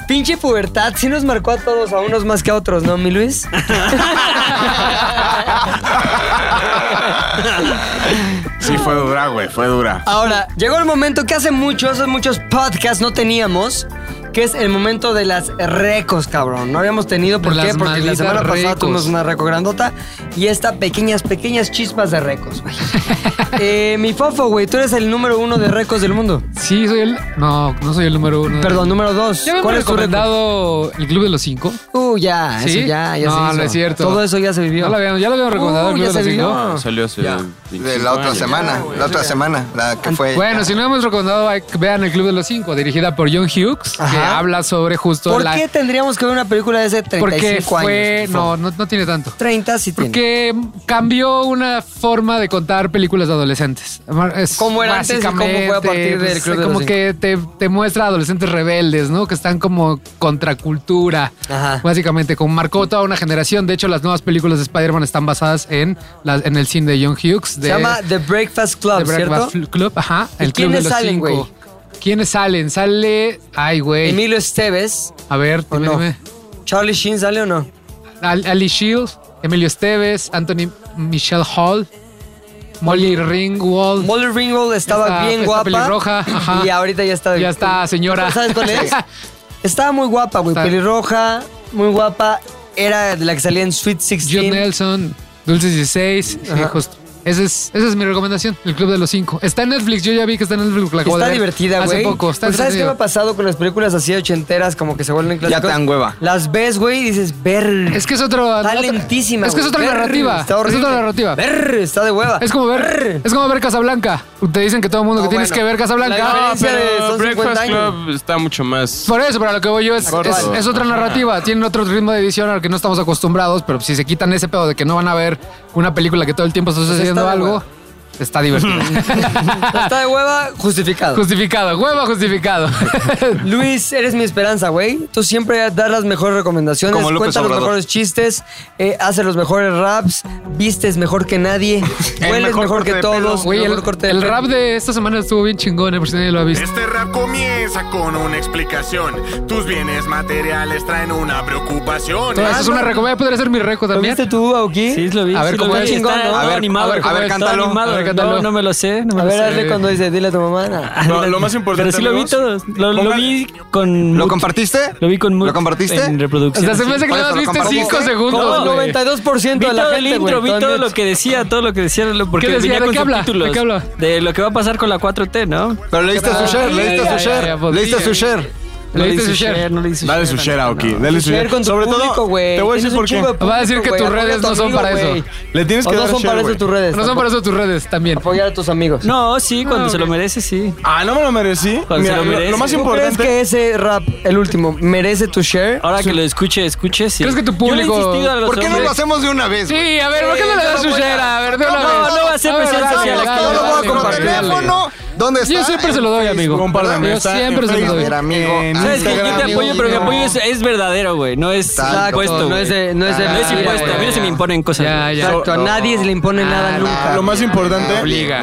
[SPEAKER 2] Pinche pubertad, sí nos marcó a todos, a unos más que a otros, ¿no, mi
[SPEAKER 6] [LAUGHS]
[SPEAKER 2] Luis?
[SPEAKER 5] Sí, fue dura, güey, fue dura.
[SPEAKER 2] Ahora, llegó el momento que hace muchos, hace muchos podcasts no teníamos, que es el momento de las recos, cabrón. No habíamos tenido, ¿por
[SPEAKER 4] Las
[SPEAKER 2] qué? Porque la
[SPEAKER 4] malditas
[SPEAKER 2] semana pasada
[SPEAKER 4] recos.
[SPEAKER 2] tuvimos una reco grandota y esta pequeñas, pequeñas chispas de recos,
[SPEAKER 4] [LAUGHS]
[SPEAKER 2] güey. Eh, mi fofo, güey, tú eres el número uno de recos del mundo.
[SPEAKER 4] Sí, soy el. No, no soy el número uno.
[SPEAKER 2] Perdón, número dos.
[SPEAKER 4] ¿Ya me
[SPEAKER 2] ¿Cuál es tu reco?
[SPEAKER 4] recomendado el Club de los Cinco?
[SPEAKER 2] Uh, ya,
[SPEAKER 4] ¿Sí?
[SPEAKER 2] eso ya, ya se
[SPEAKER 4] No,
[SPEAKER 2] hizo.
[SPEAKER 4] no es cierto.
[SPEAKER 2] Todo eso ya se
[SPEAKER 4] Ya
[SPEAKER 2] vivió.
[SPEAKER 4] lo habíamos, ya lo habíamos recomendado el
[SPEAKER 2] Uh,
[SPEAKER 4] Club
[SPEAKER 2] ya
[SPEAKER 4] de los
[SPEAKER 2] se
[SPEAKER 4] Cinco.
[SPEAKER 2] vivió.
[SPEAKER 3] Ah, Salió hace
[SPEAKER 2] Ya.
[SPEAKER 3] 25
[SPEAKER 7] De la otra
[SPEAKER 3] años.
[SPEAKER 7] semana, la otra semana, la que fue.
[SPEAKER 4] Bueno, si no hemos recomendado, hay que- vean el Club de los Cinco, dirigida por John Hughes, que
[SPEAKER 2] Ajá.
[SPEAKER 4] habla sobre justo
[SPEAKER 2] ¿Por
[SPEAKER 4] la.
[SPEAKER 2] qué tendríamos que ver una película de ese 35
[SPEAKER 4] porque fue.
[SPEAKER 2] años?
[SPEAKER 4] no, no, no tiene tanto.
[SPEAKER 2] 30 sí tiene.
[SPEAKER 4] Porque cambió una forma de contar películas de adolescentes. Es
[SPEAKER 2] ¿Cómo era antes y cómo fue a partir
[SPEAKER 4] básicamente, pues,
[SPEAKER 2] del Club de los
[SPEAKER 4] Como
[SPEAKER 2] Cinco?
[SPEAKER 4] que te, te muestra adolescentes rebeldes, ¿no? Que están como contracultura.
[SPEAKER 2] Ajá.
[SPEAKER 4] Básicamente, como marcó toda una generación. De hecho, las nuevas películas de Spider-Man están basadas en, las en el cine de John Hughes. De,
[SPEAKER 2] Se llama The Breakfast Club,
[SPEAKER 4] de Breakfast
[SPEAKER 2] ¿cierto?
[SPEAKER 4] Club, ajá.
[SPEAKER 2] ¿Y
[SPEAKER 4] El Club de
[SPEAKER 2] quiénes
[SPEAKER 4] los
[SPEAKER 2] salen,
[SPEAKER 4] Cinco.
[SPEAKER 2] güey?
[SPEAKER 4] ¿Quiénes salen? Sale. Ay, güey.
[SPEAKER 2] Emilio Esteves.
[SPEAKER 4] A ver,
[SPEAKER 2] ¿O
[SPEAKER 4] dime,
[SPEAKER 2] no?
[SPEAKER 4] dime.
[SPEAKER 2] ¿Charlie Sheen sale o no?
[SPEAKER 4] Al- Ali Shields, Emilio Esteves, Anthony Michelle Hall, Molly Ringwald.
[SPEAKER 2] Molly Ringwald estaba
[SPEAKER 4] Esta-
[SPEAKER 2] bien
[SPEAKER 4] esta
[SPEAKER 2] guapa.
[SPEAKER 4] pelirroja, ajá.
[SPEAKER 2] Y ahorita ya está.
[SPEAKER 4] ya está, señora.
[SPEAKER 2] ¿Sabes cuál es? estaba muy guapa, güey.
[SPEAKER 4] Está-
[SPEAKER 2] Pelirroja, muy guapa. Era de la que salía en Sweet
[SPEAKER 4] [LAUGHS] John
[SPEAKER 2] 16.
[SPEAKER 4] Nelson, Dulce 16. sí, justo. Esa es, esa es mi recomendación, el Club de los Cinco. Está en Netflix, yo ya vi que está en Netflix. La acabo de
[SPEAKER 2] Está
[SPEAKER 4] ver
[SPEAKER 2] divertida,
[SPEAKER 4] Hace
[SPEAKER 2] güey.
[SPEAKER 4] poco, está
[SPEAKER 2] Pero ¿Sabes qué me ha
[SPEAKER 4] entretenida.
[SPEAKER 2] pasado con las películas así ochenteras? Como que se vuelven clásicos.
[SPEAKER 7] tan hueva.
[SPEAKER 2] Las ves, güey, y dices, ver.
[SPEAKER 4] Es que es otro...
[SPEAKER 2] Está
[SPEAKER 4] otra-
[SPEAKER 2] lentísima.
[SPEAKER 4] Es que es
[SPEAKER 2] güey.
[SPEAKER 4] otra
[SPEAKER 2] Ver,
[SPEAKER 4] narrativa.
[SPEAKER 2] Está
[SPEAKER 4] es
[SPEAKER 2] horrible.
[SPEAKER 4] otra narrativa.
[SPEAKER 2] Ver, está de hueva.
[SPEAKER 4] Es como ver,
[SPEAKER 2] Ver.
[SPEAKER 4] es como ver Casablanca. Te dicen que todo el mundo que tienes que ver Casablanca.
[SPEAKER 2] La
[SPEAKER 4] Ah,
[SPEAKER 2] diferencia de-
[SPEAKER 3] Pero
[SPEAKER 2] son
[SPEAKER 3] Breakfast
[SPEAKER 2] 50 años.
[SPEAKER 3] Club está mucho más.
[SPEAKER 4] Por eso, pero lo que voy yo es, es, es otra narrativa. Tienen otro ritmo de edición al que no estamos acostumbrados, pero si se quitan ese pedo de que no van a ver una película que todo el tiempo está sucediendo
[SPEAKER 2] está de
[SPEAKER 4] algo,
[SPEAKER 2] hueva.
[SPEAKER 4] está divertido. [LAUGHS]
[SPEAKER 2] Está de hueva, justificado.
[SPEAKER 4] justificado, hueva justificado.
[SPEAKER 2] Luis, eres mi esperanza, güey. Tú siempre das las mejores recomendaciones,
[SPEAKER 7] Como López
[SPEAKER 2] cuentas los
[SPEAKER 7] Obrador.
[SPEAKER 2] mejores chistes, eh, haces los mejores raps, vistes mejor que nadie, hueles mejor,
[SPEAKER 5] mejor corte
[SPEAKER 2] que
[SPEAKER 5] de
[SPEAKER 2] todos.
[SPEAKER 4] Güey, el,
[SPEAKER 2] mejor corte de
[SPEAKER 4] el
[SPEAKER 2] pelo.
[SPEAKER 4] rap de esta semana estuvo bien chingón, eh, por si nadie lo ha visto.
[SPEAKER 10] Este rap comienza con una explicación. Tus bienes materiales traen una preocupación.
[SPEAKER 4] Esa es una recomendación, podría ser mi récord
[SPEAKER 2] ¿Lo
[SPEAKER 4] también.
[SPEAKER 2] viste tú, Aoki?
[SPEAKER 6] Sí, lo vi.
[SPEAKER 4] A ver
[SPEAKER 6] sí lo
[SPEAKER 4] cómo
[SPEAKER 6] vi,
[SPEAKER 4] es.
[SPEAKER 6] está
[SPEAKER 2] Chingón, ¿no?
[SPEAKER 6] animado.
[SPEAKER 7] a ver,
[SPEAKER 6] está
[SPEAKER 7] cántalo.
[SPEAKER 6] animado,
[SPEAKER 7] A ver,
[SPEAKER 4] Recátalo.
[SPEAKER 3] No, no me lo sé. No me
[SPEAKER 2] A
[SPEAKER 3] lo
[SPEAKER 2] ver,
[SPEAKER 3] sé.
[SPEAKER 2] hazle cuando dice, dile a tu mamá. na.
[SPEAKER 3] [LAUGHS]
[SPEAKER 5] Lo, lo más importante.
[SPEAKER 3] Pero sí lo vi
[SPEAKER 5] amigos,
[SPEAKER 3] todos. Lo, lo
[SPEAKER 5] pongan-
[SPEAKER 3] vi con.
[SPEAKER 7] ¿Lo
[SPEAKER 3] mucho-
[SPEAKER 7] compartiste?
[SPEAKER 3] Lo vi con mucho.
[SPEAKER 7] ¿Lo compartiste?
[SPEAKER 3] En
[SPEAKER 4] O
[SPEAKER 3] reproducción.
[SPEAKER 4] sea, se me hace que
[SPEAKER 7] Por
[SPEAKER 4] nada
[SPEAKER 7] eso
[SPEAKER 4] más
[SPEAKER 7] lo
[SPEAKER 4] viste
[SPEAKER 7] compartí.
[SPEAKER 4] 5
[SPEAKER 7] ¿Cómo?
[SPEAKER 4] segundos,
[SPEAKER 2] Todo,
[SPEAKER 4] güey.
[SPEAKER 2] 92%
[SPEAKER 3] Vi
[SPEAKER 2] de la
[SPEAKER 3] todo el
[SPEAKER 2] gente, güey,
[SPEAKER 3] intro, vi todo
[SPEAKER 2] mute.
[SPEAKER 3] lo que decía, todo lo que decía, lo- porque
[SPEAKER 4] ¿Qué
[SPEAKER 3] venía
[SPEAKER 4] decía? ¿De
[SPEAKER 3] con
[SPEAKER 4] qué habla?
[SPEAKER 3] subtítulos.
[SPEAKER 4] ¿De qué habla?
[SPEAKER 3] De lo que va a pasar con la 4T, ¿no?
[SPEAKER 7] Pero leíste a su share, leíste
[SPEAKER 4] ya,
[SPEAKER 7] a su
[SPEAKER 4] ya, ya,
[SPEAKER 7] share,
[SPEAKER 4] pues,
[SPEAKER 7] leíste a
[SPEAKER 4] sí,
[SPEAKER 7] su
[SPEAKER 4] ya.
[SPEAKER 7] share.
[SPEAKER 4] Le diste su
[SPEAKER 3] share,
[SPEAKER 4] share.
[SPEAKER 3] no le hice
[SPEAKER 5] Dale su share, Aoki. Dale su
[SPEAKER 2] Share
[SPEAKER 5] share.
[SPEAKER 2] con tu
[SPEAKER 5] Sobre
[SPEAKER 2] público,
[SPEAKER 5] todo,
[SPEAKER 2] güey.
[SPEAKER 5] te voy a
[SPEAKER 2] Tienes
[SPEAKER 5] decir
[SPEAKER 2] un
[SPEAKER 5] por qué.
[SPEAKER 2] chingo de
[SPEAKER 4] Va a decir
[SPEAKER 2] público,
[SPEAKER 4] que
[SPEAKER 2] güey.
[SPEAKER 4] tus
[SPEAKER 2] Apoya a
[SPEAKER 4] redes
[SPEAKER 2] tu
[SPEAKER 4] no son
[SPEAKER 2] amigo,
[SPEAKER 4] para eso.
[SPEAKER 2] güey.
[SPEAKER 5] Le tienes
[SPEAKER 2] O
[SPEAKER 5] que
[SPEAKER 2] no
[SPEAKER 5] dar
[SPEAKER 2] son
[SPEAKER 5] share,
[SPEAKER 2] para eso
[SPEAKER 5] güey.
[SPEAKER 2] tus redes.
[SPEAKER 4] No son para eso tus redes también.
[SPEAKER 2] Apoyar a tus amigos.
[SPEAKER 3] No, sí, cuando
[SPEAKER 4] Ah,
[SPEAKER 3] se lo
[SPEAKER 4] ok.
[SPEAKER 3] merece, sí.
[SPEAKER 5] Ah, no me lo merecí.
[SPEAKER 3] Cuando se
[SPEAKER 5] Mira,
[SPEAKER 3] lo
[SPEAKER 5] lo,
[SPEAKER 3] merece.
[SPEAKER 5] lo más
[SPEAKER 3] ¿Tú
[SPEAKER 2] ¿Tú crees
[SPEAKER 5] importante.
[SPEAKER 2] que ese rap, el último, merece tu share?
[SPEAKER 3] Ahora que lo escuche, escuche, sí.
[SPEAKER 4] ¿Crees que tu
[SPEAKER 3] Yo le he
[SPEAKER 4] público-
[SPEAKER 3] insistido a los
[SPEAKER 7] ¿Por qué no
[SPEAKER 3] hombres-
[SPEAKER 7] lo hacemos de una vez? güey?
[SPEAKER 4] Sí, a ver, ¿por qué no le das su share? A ver, de una vez.
[SPEAKER 3] No, no va a ser
[SPEAKER 4] ver,
[SPEAKER 3] presidencia,
[SPEAKER 4] dale,
[SPEAKER 3] ya,
[SPEAKER 4] dale,
[SPEAKER 7] Yo lo voy a
[SPEAKER 4] dale,
[SPEAKER 7] con
[SPEAKER 4] dale.
[SPEAKER 7] teléfono. ¿Dónde está?
[SPEAKER 4] Yo siempre se lo doy, amigo.
[SPEAKER 5] Compártame,
[SPEAKER 4] Yo
[SPEAKER 5] está en
[SPEAKER 4] siempre se lo
[SPEAKER 5] Facebook.
[SPEAKER 7] A
[SPEAKER 4] doy.
[SPEAKER 7] ver, amigo.
[SPEAKER 3] ¿Sabes que yo
[SPEAKER 7] Instagram,
[SPEAKER 3] te apoyo,
[SPEAKER 7] amigo.
[SPEAKER 3] pero mi apoyo es, es verdadero, güey. No es
[SPEAKER 7] Exacto.
[SPEAKER 3] impuesto.
[SPEAKER 2] No es
[SPEAKER 3] güey.
[SPEAKER 2] de, no es de
[SPEAKER 3] No es
[SPEAKER 2] mentira,
[SPEAKER 3] impuesto. A mí no
[SPEAKER 2] güey.
[SPEAKER 3] se me imponen cosas.
[SPEAKER 4] Ya,
[SPEAKER 3] güey. Ah,
[SPEAKER 4] ya.
[SPEAKER 2] Exacto, a nadie se le impone nada nunca.
[SPEAKER 5] Lo más importante-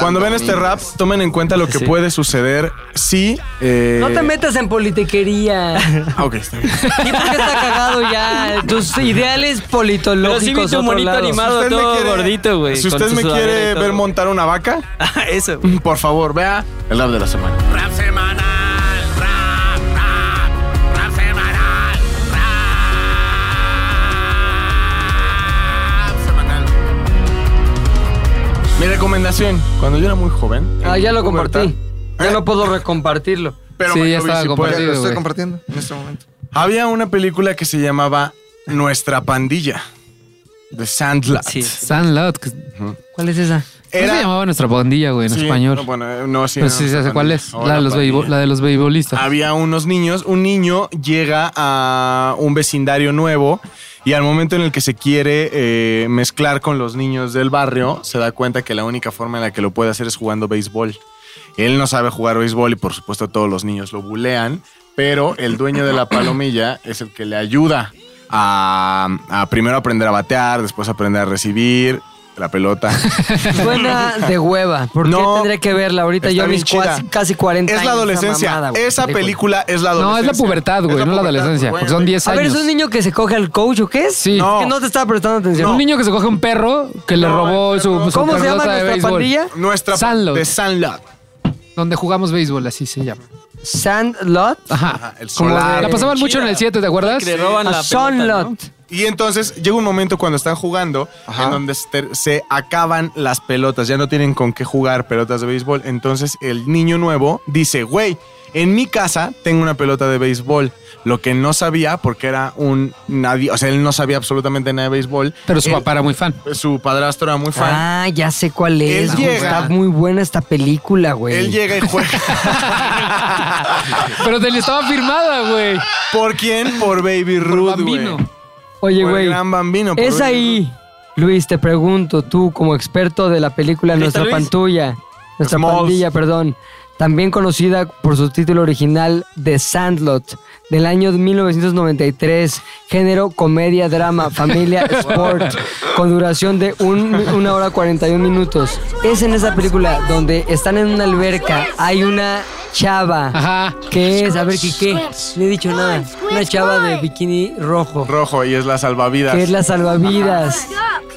[SPEAKER 5] Cuando ven este rap, tomen en cuenta lo que
[SPEAKER 3] Sí.
[SPEAKER 5] puede suceder si. eh,
[SPEAKER 2] No te metas en politiquería.
[SPEAKER 3] [LAUGHS]
[SPEAKER 5] Ah, ok, está bien.
[SPEAKER 2] ¿Y por qué está cagado ya? Tus ideales
[SPEAKER 3] Pero
[SPEAKER 2] politológicos.
[SPEAKER 3] sí vi tu
[SPEAKER 2] otro
[SPEAKER 3] monito
[SPEAKER 2] lado.
[SPEAKER 3] animado
[SPEAKER 5] usted me
[SPEAKER 3] todo
[SPEAKER 5] quiere-
[SPEAKER 3] gordito, güey.
[SPEAKER 5] Si
[SPEAKER 3] con
[SPEAKER 5] usted
[SPEAKER 3] su
[SPEAKER 5] me
[SPEAKER 3] sudadera y
[SPEAKER 5] quiere
[SPEAKER 3] todo. Ah,
[SPEAKER 5] ver montar una
[SPEAKER 3] [LAUGHS]
[SPEAKER 5] vaca,
[SPEAKER 3] Eso.
[SPEAKER 5] por favor, vea el rap de la semana.
[SPEAKER 11] Rap semanal, rap, rap, rap semanal, rap semanal.
[SPEAKER 5] Mi recomendación, cuando yo era muy joven.
[SPEAKER 2] Ah, ya lo
[SPEAKER 5] en pubertad,
[SPEAKER 2] compartí.
[SPEAKER 5] ¿Eh?
[SPEAKER 2] Ya no puedo
[SPEAKER 5] [LAUGHS]
[SPEAKER 2] recompartirlo.
[SPEAKER 5] Pero
[SPEAKER 4] Sí,
[SPEAKER 5] me
[SPEAKER 4] ya
[SPEAKER 5] lo vi,
[SPEAKER 4] estaba
[SPEAKER 5] si puede.
[SPEAKER 4] compartido.
[SPEAKER 7] Lo estoy
[SPEAKER 4] güey.
[SPEAKER 7] compartiendo en este momento.
[SPEAKER 5] Había una película que se llamaba Nuestra Pandilla. The Sandlot.
[SPEAKER 3] Sí.
[SPEAKER 4] Sandlot. que-
[SPEAKER 2] ¿Cuál es esa?
[SPEAKER 4] ¿Cómo se llamaba nuestra pandilla, güey, en
[SPEAKER 5] Sí,
[SPEAKER 4] español?
[SPEAKER 5] No, bueno, eh, no, sí.
[SPEAKER 4] Pero
[SPEAKER 5] no,
[SPEAKER 4] sí,
[SPEAKER 5] Nuestra
[SPEAKER 4] ya sé cuál es.
[SPEAKER 5] Pandilla. O
[SPEAKER 4] La de los
[SPEAKER 5] Pandilla.
[SPEAKER 4] beisbol- la de los beisbolistas.
[SPEAKER 5] Había unos niños, un niño llega a un vecindario nuevo y al momento en el que se quiere eh, mezclar con los niños del barrio, se da cuenta que la única forma en la que lo puede hacer es jugando béisbol. Él no sabe jugar béisbol y por supuesto todos los niños lo bulean, pero el dueño de la palomilla es el que le ayuda a, a primero aprender a batear, después aprender a recibir la pelota.
[SPEAKER 4] [LAUGHS]
[SPEAKER 2] Suena de hueva. ¿Por qué
[SPEAKER 5] No,
[SPEAKER 2] tendré que verla ahorita?
[SPEAKER 5] está
[SPEAKER 2] Yo a mis
[SPEAKER 5] bien chida.
[SPEAKER 2] cuasi- casi 40
[SPEAKER 5] es
[SPEAKER 2] años.
[SPEAKER 5] la
[SPEAKER 2] esa
[SPEAKER 5] adolescencia.
[SPEAKER 2] mamada, güey.
[SPEAKER 5] Esa película es la
[SPEAKER 4] No,
[SPEAKER 5] adolescencia.
[SPEAKER 4] es la pubertad, güey, no la
[SPEAKER 5] pubertad,
[SPEAKER 4] adolescencia.
[SPEAKER 5] güey.
[SPEAKER 4] Porque son 10
[SPEAKER 2] A
[SPEAKER 4] años.
[SPEAKER 2] ver, ¿es un niño que se coge al coach o qué es?
[SPEAKER 4] Sí.
[SPEAKER 5] No.
[SPEAKER 2] Es que no te estaba prestando atención.
[SPEAKER 4] Un niño que se coge un perro que le
[SPEAKER 5] No,
[SPEAKER 4] robó
[SPEAKER 5] el
[SPEAKER 4] su,
[SPEAKER 5] perro.
[SPEAKER 4] su
[SPEAKER 2] ¿Cómo se llama
[SPEAKER 4] pelota de
[SPEAKER 2] nuestra
[SPEAKER 4] béisbol.
[SPEAKER 2] pandilla?
[SPEAKER 5] Nuestra
[SPEAKER 4] Sandlot.
[SPEAKER 5] de Sandlot.
[SPEAKER 4] Donde jugamos béisbol, así se llama.
[SPEAKER 2] Sandlot.
[SPEAKER 3] Ah,
[SPEAKER 4] Ajá.
[SPEAKER 5] el
[SPEAKER 4] Como
[SPEAKER 5] solar.
[SPEAKER 4] La pasaban mucho en el 7, ¿te acuerdas?
[SPEAKER 3] Que le roban
[SPEAKER 2] Ah,
[SPEAKER 3] la pelota, ¿no?
[SPEAKER 2] Sunlot.
[SPEAKER 5] Y entonces llega un momento cuando están jugando en donde se, se acaban las pelotas, ya no tienen con qué jugar pelotas de béisbol. Entonces el niño nuevo dice, güey, en mi casa tengo una pelota de béisbol. Lo que no sabía, porque era un nadie, o sea, él no sabía absolutamente nada de béisbol.
[SPEAKER 4] Pero su
[SPEAKER 5] Él-
[SPEAKER 4] papá era muy fan.
[SPEAKER 5] Su padrastro era muy fan.
[SPEAKER 2] Ah, ya sé cuál
[SPEAKER 5] Él
[SPEAKER 2] es. güey.
[SPEAKER 5] llega.
[SPEAKER 2] Está muy buena esta película, güey.
[SPEAKER 5] Él llega
[SPEAKER 2] [LAUGHS]
[SPEAKER 5] y juega.
[SPEAKER 4] Pero te le estaba firmada, güey.
[SPEAKER 5] ¿Por quién? Por Baby Ruth, güey.
[SPEAKER 4] Bambino.
[SPEAKER 2] Oye,
[SPEAKER 5] Por el
[SPEAKER 2] güey.
[SPEAKER 5] gran bambino. por
[SPEAKER 2] Es
[SPEAKER 5] Baby
[SPEAKER 2] ahí. Luis, te pregunto, tú como experto de la película
[SPEAKER 3] ¿Lista,
[SPEAKER 2] Nuestra
[SPEAKER 3] Luis?
[SPEAKER 2] Pantulla, Nuestra
[SPEAKER 5] Smalls.
[SPEAKER 2] Pandilla, perdón, también conocida por su título original de Sandlot, del año 1993, género comedia, drama, familia, sport, con duración de un- una hora 41 minutos. Es en esa película donde están en una alberca, hay una chava.
[SPEAKER 4] Ajá.
[SPEAKER 2] ¿Qué es? A ver, ¿qué? qué? No he dicho nada. Una chava de bikini rojo.
[SPEAKER 5] Rojo y es la salvavidas.
[SPEAKER 2] Que es la salvavidas.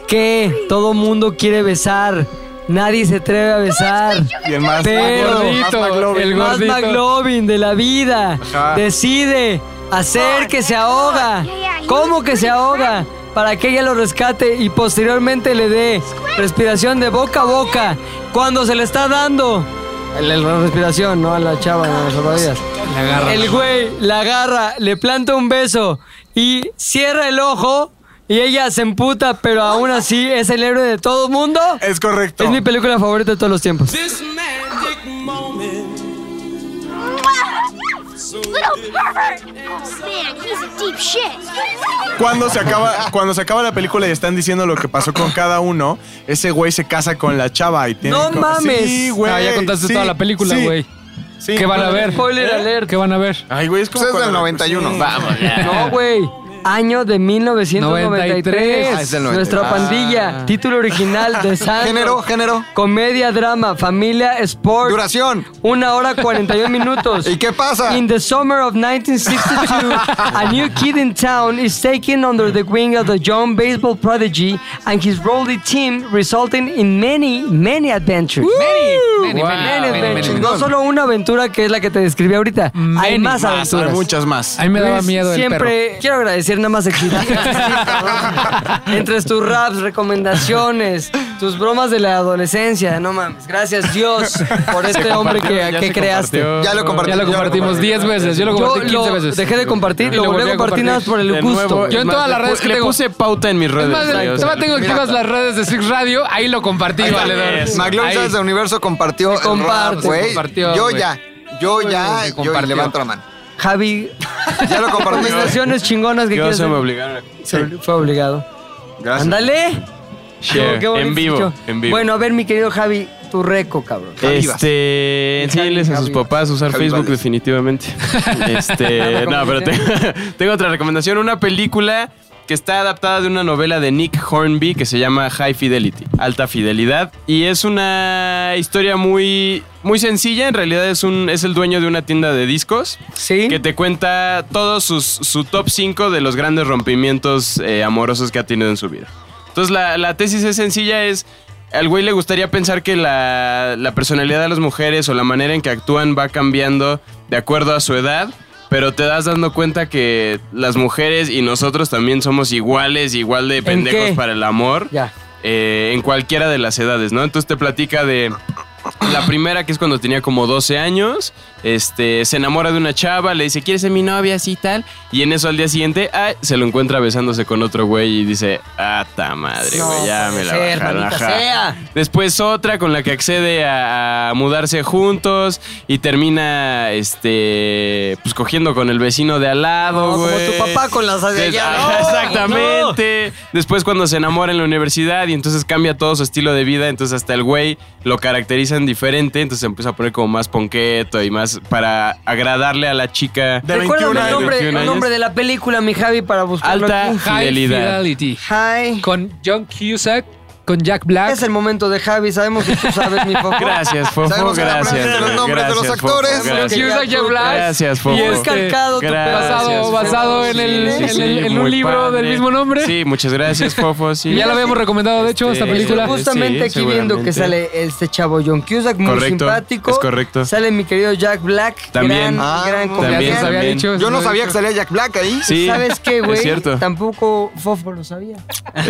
[SPEAKER 2] Que todo mundo quiere besar. Nadie se atreve a besar.
[SPEAKER 5] Y el más
[SPEAKER 2] Pero-
[SPEAKER 5] más McLovin.
[SPEAKER 4] el
[SPEAKER 2] Más
[SPEAKER 4] gordito.
[SPEAKER 2] McLovin de la vida
[SPEAKER 5] Ajá.
[SPEAKER 2] decide hacer que se ahoga. ¿Cómo que se ahoga? Para que ella lo rescate y posteriormente le dé respiración de boca a boca. Cuando se le está dando la la respiración, ¿no? A la chava, a las salvavidas.
[SPEAKER 4] La agarra.
[SPEAKER 2] El güey la agarra, le planta un beso y cierra el ojo y ella se emputa, pero aún así es el héroe de todo el mundo.
[SPEAKER 5] Es correcto.
[SPEAKER 2] Es mi película favorita de todos los tiempos.
[SPEAKER 6] Little pervert! Oh man, he's in deep shit.
[SPEAKER 5] Cuando se, acaba, cuando se acaba la película y están diciendo lo que pasó con cada uno, ese güey se casa con la chava y tiene.
[SPEAKER 2] ¡No mames!
[SPEAKER 5] Sí, güey.
[SPEAKER 4] Ah, ya contaste
[SPEAKER 5] sí,
[SPEAKER 4] toda la película,
[SPEAKER 5] sí,
[SPEAKER 4] güey.
[SPEAKER 5] sí.
[SPEAKER 4] ¿Qué van a ver?
[SPEAKER 7] ¿eh?
[SPEAKER 2] Spoiler alert.
[SPEAKER 7] [LAUGHS]
[SPEAKER 4] ¿Qué van a ver?
[SPEAKER 5] Ay, güey, es como.
[SPEAKER 7] Pues es del
[SPEAKER 5] cuando-
[SPEAKER 7] 91.
[SPEAKER 5] Vamos, ya.
[SPEAKER 2] No, güey. año de 1993.
[SPEAKER 7] Ah, es del 93.
[SPEAKER 2] Nuestra
[SPEAKER 7] Ah.
[SPEAKER 2] pandilla. Título original
[SPEAKER 7] [LAUGHS]
[SPEAKER 2] de Santo.
[SPEAKER 7] Género, género.
[SPEAKER 2] Comedia, drama, familia, sport.
[SPEAKER 7] Duración.
[SPEAKER 2] Una hora 41 minutos.
[SPEAKER 7] [LAUGHS] ¿Y qué pasa?
[SPEAKER 2] In the summer of 1962, a new kid in town is taken under the wing of the young baseball prodigy and his rowdy team, resulting in many, many adventures.
[SPEAKER 4] Many,
[SPEAKER 2] Wow.
[SPEAKER 4] many,
[SPEAKER 2] Many
[SPEAKER 4] many,
[SPEAKER 2] adventures.
[SPEAKER 4] many.
[SPEAKER 2] No solo una aventura que es la que te describí ahorita. Hay
[SPEAKER 4] Many
[SPEAKER 2] más
[SPEAKER 4] más,
[SPEAKER 2] aventuras.
[SPEAKER 3] Hay muchas más.
[SPEAKER 4] A mí me daba
[SPEAKER 2] Luis,
[SPEAKER 4] miedo el perro.
[SPEAKER 2] siempre quiero agradecer nada más existir.
[SPEAKER 4] [LAUGHS]
[SPEAKER 2] Entre tus raps, recomendaciones, tus bromas de la adolescencia, no mames. Gracias Dios por este hombre que,
[SPEAKER 3] Ya
[SPEAKER 2] que
[SPEAKER 3] se
[SPEAKER 2] creaste.
[SPEAKER 3] compartió.
[SPEAKER 7] Ya lo
[SPEAKER 4] Ya
[SPEAKER 7] compartimos.
[SPEAKER 4] lo compartimos 10 veces, yo lo
[SPEAKER 2] Yo
[SPEAKER 4] compartí 15
[SPEAKER 2] lo
[SPEAKER 4] veces.
[SPEAKER 2] dejé de compartir, lo volví a compartir nada más por el
[SPEAKER 3] De
[SPEAKER 2] gusto.
[SPEAKER 3] nuevo,
[SPEAKER 4] Yo en
[SPEAKER 3] es
[SPEAKER 4] todas
[SPEAKER 3] más,
[SPEAKER 4] las
[SPEAKER 3] le
[SPEAKER 4] redes
[SPEAKER 3] pu-
[SPEAKER 4] que
[SPEAKER 3] le
[SPEAKER 4] tengo-
[SPEAKER 3] puse pauta en mis redes.
[SPEAKER 4] Es
[SPEAKER 3] o
[SPEAKER 4] más,
[SPEAKER 3] sea,
[SPEAKER 4] todavía tengo activas las redes de Six Radio, ahí lo compartí, valedor.
[SPEAKER 7] McLovin Sáenz de Universo compartió. el
[SPEAKER 2] comparte,
[SPEAKER 7] rap,
[SPEAKER 4] se
[SPEAKER 7] güey.
[SPEAKER 4] compartió,
[SPEAKER 7] Yo
[SPEAKER 4] güey.
[SPEAKER 7] ya. Yo ya.
[SPEAKER 4] Se
[SPEAKER 7] Yo
[SPEAKER 4] compartió.
[SPEAKER 7] levanto la mano.
[SPEAKER 2] Javi,
[SPEAKER 7] Ya lo
[SPEAKER 2] [LAUGHS]
[SPEAKER 7] compartí.
[SPEAKER 2] recomendaciones chingonas que
[SPEAKER 3] Yo
[SPEAKER 2] quieres
[SPEAKER 3] se me
[SPEAKER 2] hacer.
[SPEAKER 3] obligaron.
[SPEAKER 2] Se- Fue obligado.
[SPEAKER 3] Gracias.
[SPEAKER 2] ¡Ándale!
[SPEAKER 3] Share,
[SPEAKER 2] Qué bonito
[SPEAKER 3] en vivo,
[SPEAKER 2] escucho.
[SPEAKER 3] en vivo.
[SPEAKER 2] Bueno, a ver, mi querido Javi, tu reco, cabrón.
[SPEAKER 3] Este, enséñenles a sus papás a usar
[SPEAKER 7] Javi
[SPEAKER 3] Facebook [LAUGHS]
[SPEAKER 7] Valdés.
[SPEAKER 3] definitivamente. Este, no, pero te- tengo [LAUGHS] otra recomendación, una película que está adaptada de una novela de Nick Hornby que se llama High Fidelity, Alta Fidelidad, y es una historia muy muy sencilla, en realidad es un es el dueño de una tienda de discos
[SPEAKER 2] ¿Sí?
[SPEAKER 3] que te cuenta todos sus su top 5 de los grandes rompimientos eh, amorosos que ha tenido en su vida. Entonces la, la tesis es sencilla, es al güey le gustaría pensar que la, la personalidad de las mujeres o la manera en que actúan va cambiando de acuerdo a su edad, pero te das dando cuenta que las mujeres y nosotros también somos iguales, igual de pendejos
[SPEAKER 2] qué?
[SPEAKER 3] para el amor
[SPEAKER 2] Ya.
[SPEAKER 3] eh, en cualquiera de las edades, ¿no? Entonces te platica de la primera, que es cuando tenía como 12 años, este, se enamora de una chava, le dice, ¿quieres ser mi novia? Así y tal. Y en eso al día siguiente, ay, se lo encuentra besándose con otro güey y dice, ah, ta madre, güey, ya me la
[SPEAKER 2] ser,
[SPEAKER 3] bajaron,
[SPEAKER 2] maldita
[SPEAKER 3] ajá".
[SPEAKER 2] sea.
[SPEAKER 3] Después otra con la que accede a, a mudarse juntos y termina, este, pues cogiendo con el vecino de al lado,
[SPEAKER 2] No, como
[SPEAKER 3] güey.
[SPEAKER 2] tu papá con las de allá.
[SPEAKER 6] ah,
[SPEAKER 2] No,
[SPEAKER 3] Ajá, ah, Exactamente. Después cuando se enamora en la universidad y entonces cambia todo su estilo de vida, entonces hasta el güey lo caracterizan diferente, entonces se empieza a poner como más ponqueto y más para agradarle a la chica.
[SPEAKER 5] De
[SPEAKER 2] Recuérdame
[SPEAKER 5] 21
[SPEAKER 2] el
[SPEAKER 5] años.
[SPEAKER 2] nombre,
[SPEAKER 3] 21
[SPEAKER 2] el
[SPEAKER 3] años.
[SPEAKER 2] nombre de la película, mi Javi, para buscarlo
[SPEAKER 3] Alta
[SPEAKER 2] aquí.
[SPEAKER 4] High
[SPEAKER 3] Fidelidad.
[SPEAKER 4] Fidelity.
[SPEAKER 2] Hi.
[SPEAKER 4] Con John Cusack, con Jack Black.
[SPEAKER 2] Es el momento de Javi, sabemos que tú sabes, mi papá.
[SPEAKER 3] Gracias, Fofo,
[SPEAKER 7] Sabemos que la
[SPEAKER 3] gracias.
[SPEAKER 7] frase de los nombres de los
[SPEAKER 3] Gracias, Fofo,
[SPEAKER 7] actores.
[SPEAKER 4] John
[SPEAKER 3] gracias.
[SPEAKER 4] Cusack, Jack Black.
[SPEAKER 3] Gracias, Fofo.
[SPEAKER 4] Y este,
[SPEAKER 2] Es
[SPEAKER 4] es
[SPEAKER 2] calcado tu
[SPEAKER 3] Gracias,
[SPEAKER 4] basado,
[SPEAKER 3] Fofo.
[SPEAKER 4] basado en, el,
[SPEAKER 3] Sí,
[SPEAKER 4] en,
[SPEAKER 3] sí,
[SPEAKER 4] el- en un
[SPEAKER 3] muy
[SPEAKER 4] libro
[SPEAKER 3] padre.
[SPEAKER 4] del mismo nombre.
[SPEAKER 3] Sí, muchas gracias, Fofo. Sí.
[SPEAKER 4] Y ya lo habíamos recomendado, de hecho,
[SPEAKER 3] Este,
[SPEAKER 4] esta película.
[SPEAKER 3] justo-
[SPEAKER 2] Justamente
[SPEAKER 3] Sí,
[SPEAKER 2] aquí viendo que
[SPEAKER 3] seguramente.
[SPEAKER 2] sale este chavo John Cusack, muy
[SPEAKER 3] Correcto,
[SPEAKER 2] simpático.
[SPEAKER 3] es correcto.
[SPEAKER 2] Sale mi querido Jack Black. Gran,
[SPEAKER 3] También.
[SPEAKER 7] Ah,
[SPEAKER 2] gran
[SPEAKER 4] Ya
[SPEAKER 7] también,
[SPEAKER 4] se
[SPEAKER 2] comediante.
[SPEAKER 4] los había
[SPEAKER 3] también.
[SPEAKER 4] dicho, se
[SPEAKER 7] Yo
[SPEAKER 4] los
[SPEAKER 7] no
[SPEAKER 4] había
[SPEAKER 7] sabía que
[SPEAKER 4] dicho.
[SPEAKER 7] salía Jack Black ahí.
[SPEAKER 3] Sí,
[SPEAKER 2] ¿Sabes qué, güey?
[SPEAKER 3] Es cierto.
[SPEAKER 2] Tampoco Fofo lo sabía.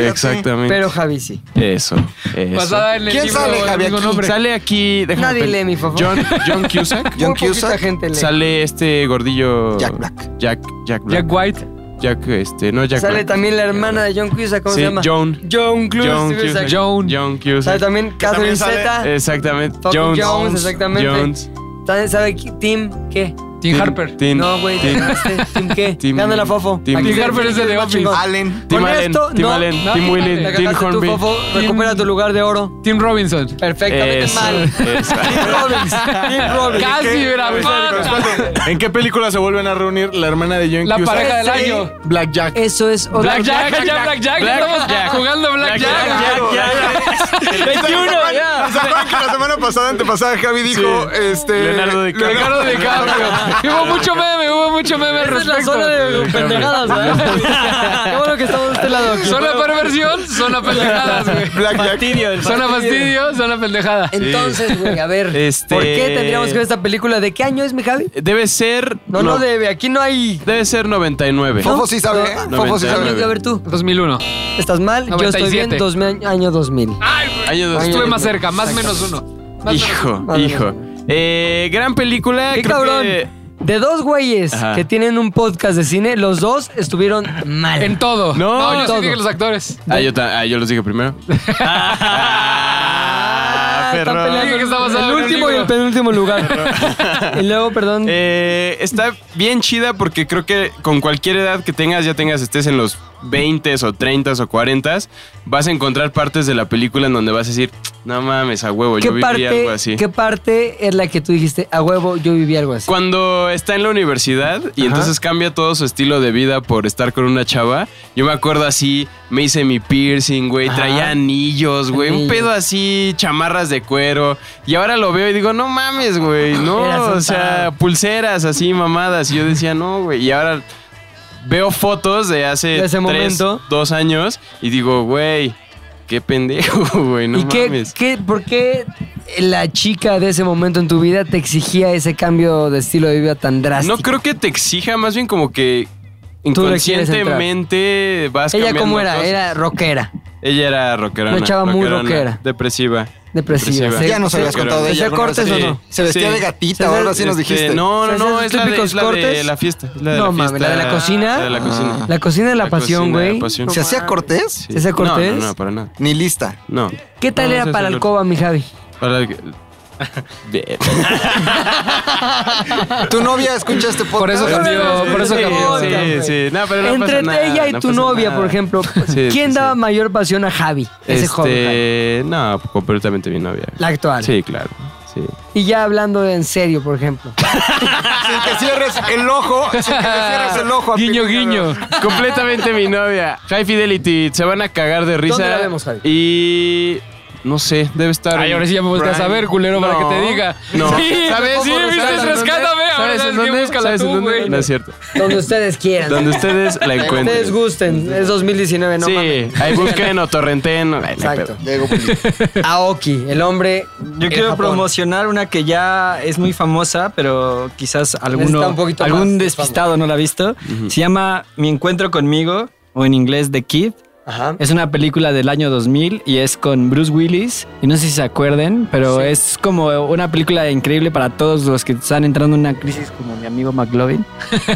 [SPEAKER 3] Exactamente.
[SPEAKER 2] Pero Javi sí.
[SPEAKER 3] Eso. eso.
[SPEAKER 4] Basada en el
[SPEAKER 7] ¿Quién
[SPEAKER 4] libro
[SPEAKER 7] sale,
[SPEAKER 4] del
[SPEAKER 7] Javi,
[SPEAKER 4] mismo
[SPEAKER 7] aquí?
[SPEAKER 4] nombre.
[SPEAKER 3] Sale aquí. déjame
[SPEAKER 2] Nadie
[SPEAKER 3] pen-
[SPEAKER 2] lee mi favor.
[SPEAKER 3] John, John Cusack.
[SPEAKER 7] John
[SPEAKER 2] Muy poquita
[SPEAKER 7] Cusack,
[SPEAKER 2] gente lee.
[SPEAKER 3] Sale este gordillo.
[SPEAKER 7] Jack Black.
[SPEAKER 3] Jack, Jack Black.
[SPEAKER 4] Jack White.
[SPEAKER 3] Jack, este, no Jack
[SPEAKER 2] Sale
[SPEAKER 3] Black.
[SPEAKER 2] también la hermana de John Cusack, ¿cómo
[SPEAKER 3] Sí,
[SPEAKER 2] se llama?
[SPEAKER 3] Joan.
[SPEAKER 2] John
[SPEAKER 3] John
[SPEAKER 2] Cusack.
[SPEAKER 3] Cusack.
[SPEAKER 4] Joan.
[SPEAKER 3] John
[SPEAKER 2] Sale
[SPEAKER 3] Cusack.
[SPEAKER 2] también Catherine
[SPEAKER 5] sale-
[SPEAKER 2] Zeta.
[SPEAKER 3] Exactamente.
[SPEAKER 2] Fucking
[SPEAKER 3] Jones.
[SPEAKER 2] Jones, exactamente.
[SPEAKER 3] Jones.
[SPEAKER 2] ¿Sabe- ¿Sabe qui- Tim qué?
[SPEAKER 4] Tim Harper.
[SPEAKER 3] Tim,
[SPEAKER 2] No, güey, te
[SPEAKER 3] Tim,
[SPEAKER 2] ganaste. ¿Tim qué?
[SPEAKER 3] [LAUGHS] Tim-
[SPEAKER 2] Gana la Fofo.
[SPEAKER 3] Tim-
[SPEAKER 2] Aquí
[SPEAKER 3] Tim
[SPEAKER 2] está el
[SPEAKER 4] Harper es el de
[SPEAKER 2] más
[SPEAKER 4] Office.
[SPEAKER 2] chingón.
[SPEAKER 7] Allen.
[SPEAKER 3] Tim
[SPEAKER 2] Con
[SPEAKER 3] Allen.
[SPEAKER 2] esto,
[SPEAKER 3] Tim
[SPEAKER 2] no.
[SPEAKER 3] Allen.
[SPEAKER 4] No,
[SPEAKER 3] Tim
[SPEAKER 4] no,
[SPEAKER 3] Willing.
[SPEAKER 2] La
[SPEAKER 3] Tim
[SPEAKER 2] cagaste tú,
[SPEAKER 3] Hornby.
[SPEAKER 2] Fofo. Recupera tu lugar de
[SPEAKER 3] [LAUGHS]
[SPEAKER 2] oro.
[SPEAKER 4] Tim Robinson.
[SPEAKER 2] Perfectamente
[SPEAKER 3] Eso,
[SPEAKER 2] mal.
[SPEAKER 3] eso.
[SPEAKER 2] Tim Robbins. Tim Robbins.
[SPEAKER 4] [LAUGHS] Casi, mira, mata.
[SPEAKER 3] ¿En qué película se vuelven a reunir la hermana de John
[SPEAKER 4] La
[SPEAKER 3] Cusack?
[SPEAKER 4] pareja
[SPEAKER 5] [LAUGHS]
[SPEAKER 4] del
[SPEAKER 2] Sí.
[SPEAKER 4] año.
[SPEAKER 3] Black Jack.
[SPEAKER 2] Eso es otra-
[SPEAKER 4] Black Jack, Black Jack, Black Jack.
[SPEAKER 3] Black
[SPEAKER 4] Estamos
[SPEAKER 3] Jack.
[SPEAKER 4] jugando Black Jack.
[SPEAKER 7] ¿Se acuerdan Ah, que la semana pasada, antepasada, Javi dijo,
[SPEAKER 3] Sí.
[SPEAKER 7] este...
[SPEAKER 3] Leonardo DiCaprio.
[SPEAKER 4] Leonardo DiCaprio. Hubo mucho meme, hubo mucho meme al
[SPEAKER 2] Esa es la
[SPEAKER 4] respecto.
[SPEAKER 2] zona
[SPEAKER 3] [LAUGHS]
[SPEAKER 2] de pendejadas, ¿verdad? Qué bueno que estamos de este lado. aquí.
[SPEAKER 4] Zona perversión, zona pendejadas, güey.
[SPEAKER 7] Black Jack.
[SPEAKER 4] Zona fastidio, zona pendejada.
[SPEAKER 2] Entonces, güey, a ver.
[SPEAKER 3] Este-
[SPEAKER 2] ¿Por qué tendríamos que ver esta película? ¿De qué año es, mi Javi?
[SPEAKER 3] Debe ser.
[SPEAKER 2] No, no, debe. Aquí no hay.
[SPEAKER 3] Debe ser 99.
[SPEAKER 7] Fofo sí sabe, ¿eh? Fofo sí
[SPEAKER 2] ¿Qué año
[SPEAKER 7] sabe.
[SPEAKER 2] que ver tú?
[SPEAKER 4] 2001.
[SPEAKER 2] ¿Estás mal? Yo estoy bien.
[SPEAKER 4] 97.
[SPEAKER 2] 2000, año 2000.
[SPEAKER 3] Año dos-
[SPEAKER 4] Estuve más cerca, más menos uno. Más
[SPEAKER 3] Hijo,
[SPEAKER 2] Vale,
[SPEAKER 3] hijo. Eh, gran película.
[SPEAKER 2] ¡Qué
[SPEAKER 3] creo
[SPEAKER 2] cabrón!
[SPEAKER 3] que-
[SPEAKER 2] De dos güeyes
[SPEAKER 3] Ajá.
[SPEAKER 2] que tienen un podcast de cine, los dos estuvieron mal.
[SPEAKER 4] En todo.
[SPEAKER 3] No,
[SPEAKER 4] yo
[SPEAKER 2] todo.
[SPEAKER 4] sí dije los actores.
[SPEAKER 3] Ah, yo, ta- ah, yo los
[SPEAKER 2] [LAUGHS]
[SPEAKER 3] dije primero. Ah,
[SPEAKER 2] están
[SPEAKER 3] perro.
[SPEAKER 2] peleando
[SPEAKER 4] Dije que está basado
[SPEAKER 2] el
[SPEAKER 4] en un
[SPEAKER 2] último y
[SPEAKER 4] libro.
[SPEAKER 2] el penúltimo lugar.
[SPEAKER 3] [LAUGHS]
[SPEAKER 2] y luego, perdón.
[SPEAKER 3] Eh, está bien chida porque creo que con cualquier edad que tengas, ya tengas, estés en los 20 o 30 o 40, vas a encontrar partes de la película en donde vas a decir, no mames, a huevo, yo
[SPEAKER 2] ¿Qué
[SPEAKER 3] viví algo así.
[SPEAKER 2] parte, ¿Qué parte es la que tú dijiste, a huevo, yo viví algo así?
[SPEAKER 3] Cuando está en la universidad y
[SPEAKER 2] Ajá.
[SPEAKER 3] entonces cambia todo su estilo de vida por estar con una chava, yo me acuerdo así, me hice mi piercing, güey, traía anillos, güey, un
[SPEAKER 12] Anillos.
[SPEAKER 3] pedo así, chamarras de cuero, y ahora lo veo y digo, no mames, güey,
[SPEAKER 2] [LAUGHS]
[SPEAKER 12] Eras
[SPEAKER 3] no,
[SPEAKER 12] un
[SPEAKER 3] o sea,
[SPEAKER 12] tarado.
[SPEAKER 3] pulseras así, mamadas, y yo decía, no, güey, y ahora veo fotos de hace
[SPEAKER 2] De ese
[SPEAKER 3] tres,
[SPEAKER 2] momento.
[SPEAKER 3] dos años y digo, güey, qué pendejo, [LAUGHS] güey, no
[SPEAKER 2] ¿Y qué,
[SPEAKER 3] mames.
[SPEAKER 2] qué, por qué la chica de ese momento en tu vida te exigía ese cambio de estilo de vida tan drástico?
[SPEAKER 3] No creo que te exija, más bien como que
[SPEAKER 2] Tú le quieres entrar.
[SPEAKER 3] inconscientemente vas
[SPEAKER 2] ¿Ella
[SPEAKER 3] cambiando
[SPEAKER 2] cómo era?
[SPEAKER 3] cosas.
[SPEAKER 2] Era rockera.
[SPEAKER 3] Ella era rockerona.
[SPEAKER 2] Una chava muy
[SPEAKER 3] rockerona,
[SPEAKER 2] rockera.
[SPEAKER 3] Depresiva.
[SPEAKER 2] Depresiva. Se-
[SPEAKER 7] Ya nos habías
[SPEAKER 3] Rockerona.
[SPEAKER 7] contado de ella ¿Hacía alguna cortes vez. o no? Se vestía de gatita o algo así, nos dijiste.
[SPEAKER 3] este, No, no,
[SPEAKER 7] ¿Hacía
[SPEAKER 3] no,
[SPEAKER 7] esos
[SPEAKER 3] es la, de,
[SPEAKER 7] típicos
[SPEAKER 3] es la de
[SPEAKER 7] cortes?
[SPEAKER 3] la fiesta. es la de
[SPEAKER 2] no
[SPEAKER 3] la
[SPEAKER 2] mames, la de la
[SPEAKER 3] fiesta-
[SPEAKER 2] cocina. Ah.
[SPEAKER 3] La de la cocina.
[SPEAKER 2] La cocina de la, pasión,
[SPEAKER 3] cocina de la
[SPEAKER 2] güey.
[SPEAKER 3] pasión.
[SPEAKER 7] ¿Se hacía cortés?
[SPEAKER 2] ¿Se hacía cortés?
[SPEAKER 3] No, no, no, para nada. [LAUGHS]
[SPEAKER 7] Ni lista.
[SPEAKER 3] No.
[SPEAKER 2] ¿Qué tal
[SPEAKER 3] No,
[SPEAKER 2] era
[SPEAKER 3] se
[SPEAKER 2] para
[SPEAKER 3] hacía
[SPEAKER 2] Alcoba, mi Javi? [LAUGHS]
[SPEAKER 3] Para el- Bien.
[SPEAKER 7] Tu novia escucha este podcast.
[SPEAKER 4] Por eso cambió, por eso
[SPEAKER 3] Sí,
[SPEAKER 4] cambió.
[SPEAKER 3] Sí, sí. No, pero no
[SPEAKER 2] Entre
[SPEAKER 3] pasa nada,
[SPEAKER 2] ella y
[SPEAKER 3] no
[SPEAKER 2] tu
[SPEAKER 3] pasa
[SPEAKER 2] novia,
[SPEAKER 3] nada.
[SPEAKER 2] por ejemplo,
[SPEAKER 3] [LAUGHS] Sí,
[SPEAKER 2] ¿quién
[SPEAKER 3] sí,
[SPEAKER 2] daba mayor pasión a Javi? Ese joven. Javi?
[SPEAKER 3] Este, no, completamente mi novia.
[SPEAKER 2] La actual.
[SPEAKER 3] Sí, claro. Sí.
[SPEAKER 2] Y ya hablando en serio, por ejemplo.
[SPEAKER 7] Sin que cierres el ojo. Sin que le cierres el ojo.
[SPEAKER 3] Guiño, guiño. Completamente mi novia. High Fidelity, se van a cagar de risa.
[SPEAKER 4] la vemos, Javi?
[SPEAKER 3] Y. No sé, debe estar.
[SPEAKER 4] Ay, ahora sí ya me
[SPEAKER 3] gusta
[SPEAKER 4] volteas a ver, culero, para que te diga.
[SPEAKER 3] No.
[SPEAKER 4] Sí,
[SPEAKER 3] ¿Sabes?
[SPEAKER 4] sí,
[SPEAKER 3] ¿Sabes
[SPEAKER 4] viste,
[SPEAKER 3] en dónde?
[SPEAKER 4] rescátame, ahora
[SPEAKER 3] ¿Sabes
[SPEAKER 4] sabes
[SPEAKER 3] en
[SPEAKER 4] que
[SPEAKER 3] dónde?
[SPEAKER 4] búscala
[SPEAKER 3] ¿Sabes en
[SPEAKER 4] tú,
[SPEAKER 3] dónde?
[SPEAKER 4] güey.
[SPEAKER 3] No
[SPEAKER 2] [LAUGHS]
[SPEAKER 3] es cierto.
[SPEAKER 2] Donde ustedes quieran.
[SPEAKER 3] Donde ustedes la encuentren.
[SPEAKER 2] Ustedes gusten. Es 2019, no
[SPEAKER 3] sí,
[SPEAKER 2] mames.
[SPEAKER 3] ahí busquen o torrenten. o- Ay, no hay
[SPEAKER 2] Exacto.
[SPEAKER 3] pedo.
[SPEAKER 2] Aoki, el hombre.
[SPEAKER 6] Yo
[SPEAKER 2] en
[SPEAKER 6] quiero
[SPEAKER 2] Eh, Japón.
[SPEAKER 6] promocionar una que ya es muy famosa, pero quizás
[SPEAKER 2] Está
[SPEAKER 6] alguno,
[SPEAKER 2] un poquito
[SPEAKER 6] algún
[SPEAKER 2] más de
[SPEAKER 6] despistado no la ha visto. Se llama Mi Encuentro conmigo, o en inglés The Kid. Es una película del año 2000 y es con Bruce Willis. Y no sé si se acuerden, pero es como una película increíble para todos los que están entrando en una crisis, como mi amigo McLovin,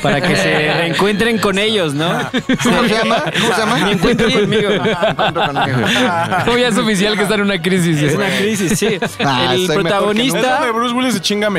[SPEAKER 6] para que
[SPEAKER 2] [LAUGHS]
[SPEAKER 6] se reencuentren con ellos, ¿no?
[SPEAKER 7] ¿Cómo se llama? ¿Cómo se llama?
[SPEAKER 6] Mi encuentro conmigo.
[SPEAKER 4] [LAUGHS] Como ya es oficial que está en una crisis. eh.
[SPEAKER 6] Es una crisis, sí.
[SPEAKER 4] Ah,
[SPEAKER 6] el
[SPEAKER 4] soy mejor
[SPEAKER 6] protagonista.
[SPEAKER 4] que nunca. ¿Es donde
[SPEAKER 6] Bruce Willis se chinga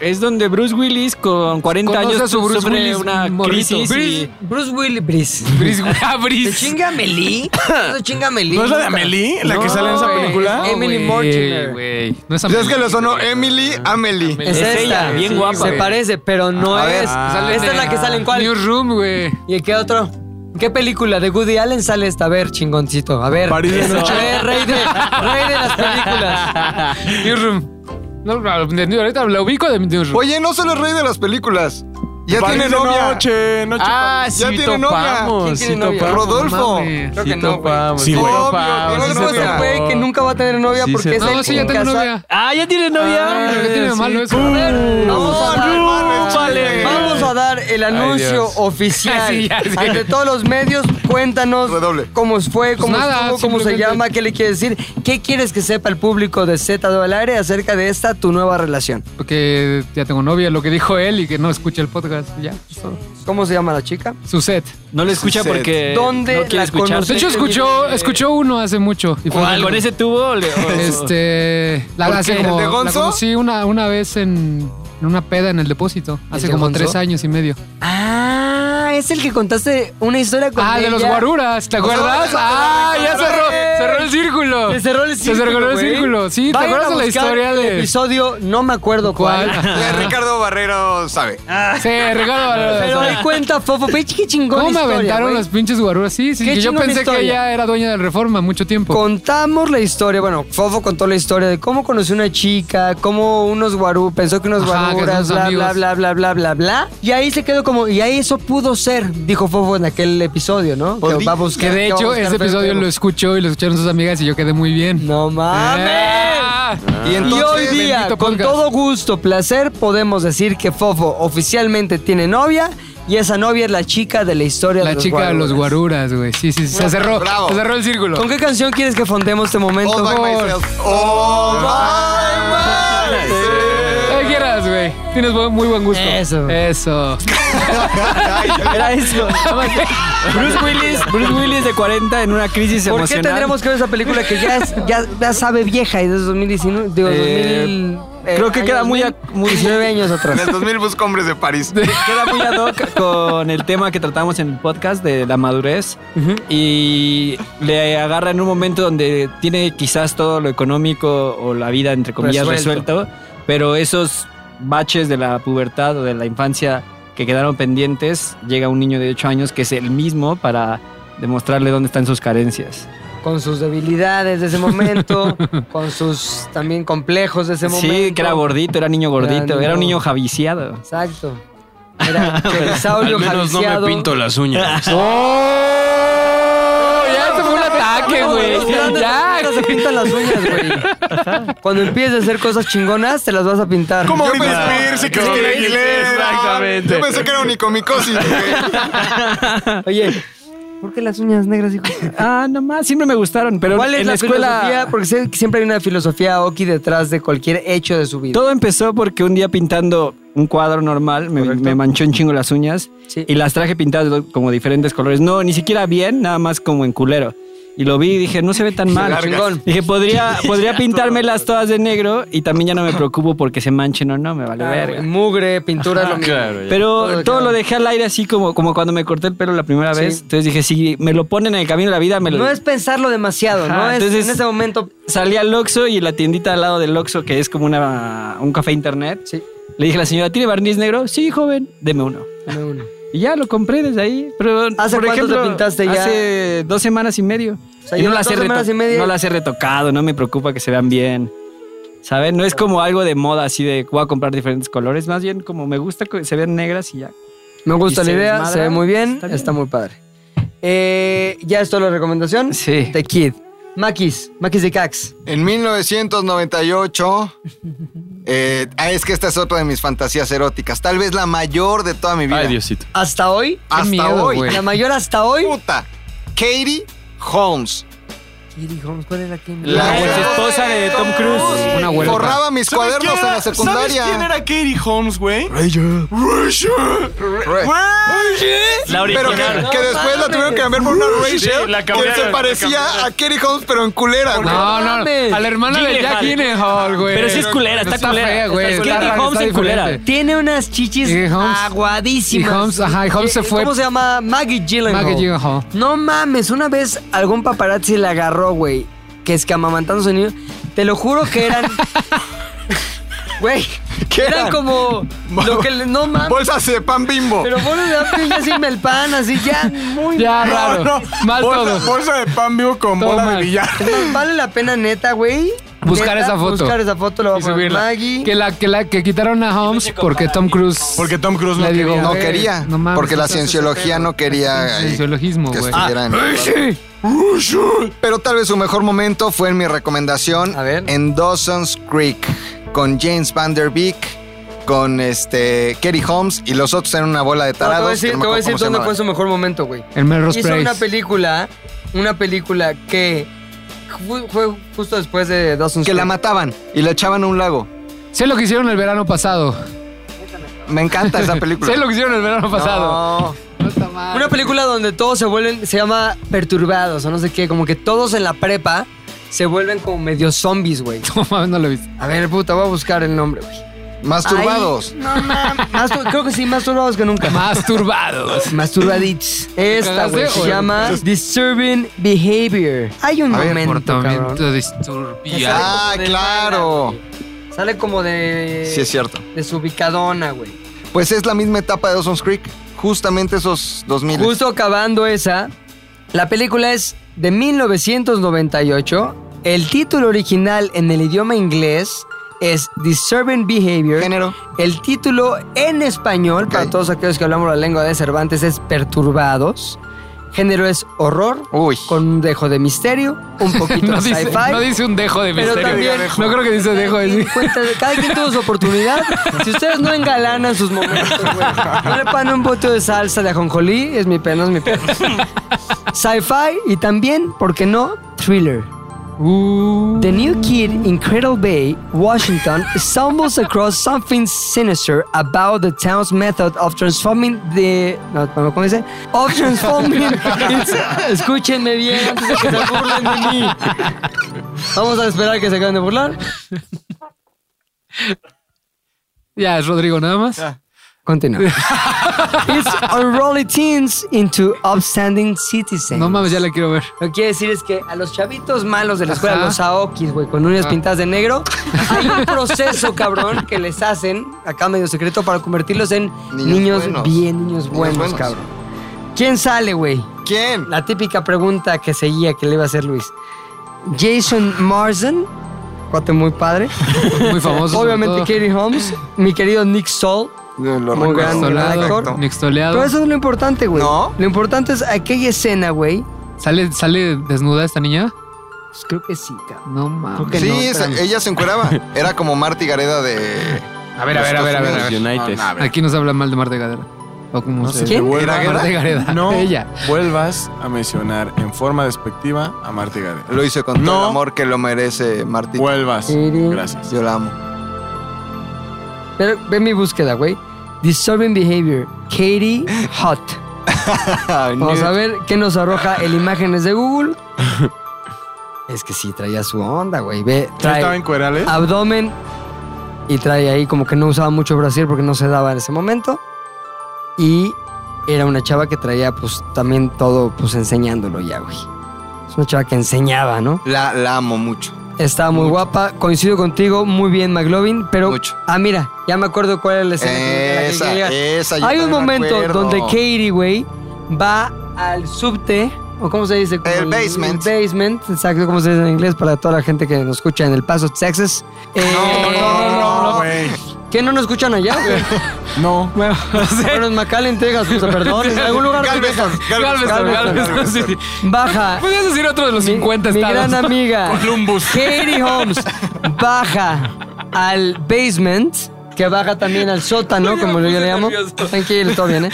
[SPEAKER 6] Es donde Bruce Willis con 40
[SPEAKER 4] Conoce
[SPEAKER 6] años
[SPEAKER 4] a su Bruce
[SPEAKER 6] sufre
[SPEAKER 4] Willis
[SPEAKER 6] una
[SPEAKER 4] morrito.
[SPEAKER 6] crisis.
[SPEAKER 4] Bruce-
[SPEAKER 6] y-
[SPEAKER 2] Bruce Willis. Brice.
[SPEAKER 4] Brice, ah, Brice.
[SPEAKER 2] ¿Te chinga [COUGHS] Amelie? ¿No te chinga Amelie?
[SPEAKER 6] Pues,
[SPEAKER 5] ¿No es la de
[SPEAKER 2] Nunca.
[SPEAKER 5] Amelie la que
[SPEAKER 2] No,
[SPEAKER 5] sale en esa
[SPEAKER 2] güey.
[SPEAKER 5] película?
[SPEAKER 2] Emily
[SPEAKER 4] güey,
[SPEAKER 2] Mortimer.
[SPEAKER 4] güey. No es
[SPEAKER 7] ¿Sabes Pues que le sonó Emily Amelie?
[SPEAKER 2] Es, ella, bien guapa. Se parece, pero no
[SPEAKER 7] A ver,
[SPEAKER 2] es.
[SPEAKER 7] sale
[SPEAKER 2] esta es la que sale en cuál.
[SPEAKER 4] Newsroom, güey.
[SPEAKER 2] ¿Y en qué otro? ¿En ¿Qué película de Woody Allen sale esta? A ver, chingoncito. A ver.
[SPEAKER 5] París de
[SPEAKER 2] Eso.
[SPEAKER 5] noche.
[SPEAKER 2] A ver, rey de, rey de las películas.
[SPEAKER 4] Newsroom. No, no, de New- ahorita la ubico de Newsroom.
[SPEAKER 7] Oye, no solo es rey de las películas. Ya
[SPEAKER 5] París
[SPEAKER 7] tiene
[SPEAKER 5] de
[SPEAKER 7] novia.
[SPEAKER 5] Noche, noche.
[SPEAKER 4] ah,
[SPEAKER 7] ya
[SPEAKER 4] sí,
[SPEAKER 7] tiene novia.
[SPEAKER 4] topamos.
[SPEAKER 2] ¿Quién tiene
[SPEAKER 4] sí,
[SPEAKER 2] novia?
[SPEAKER 4] topamos.
[SPEAKER 7] Rodolfo.
[SPEAKER 4] mames.
[SPEAKER 2] Creo que
[SPEAKER 3] Sí,
[SPEAKER 2] no, güey.
[SPEAKER 3] topamos.
[SPEAKER 5] Sí,
[SPEAKER 3] Sí,
[SPEAKER 5] güey.
[SPEAKER 3] topamos,
[SPEAKER 7] Obvio,
[SPEAKER 3] sí
[SPEAKER 7] tiene
[SPEAKER 3] se
[SPEAKER 2] No, ese
[SPEAKER 7] novia.
[SPEAKER 3] topó.
[SPEAKER 2] güey que nunca va a tener novia
[SPEAKER 3] Sí,
[SPEAKER 2] porque
[SPEAKER 3] se
[SPEAKER 2] es el
[SPEAKER 4] No, sí, ya tengo
[SPEAKER 2] casado.
[SPEAKER 4] novia.
[SPEAKER 6] Ah, ya tiene novia.
[SPEAKER 4] ¿Qué tiene de malo eso?
[SPEAKER 2] A ver, vamos a dar,
[SPEAKER 7] vale.
[SPEAKER 2] vamos a dar el anuncio
[SPEAKER 3] Dios.
[SPEAKER 4] [LAUGHS]
[SPEAKER 2] oficial
[SPEAKER 4] Sí, ya, sí.
[SPEAKER 2] ante todos los medios. Cuéntanos
[SPEAKER 7] Redoble.
[SPEAKER 2] cómo fue, cómo
[SPEAKER 4] Pues nada,
[SPEAKER 2] estuvo, cómo se
[SPEAKER 4] simplemente-
[SPEAKER 2] llama, qué le quieres decir, qué quieres que sepa el público de Z al aire acerca de esta tu nueva relación.
[SPEAKER 4] Porque ya tengo novia, lo que dijo él y que no escucha el podcast. Ya, eso.
[SPEAKER 2] ¿Cómo se llama la chica?
[SPEAKER 4] Su set.
[SPEAKER 6] No lo escucha
[SPEAKER 7] Suset.
[SPEAKER 4] Eh,
[SPEAKER 6] porque
[SPEAKER 2] ¿Dónde
[SPEAKER 6] no quiere
[SPEAKER 2] la
[SPEAKER 6] escuchar.
[SPEAKER 4] De hecho, escuchó, escuchó uno hace mucho. Y fue
[SPEAKER 6] ¿Cuál?
[SPEAKER 4] algo.
[SPEAKER 6] ¿Con ese tubo? Le- o-
[SPEAKER 4] Este. La
[SPEAKER 7] ¿Por
[SPEAKER 4] hace
[SPEAKER 7] qué?
[SPEAKER 4] como.
[SPEAKER 7] ¿El de
[SPEAKER 4] la
[SPEAKER 7] Gonzo?
[SPEAKER 4] conocí una, una vez en, en una peda en el depósito. Hace
[SPEAKER 2] de
[SPEAKER 4] como
[SPEAKER 2] Gonzo?
[SPEAKER 4] tres años y medio.
[SPEAKER 2] Ah, es el que contaste una historia con
[SPEAKER 4] Ah, de los
[SPEAKER 2] ella.
[SPEAKER 4] guaruras, ¿te acuerdas?
[SPEAKER 2] no,
[SPEAKER 4] Ah,
[SPEAKER 2] no,
[SPEAKER 4] ya
[SPEAKER 2] no,
[SPEAKER 4] cerró,
[SPEAKER 2] no,
[SPEAKER 4] cerró el círculo.
[SPEAKER 2] Se cerró el círculo.
[SPEAKER 4] [LAUGHS] Se cerró el
[SPEAKER 2] güey.
[SPEAKER 4] círculo. Sí, ¿te
[SPEAKER 2] Vayan
[SPEAKER 4] acuerdas
[SPEAKER 2] a
[SPEAKER 4] de la
[SPEAKER 2] buscar
[SPEAKER 4] historia
[SPEAKER 2] el
[SPEAKER 4] de
[SPEAKER 2] episodio? No me acuerdo cuál.
[SPEAKER 4] cuál?
[SPEAKER 7] Ya Ricardo Barrero sabe.
[SPEAKER 4] Sí, regalo. [LAUGHS]
[SPEAKER 2] Pero ahí cuenta, Fofo, pe, qué chingón.
[SPEAKER 4] ¿Cómo me aventaron
[SPEAKER 2] las
[SPEAKER 4] los pinches guaruras? Sí, sí,
[SPEAKER 2] Qué
[SPEAKER 4] que yo
[SPEAKER 2] chingona
[SPEAKER 4] pensé que
[SPEAKER 2] historia.
[SPEAKER 4] ella era dueña del Reforma mucho tiempo.
[SPEAKER 2] Contamos la historia, bueno, Fofo contó la historia de cómo conoció una chica, cómo unos guarú, pensó que unos
[SPEAKER 4] Ajá, que
[SPEAKER 2] guaruras,
[SPEAKER 4] son
[SPEAKER 2] bla,
[SPEAKER 4] amigos.
[SPEAKER 2] bla, bla, bla, bla, bla, bla. Y ahí se quedó como, y ahí eso pudo ser, dijo Fofo en aquel episodio, ¿no? Que, va a buscar-
[SPEAKER 4] que de
[SPEAKER 2] va a
[SPEAKER 4] hecho,
[SPEAKER 2] buscar
[SPEAKER 4] ese episodio lo
[SPEAKER 2] Facebook.
[SPEAKER 4] escuchó y lo escucharon sus amigas y yo quedé muy bien.
[SPEAKER 2] ¡No mames!
[SPEAKER 4] Ah,
[SPEAKER 7] Y
[SPEAKER 2] Y hoy
[SPEAKER 7] entonces.
[SPEAKER 2] día,
[SPEAKER 4] bendito
[SPEAKER 2] con
[SPEAKER 4] podcast.
[SPEAKER 2] todo gusto, placer, podemos decir que Fofo oficialmente tiene novia y esa novia es la chica de la historia de
[SPEAKER 4] La
[SPEAKER 2] los
[SPEAKER 4] chica de los
[SPEAKER 2] guaruras.
[SPEAKER 4] guaruras, güey. Sí, sí, sí, se cerró.
[SPEAKER 7] Bravo.
[SPEAKER 4] Se cerró el círculo.
[SPEAKER 2] ¿Con qué canción quieres que fondemos este
[SPEAKER 7] Oh,
[SPEAKER 2] momento?
[SPEAKER 7] All by myself. All by myself.
[SPEAKER 4] ¿Qué quieras, güey? güey. Tienes buen- muy buen gusto. Eso. Eso.
[SPEAKER 6] Era eso. Bruce Willis, Bruce Willis de 40 en una crisis
[SPEAKER 2] ¿Por qué
[SPEAKER 6] emocional.
[SPEAKER 2] tendremos que ver esa película que ya, es- ya, ya sabe vieja y de 2019? Digo,
[SPEAKER 6] Eh,
[SPEAKER 2] 2000, eh,
[SPEAKER 6] creo que
[SPEAKER 2] año
[SPEAKER 6] queda muy,
[SPEAKER 2] 2000,
[SPEAKER 6] a- muy
[SPEAKER 2] 19 años atrás.
[SPEAKER 7] En el 2000 busco hombres de París.
[SPEAKER 6] queda muy ad [LAUGHS] hoc con el tema que tratamos en el podcast de la madurez y le agarra en un momento donde tiene quizás todo lo económico o la vida entre comillas
[SPEAKER 2] Resuelto.
[SPEAKER 6] resuelto, pero esos baches de la pubertad o de la infancia que quedaron pendientes, llega un niño de 8 años que es el mismo para demostrarle dónde están sus carencias.
[SPEAKER 2] Con sus debilidades de ese momento, con sus también complejos de ese momento.
[SPEAKER 6] Sí, que era gordito, era niño gordito, era,
[SPEAKER 2] niño-
[SPEAKER 6] un niño javiciado.
[SPEAKER 2] Exacto. Era
[SPEAKER 13] Al
[SPEAKER 2] dinosaurio
[SPEAKER 13] menos no me
[SPEAKER 2] javiciado.
[SPEAKER 13] pinto las
[SPEAKER 6] [LAUGHS]
[SPEAKER 13] uñas.
[SPEAKER 4] Ya este fue un ataque,
[SPEAKER 2] Los
[SPEAKER 4] güey.
[SPEAKER 2] grandes
[SPEAKER 4] Ya.
[SPEAKER 2] artistas se pintan las uñas, güey. Cuando empieces a hacer cosas chingonas, te las vas a pintar.
[SPEAKER 5] Como
[SPEAKER 2] Yo
[SPEAKER 5] Britney
[SPEAKER 2] pensé-
[SPEAKER 5] Spears y Cristina Aguilera.
[SPEAKER 13] Exactamente.
[SPEAKER 7] Yo pensé que era unicomicosis. güey.
[SPEAKER 2] Oye, ¿por qué las uñas negras, hijo?
[SPEAKER 6] Ah, nomás, siempre me gustaron, pero
[SPEAKER 2] ¿Cuál es
[SPEAKER 6] en
[SPEAKER 2] la
[SPEAKER 6] la escuela...
[SPEAKER 2] filosofía? Porque sé que siempre hay una filosofía Oki detrás de cualquier hecho de su vida.
[SPEAKER 6] Todo empezó porque un día pintando un cuadro normal me, me manchó un chingo las uñas
[SPEAKER 2] Sí.
[SPEAKER 6] y las traje pintadas de- como diferentes colores. No, ni siquiera bien, nada más como en culero. Y lo vi y dije, no se ve tan mal.
[SPEAKER 2] largas. Chingón. [LAUGHS]
[SPEAKER 6] Dije, podría, podría pintármelas todas de negro y también ya no me preocupo porque se manchen o no, me vale
[SPEAKER 2] Claro,
[SPEAKER 6] verga.
[SPEAKER 2] güey, mugre, pintura,
[SPEAKER 4] Ah.
[SPEAKER 2] lo mismo.
[SPEAKER 13] Claro, ya.
[SPEAKER 6] Pero
[SPEAKER 2] Todo
[SPEAKER 6] todo,
[SPEAKER 2] queda-
[SPEAKER 6] lo dejé al aire así como, como cuando me corté el pelo la primera
[SPEAKER 2] Sí.
[SPEAKER 6] vez. Entonces dije, si me lo ponen en el camino de la vida, me lo...
[SPEAKER 2] No es pensarlo demasiado,
[SPEAKER 6] Ajá,
[SPEAKER 2] no es
[SPEAKER 6] entonces-
[SPEAKER 2] en ese momento.
[SPEAKER 6] Salí al Oxxo y en la tiendita al lado del Oxxo, que es como una, un café internet,
[SPEAKER 2] Sí,
[SPEAKER 6] le dije a la señora, ¿tiene barniz negro? Sí, joven, deme uno.
[SPEAKER 2] me uno.
[SPEAKER 6] Y ya lo compré desde ahí. Pero,
[SPEAKER 2] ¿Hace
[SPEAKER 6] por
[SPEAKER 2] cuánto
[SPEAKER 6] ejemplo,
[SPEAKER 2] te pintaste ya?
[SPEAKER 6] Hace dos semanas y medio.
[SPEAKER 2] O sea,
[SPEAKER 6] Y
[SPEAKER 2] llevas
[SPEAKER 6] las he
[SPEAKER 2] dos semanas
[SPEAKER 6] reto-
[SPEAKER 2] y media.
[SPEAKER 6] No las he retocado, no me preocupa que se vean bien. ¿Saben? No es como algo de moda así de voy a comprar diferentes colores. Más bien como me gusta que se vean negras y ya.
[SPEAKER 2] Me gusta
[SPEAKER 6] Y
[SPEAKER 2] la
[SPEAKER 6] se
[SPEAKER 2] idea,
[SPEAKER 6] desmadra,
[SPEAKER 2] se ve muy bien, está,
[SPEAKER 6] está bien.
[SPEAKER 2] muy padre. Eh, ya es toda la recomendación.
[SPEAKER 6] Sí.
[SPEAKER 2] The Kid. Maquis, Maquis de Cax.
[SPEAKER 7] En 1998. eh, ah, es que esta es otra de mis fantasías eróticas. Tal vez la mayor de toda mi vida.
[SPEAKER 13] Ay, Diosito.
[SPEAKER 2] Hasta hoy,
[SPEAKER 7] Hasta
[SPEAKER 4] miedo,
[SPEAKER 7] hoy.
[SPEAKER 4] güey.
[SPEAKER 2] la mayor hasta hoy.
[SPEAKER 7] Puta. Katie Holmes.
[SPEAKER 2] Kitty Holmes, ¿cuál era quién?
[SPEAKER 6] La pues,
[SPEAKER 7] La-
[SPEAKER 6] esposa de eh, Tom Cruise.
[SPEAKER 4] Una abuela.
[SPEAKER 7] Borraba mis
[SPEAKER 5] ¿Sabes
[SPEAKER 7] cuadernos
[SPEAKER 5] quién
[SPEAKER 7] en
[SPEAKER 5] era-
[SPEAKER 7] la secundaria.
[SPEAKER 5] ¿Sabes quién era Katie Holmes, güey?
[SPEAKER 7] Re-
[SPEAKER 6] La
[SPEAKER 7] Ah, Pero que, que después la tuvieron que cambiar por una Rachel
[SPEAKER 3] la
[SPEAKER 7] que
[SPEAKER 3] cambiaron,
[SPEAKER 7] se
[SPEAKER 3] la
[SPEAKER 7] parecía a Katie Holmes, pero en culera, güey.
[SPEAKER 4] No, no,
[SPEAKER 2] mames.
[SPEAKER 4] no. A la hermana de Jack
[SPEAKER 6] Gyllenhaal.
[SPEAKER 4] Gyllenhaal, güey.
[SPEAKER 6] Pero sí es culera, está culera.
[SPEAKER 4] fea, güey.
[SPEAKER 6] Está
[SPEAKER 4] Está
[SPEAKER 6] Katie
[SPEAKER 4] rara,
[SPEAKER 6] Holmes
[SPEAKER 4] está
[SPEAKER 6] en culera.
[SPEAKER 4] diferente.
[SPEAKER 2] Tiene unas chichis
[SPEAKER 4] Y Holmes-
[SPEAKER 2] aguadísimas. Eh,
[SPEAKER 4] y Holmes, ajá, y Holmes se fue.
[SPEAKER 2] ¿Cómo se llama? Maggie Gyllenhaal.
[SPEAKER 4] Maggie Gyllenhaal.
[SPEAKER 2] No mames, una vez algún paparazzi la agarró, güey, que es que amamantando su niño. Te lo juro que
[SPEAKER 4] [LAUGHS]
[SPEAKER 2] eran... Güey,
[SPEAKER 7] ¿Qué
[SPEAKER 2] eran
[SPEAKER 7] eran?
[SPEAKER 2] como... Lo que le- no mames.
[SPEAKER 7] Bolsas de pan bimbo.
[SPEAKER 2] Pero bueno, ya ya sin el pan, así ya muy
[SPEAKER 4] Ya,
[SPEAKER 2] mal.
[SPEAKER 4] raro.
[SPEAKER 5] No,
[SPEAKER 4] Mal
[SPEAKER 5] bolsa,
[SPEAKER 4] todo.
[SPEAKER 5] bolsa de pan vivo con
[SPEAKER 4] Todo
[SPEAKER 5] bola
[SPEAKER 4] mal.
[SPEAKER 5] de billar.
[SPEAKER 2] Es más, Vale la pena, neta, güey.
[SPEAKER 4] Buscar
[SPEAKER 2] Neta,
[SPEAKER 4] esa foto.
[SPEAKER 2] Buscar esa foto, la
[SPEAKER 4] Y
[SPEAKER 2] vamos a poner
[SPEAKER 4] subirla.
[SPEAKER 2] Maggie.
[SPEAKER 4] Que la que la que quitaron a Holmes porque Tom Cruise
[SPEAKER 5] Porque Tom Cruise no
[SPEAKER 4] le digo,
[SPEAKER 5] quería.
[SPEAKER 7] No
[SPEAKER 4] güey,
[SPEAKER 7] quería,
[SPEAKER 4] no mames,
[SPEAKER 7] porque la
[SPEAKER 4] entonces
[SPEAKER 7] cienciología no quería
[SPEAKER 4] el
[SPEAKER 7] eh,
[SPEAKER 4] Sociologismo,
[SPEAKER 7] que
[SPEAKER 4] güey.
[SPEAKER 2] Ah,
[SPEAKER 7] estuvieran. Pero tal vez su mejor momento fue en mi recomendación
[SPEAKER 2] A ver.
[SPEAKER 7] en Dawson's Creek con James Van Der Beek, con este Kerry Holmes y los otros eran una bola de
[SPEAKER 2] No, te
[SPEAKER 7] tarados.
[SPEAKER 2] voy a decir,
[SPEAKER 7] que no
[SPEAKER 2] te
[SPEAKER 7] me
[SPEAKER 2] voy a
[SPEAKER 7] acuerdo
[SPEAKER 2] decir
[SPEAKER 7] cómo se
[SPEAKER 2] dónde
[SPEAKER 7] llamaban.
[SPEAKER 2] fue su mejor momento, güey.
[SPEAKER 4] El Melrose
[SPEAKER 2] Hizo una
[SPEAKER 4] Place.
[SPEAKER 2] película, una película que fu- fue justo después de Dawson's
[SPEAKER 7] Que la
[SPEAKER 2] Creek.
[SPEAKER 7] mataban y la echaban a un lago.
[SPEAKER 4] Sé lo que hicieron el verano pasado.
[SPEAKER 7] Me
[SPEAKER 2] [LAUGHS]
[SPEAKER 7] encanta esa película.
[SPEAKER 4] Sé lo que hicieron el verano pasado.
[SPEAKER 2] Oh.
[SPEAKER 7] No.
[SPEAKER 2] Una película donde todos se vuelven, se llama Perturbados o no sé qué, como que todos en la prepa se vuelven como medio zombies, güey.
[SPEAKER 4] [LAUGHS] No mames, no lo viste.
[SPEAKER 2] A ver, puta, voy a buscar el nombre, güey.
[SPEAKER 7] Masturbados.
[SPEAKER 2] Más tu- creo que sí, más turbados que nunca.
[SPEAKER 4] Masturbados.
[SPEAKER 2] Masturbadits. Esta,
[SPEAKER 4] ¿Cagaste
[SPEAKER 2] güey,
[SPEAKER 4] o
[SPEAKER 2] se
[SPEAKER 4] no?
[SPEAKER 2] llama Disturbing Behavior. Hay un
[SPEAKER 7] A ver,
[SPEAKER 2] momento, cabrón.
[SPEAKER 4] Comportamiento
[SPEAKER 2] que
[SPEAKER 4] disturbiado.
[SPEAKER 2] sale
[SPEAKER 7] Ah,
[SPEAKER 2] como de mala,
[SPEAKER 7] claro.
[SPEAKER 2] güey. Sale como de...
[SPEAKER 7] Sí, es cierto.
[SPEAKER 2] Desubicadona, güey.
[SPEAKER 7] Pues es la misma etapa de Dawson's Creek, justamente esos 2000.
[SPEAKER 2] Justo acabando esa, la película es de 1998. El título original en el idioma inglés es Disturbing Behavior.
[SPEAKER 7] Género.
[SPEAKER 2] El título en español, para
[SPEAKER 7] Ok.
[SPEAKER 2] todos aquellos que hablamos la lengua de Cervantes, es Perturbados. Género es horror,
[SPEAKER 7] Uy.
[SPEAKER 2] con un dejo de misterio,
[SPEAKER 4] [LAUGHS]
[SPEAKER 2] un poquito
[SPEAKER 4] Oh. No
[SPEAKER 2] de
[SPEAKER 4] dice,
[SPEAKER 2] sci-fi.
[SPEAKER 4] no dice un dejo de
[SPEAKER 2] Pero
[SPEAKER 4] misterio.
[SPEAKER 2] también-
[SPEAKER 4] no creo que dice dejo de
[SPEAKER 2] Cada
[SPEAKER 4] decir.
[SPEAKER 2] quien cuenta- cada quien tuvo su oportunidad. Si ustedes no engalanan sus momentos, güey, no le ponen un bote de salsa de ajonjolí, es mi pena, es mi pena. Sci-fi y también, ¿por qué no? Thriller. The new kid in Cradle Bay, Washington, stumbles across something sinister about the town's method of transforming the. No, ¿cómo ¿cómo dice? Of transforming. its- Escúchenme bien antes de que se burlen de mí. Vamos a esperar que se acaben de burlar.
[SPEAKER 4] Ya, es Rodrigo nada más.
[SPEAKER 2] Continúa. It's unruly teens into upstanding citizens. No mames, ya la quiero ver. Lo que quiere decir es que a los chavitos malos de la escuela,
[SPEAKER 4] Ajá.
[SPEAKER 2] los aokis, güey, con uñas pintadas de negro, hay un proceso, cabrón, que les hacen, acá medio secreto, para convertirlos en niños,
[SPEAKER 7] Niños buenos.
[SPEAKER 2] bien, niños buenos,
[SPEAKER 7] buenos.
[SPEAKER 2] cabrón. ¿Quién sale, güey?
[SPEAKER 7] ¿Quién?
[SPEAKER 2] La típica pregunta que seguía que le iba a hacer Luis. Jason Marsden, cuate muy padre.
[SPEAKER 4] Muy famoso, sobre
[SPEAKER 2] Obviamente
[SPEAKER 4] todo.
[SPEAKER 2] Katie Holmes, mi querido Nick Stoll. muy gran gran actor. Pero eso no es lo importante, güey. Lo importante es aquella escena, güey.
[SPEAKER 4] ¿Sale, ¿Sale desnuda esta niña?
[SPEAKER 2] Pues creo que sí, cabrón.
[SPEAKER 4] No mames.
[SPEAKER 2] Creo que
[SPEAKER 7] sí,
[SPEAKER 2] no,
[SPEAKER 7] se-
[SPEAKER 2] espérame.
[SPEAKER 7] ella se encueraba. Era como Marty Gareda de.
[SPEAKER 4] A ver, a ver, a ver, a ver. a ver.
[SPEAKER 7] United.
[SPEAKER 4] No, no, a ver. Aquí nos habla mal de Marta Gareda. O como se-
[SPEAKER 3] Que vuelva-
[SPEAKER 4] Marta Gareda.
[SPEAKER 3] No
[SPEAKER 4] Ella.
[SPEAKER 3] vuelvas a mencionar en forma despectiva a Marta Gareda.
[SPEAKER 7] Lo hice con todo
[SPEAKER 3] No.
[SPEAKER 7] el amor que lo merece Marty.
[SPEAKER 3] Vuelvas. Gracias.
[SPEAKER 7] Yo la amo.
[SPEAKER 2] Pero ve mi búsqueda, güey. Disturbing Behavior, Katie Hot. Vamos a ver qué nos arroja el imágenes de Google. Es que sí, traía su onda, güey. Ve,
[SPEAKER 3] ¿Sí estaba en
[SPEAKER 2] trae Ah,
[SPEAKER 3] cuerales?
[SPEAKER 2] abdomen y trae ahí como que no usaba mucho brasier porque no se daba en ese momento. Y era una chava que traía pues también todo pues enseñándolo ya, güey. Es una chava que enseñaba, ¿no?
[SPEAKER 7] La, la amo mucho.
[SPEAKER 2] Estaba muy guapa, coincido contigo, muy bien McLovin, pero... Ah, mira, ya me acuerdo cuál era la escena. que- a la que
[SPEAKER 7] Esa,
[SPEAKER 2] quería llegar.
[SPEAKER 7] esa, yo
[SPEAKER 2] Hay un
[SPEAKER 7] también me
[SPEAKER 2] momento
[SPEAKER 7] acuerdo.
[SPEAKER 2] donde Katie, güey, va al subte, o cómo se dice... Como
[SPEAKER 7] El basement.
[SPEAKER 2] El basement, exacto, como se dice en inglés, para toda la gente que nos escucha en El Paso, Texas. Eh,
[SPEAKER 3] No, no, no, no, güey.
[SPEAKER 2] ¿Qué no nos escuchan
[SPEAKER 7] [LAUGHS]
[SPEAKER 2] allá, güey?
[SPEAKER 3] No.
[SPEAKER 4] [LAUGHS]
[SPEAKER 2] Bueno, [LAUGHS] Pero en McAllen, Texas, pues, perdón, en algún lugar...
[SPEAKER 7] Galveston, Pues
[SPEAKER 4] Galveston,
[SPEAKER 2] Galveston.
[SPEAKER 4] Galveston, sí, sí.
[SPEAKER 2] Baja.
[SPEAKER 4] Podrías decir otro de los 50
[SPEAKER 2] Ah. mi
[SPEAKER 4] estados. [LAUGHS]
[SPEAKER 2] gran amiga
[SPEAKER 4] Columbus.
[SPEAKER 2] Katie Holmes baja al basement, que baja también al sótano, como yo le llamo. Tranquilo, todo bien, ¿eh?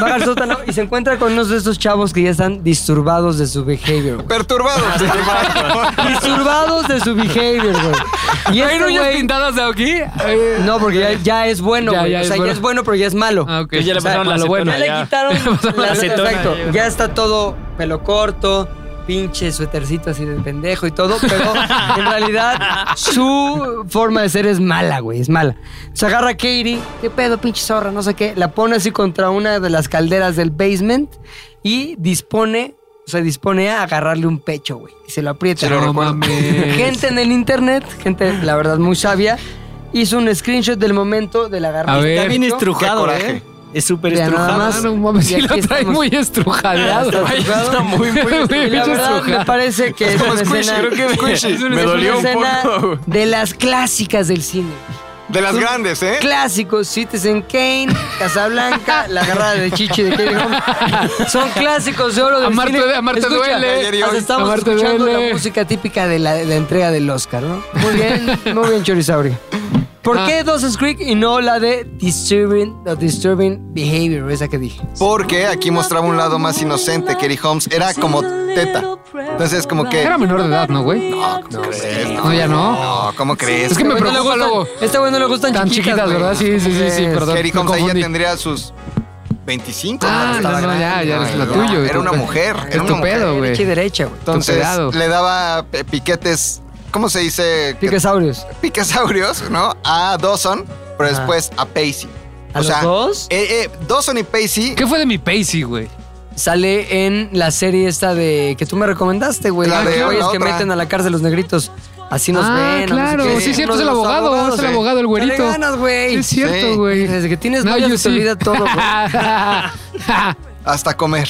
[SPEAKER 2] Baja al sótano y se encuentra con unos de esos chavos que ya están disturbados de su
[SPEAKER 4] [LAUGHS]
[SPEAKER 2] behavior.
[SPEAKER 7] Perturbado.
[SPEAKER 2] güey. disturbados de su behavior, güey. Y
[SPEAKER 4] ¿Hay
[SPEAKER 2] este
[SPEAKER 4] uñas
[SPEAKER 2] güey-
[SPEAKER 4] pintadas de aquí?
[SPEAKER 2] [LAUGHS] No, porque ya, ya es bueno,
[SPEAKER 4] Ya,
[SPEAKER 2] güey.
[SPEAKER 4] ya
[SPEAKER 2] O
[SPEAKER 4] es
[SPEAKER 2] sea, ya
[SPEAKER 4] bueno.
[SPEAKER 2] es bueno, pero ya es malo.
[SPEAKER 4] Ah, ok. Entonces ya le
[SPEAKER 2] O sea,
[SPEAKER 4] pasaron la
[SPEAKER 2] malo
[SPEAKER 4] acetona,
[SPEAKER 2] Ya
[SPEAKER 4] ya.
[SPEAKER 2] le quitaron
[SPEAKER 4] [LAUGHS] Le pasaron la acetona,
[SPEAKER 2] Exacto.
[SPEAKER 4] ya.
[SPEAKER 2] Ya está todo pelo corto, pinche suetercito así de pendejo y todo,
[SPEAKER 4] [LAUGHS]
[SPEAKER 2] pero en realidad su forma de ser es mala, güey. Es mala. Se agarra a Katie, qué pedo, pinche zorra, no sé qué. La pone así contra una de las calderas del basement y dispone. Se dispone a agarrarle un pecho, güey. Y se lo aprieta.
[SPEAKER 7] Se lo
[SPEAKER 2] No
[SPEAKER 7] recuerdo.
[SPEAKER 2] mames. Gente en el internet, gente, la verdad, muy sabia, hizo un screenshot del momento del agarrar.
[SPEAKER 4] A ver.
[SPEAKER 6] Está bien estrujado,
[SPEAKER 7] Qué
[SPEAKER 6] ¿eh? Es súper
[SPEAKER 2] Vean, nada
[SPEAKER 6] estrujado.
[SPEAKER 2] más.
[SPEAKER 4] Ah, no mames,
[SPEAKER 2] Y
[SPEAKER 4] sí lo
[SPEAKER 2] aquí
[SPEAKER 4] trae
[SPEAKER 2] estamos.
[SPEAKER 4] muy estrujadeado.
[SPEAKER 2] Ya [LAUGHS] está estrujado.
[SPEAKER 4] [LAUGHS]
[SPEAKER 6] Está
[SPEAKER 2] [LAUGHS]
[SPEAKER 6] muy, muy
[SPEAKER 2] Y la verdad, me parece que es
[SPEAKER 13] como
[SPEAKER 2] una
[SPEAKER 13] squishy,
[SPEAKER 2] escena,
[SPEAKER 13] creo que me-
[SPEAKER 2] es una-
[SPEAKER 13] me
[SPEAKER 2] es una
[SPEAKER 13] dolió un
[SPEAKER 2] escena
[SPEAKER 13] poco, güey.
[SPEAKER 2] de las clásicas del cine.
[SPEAKER 7] De las grandes, ¿eh?
[SPEAKER 2] Clásicos, Citizen Kane, Casablanca, La Garrada de Chichi de Kevin Holmes. Son clásicos de oro del
[SPEAKER 4] Amarte-
[SPEAKER 2] cine.
[SPEAKER 4] amarte
[SPEAKER 2] Escucha,
[SPEAKER 4] duele.
[SPEAKER 2] ayer y hoy. Estamos
[SPEAKER 4] Amarte
[SPEAKER 2] escuchando
[SPEAKER 4] duele.
[SPEAKER 2] la música típica de la, de la entrega del Oscar, ¿no? Muy bien, muy bien, Chorizaurio. ¿Por
[SPEAKER 4] Ah.
[SPEAKER 2] qué Dawson's Creek y no la de Disturbing, the disturbing Behavior, esa que dije?
[SPEAKER 7] Porque aquí mostraba un lado más inocente. Kerry Holmes era como teta. Entonces, como que.
[SPEAKER 4] Era menor de edad, ¿no, güey? No,
[SPEAKER 7] ¿Cómo crees?
[SPEAKER 4] No, ya no.
[SPEAKER 7] No, ¿cómo crees?
[SPEAKER 4] Es que me preocupa luego.
[SPEAKER 2] Este güey no le gustan
[SPEAKER 4] Tan
[SPEAKER 2] chiquitas,
[SPEAKER 4] chiquitas,
[SPEAKER 2] güey.
[SPEAKER 4] ¿verdad? Sí, sí, sí, sí, perdón.
[SPEAKER 7] Kerry
[SPEAKER 4] me
[SPEAKER 7] Holmes ahí ya
[SPEAKER 4] confundí.
[SPEAKER 7] tendría sus 25.
[SPEAKER 4] Ah,
[SPEAKER 7] tal vez.
[SPEAKER 4] no, no, ya, ya es lo
[SPEAKER 7] No,
[SPEAKER 4] tuyo.
[SPEAKER 7] Era una mujer.
[SPEAKER 4] Es
[SPEAKER 7] Era una
[SPEAKER 4] tu
[SPEAKER 7] mujer.
[SPEAKER 4] pedo,
[SPEAKER 2] Derecha y
[SPEAKER 4] güey.
[SPEAKER 2] derecha, güey.
[SPEAKER 7] Entonces,
[SPEAKER 4] pedado.
[SPEAKER 7] le daba eh, piquetes. ¿Cómo se dice? Que-
[SPEAKER 2] Piquesaurios.
[SPEAKER 7] picasaurios, ¿no? A Dawson, pero después a Pacey.
[SPEAKER 2] ¿A los dos?
[SPEAKER 7] eh, eh, Dawson y Pacey.
[SPEAKER 4] ¿Qué fue de mi Pacey, güey?
[SPEAKER 2] Sale en la serie esta de que tú me recomendaste, güey.
[SPEAKER 7] La
[SPEAKER 2] Los
[SPEAKER 7] de
[SPEAKER 2] güeyes
[SPEAKER 7] la
[SPEAKER 2] que
[SPEAKER 7] otra.
[SPEAKER 2] meten a la cárcel los negritos. Así nos
[SPEAKER 4] ah,
[SPEAKER 2] ven. o no sé
[SPEAKER 4] claro.
[SPEAKER 2] qué.
[SPEAKER 4] Sí,
[SPEAKER 7] sí,
[SPEAKER 4] es cierto,
[SPEAKER 2] Uno
[SPEAKER 4] es
[SPEAKER 2] de
[SPEAKER 4] el
[SPEAKER 2] los
[SPEAKER 4] abogado.
[SPEAKER 2] abogados,
[SPEAKER 4] Es el
[SPEAKER 2] eh.
[SPEAKER 4] abogado, el
[SPEAKER 2] Dale
[SPEAKER 4] güerito.
[SPEAKER 2] ganas, güey.
[SPEAKER 4] Sí, es cierto,
[SPEAKER 7] Sí.
[SPEAKER 4] güey.
[SPEAKER 2] Desde que tienes
[SPEAKER 4] No,
[SPEAKER 2] novia
[SPEAKER 4] yo
[SPEAKER 2] se te
[SPEAKER 4] sí.
[SPEAKER 2] olvida todo, güey.
[SPEAKER 4] [LAUGHS]
[SPEAKER 7] Hasta comer.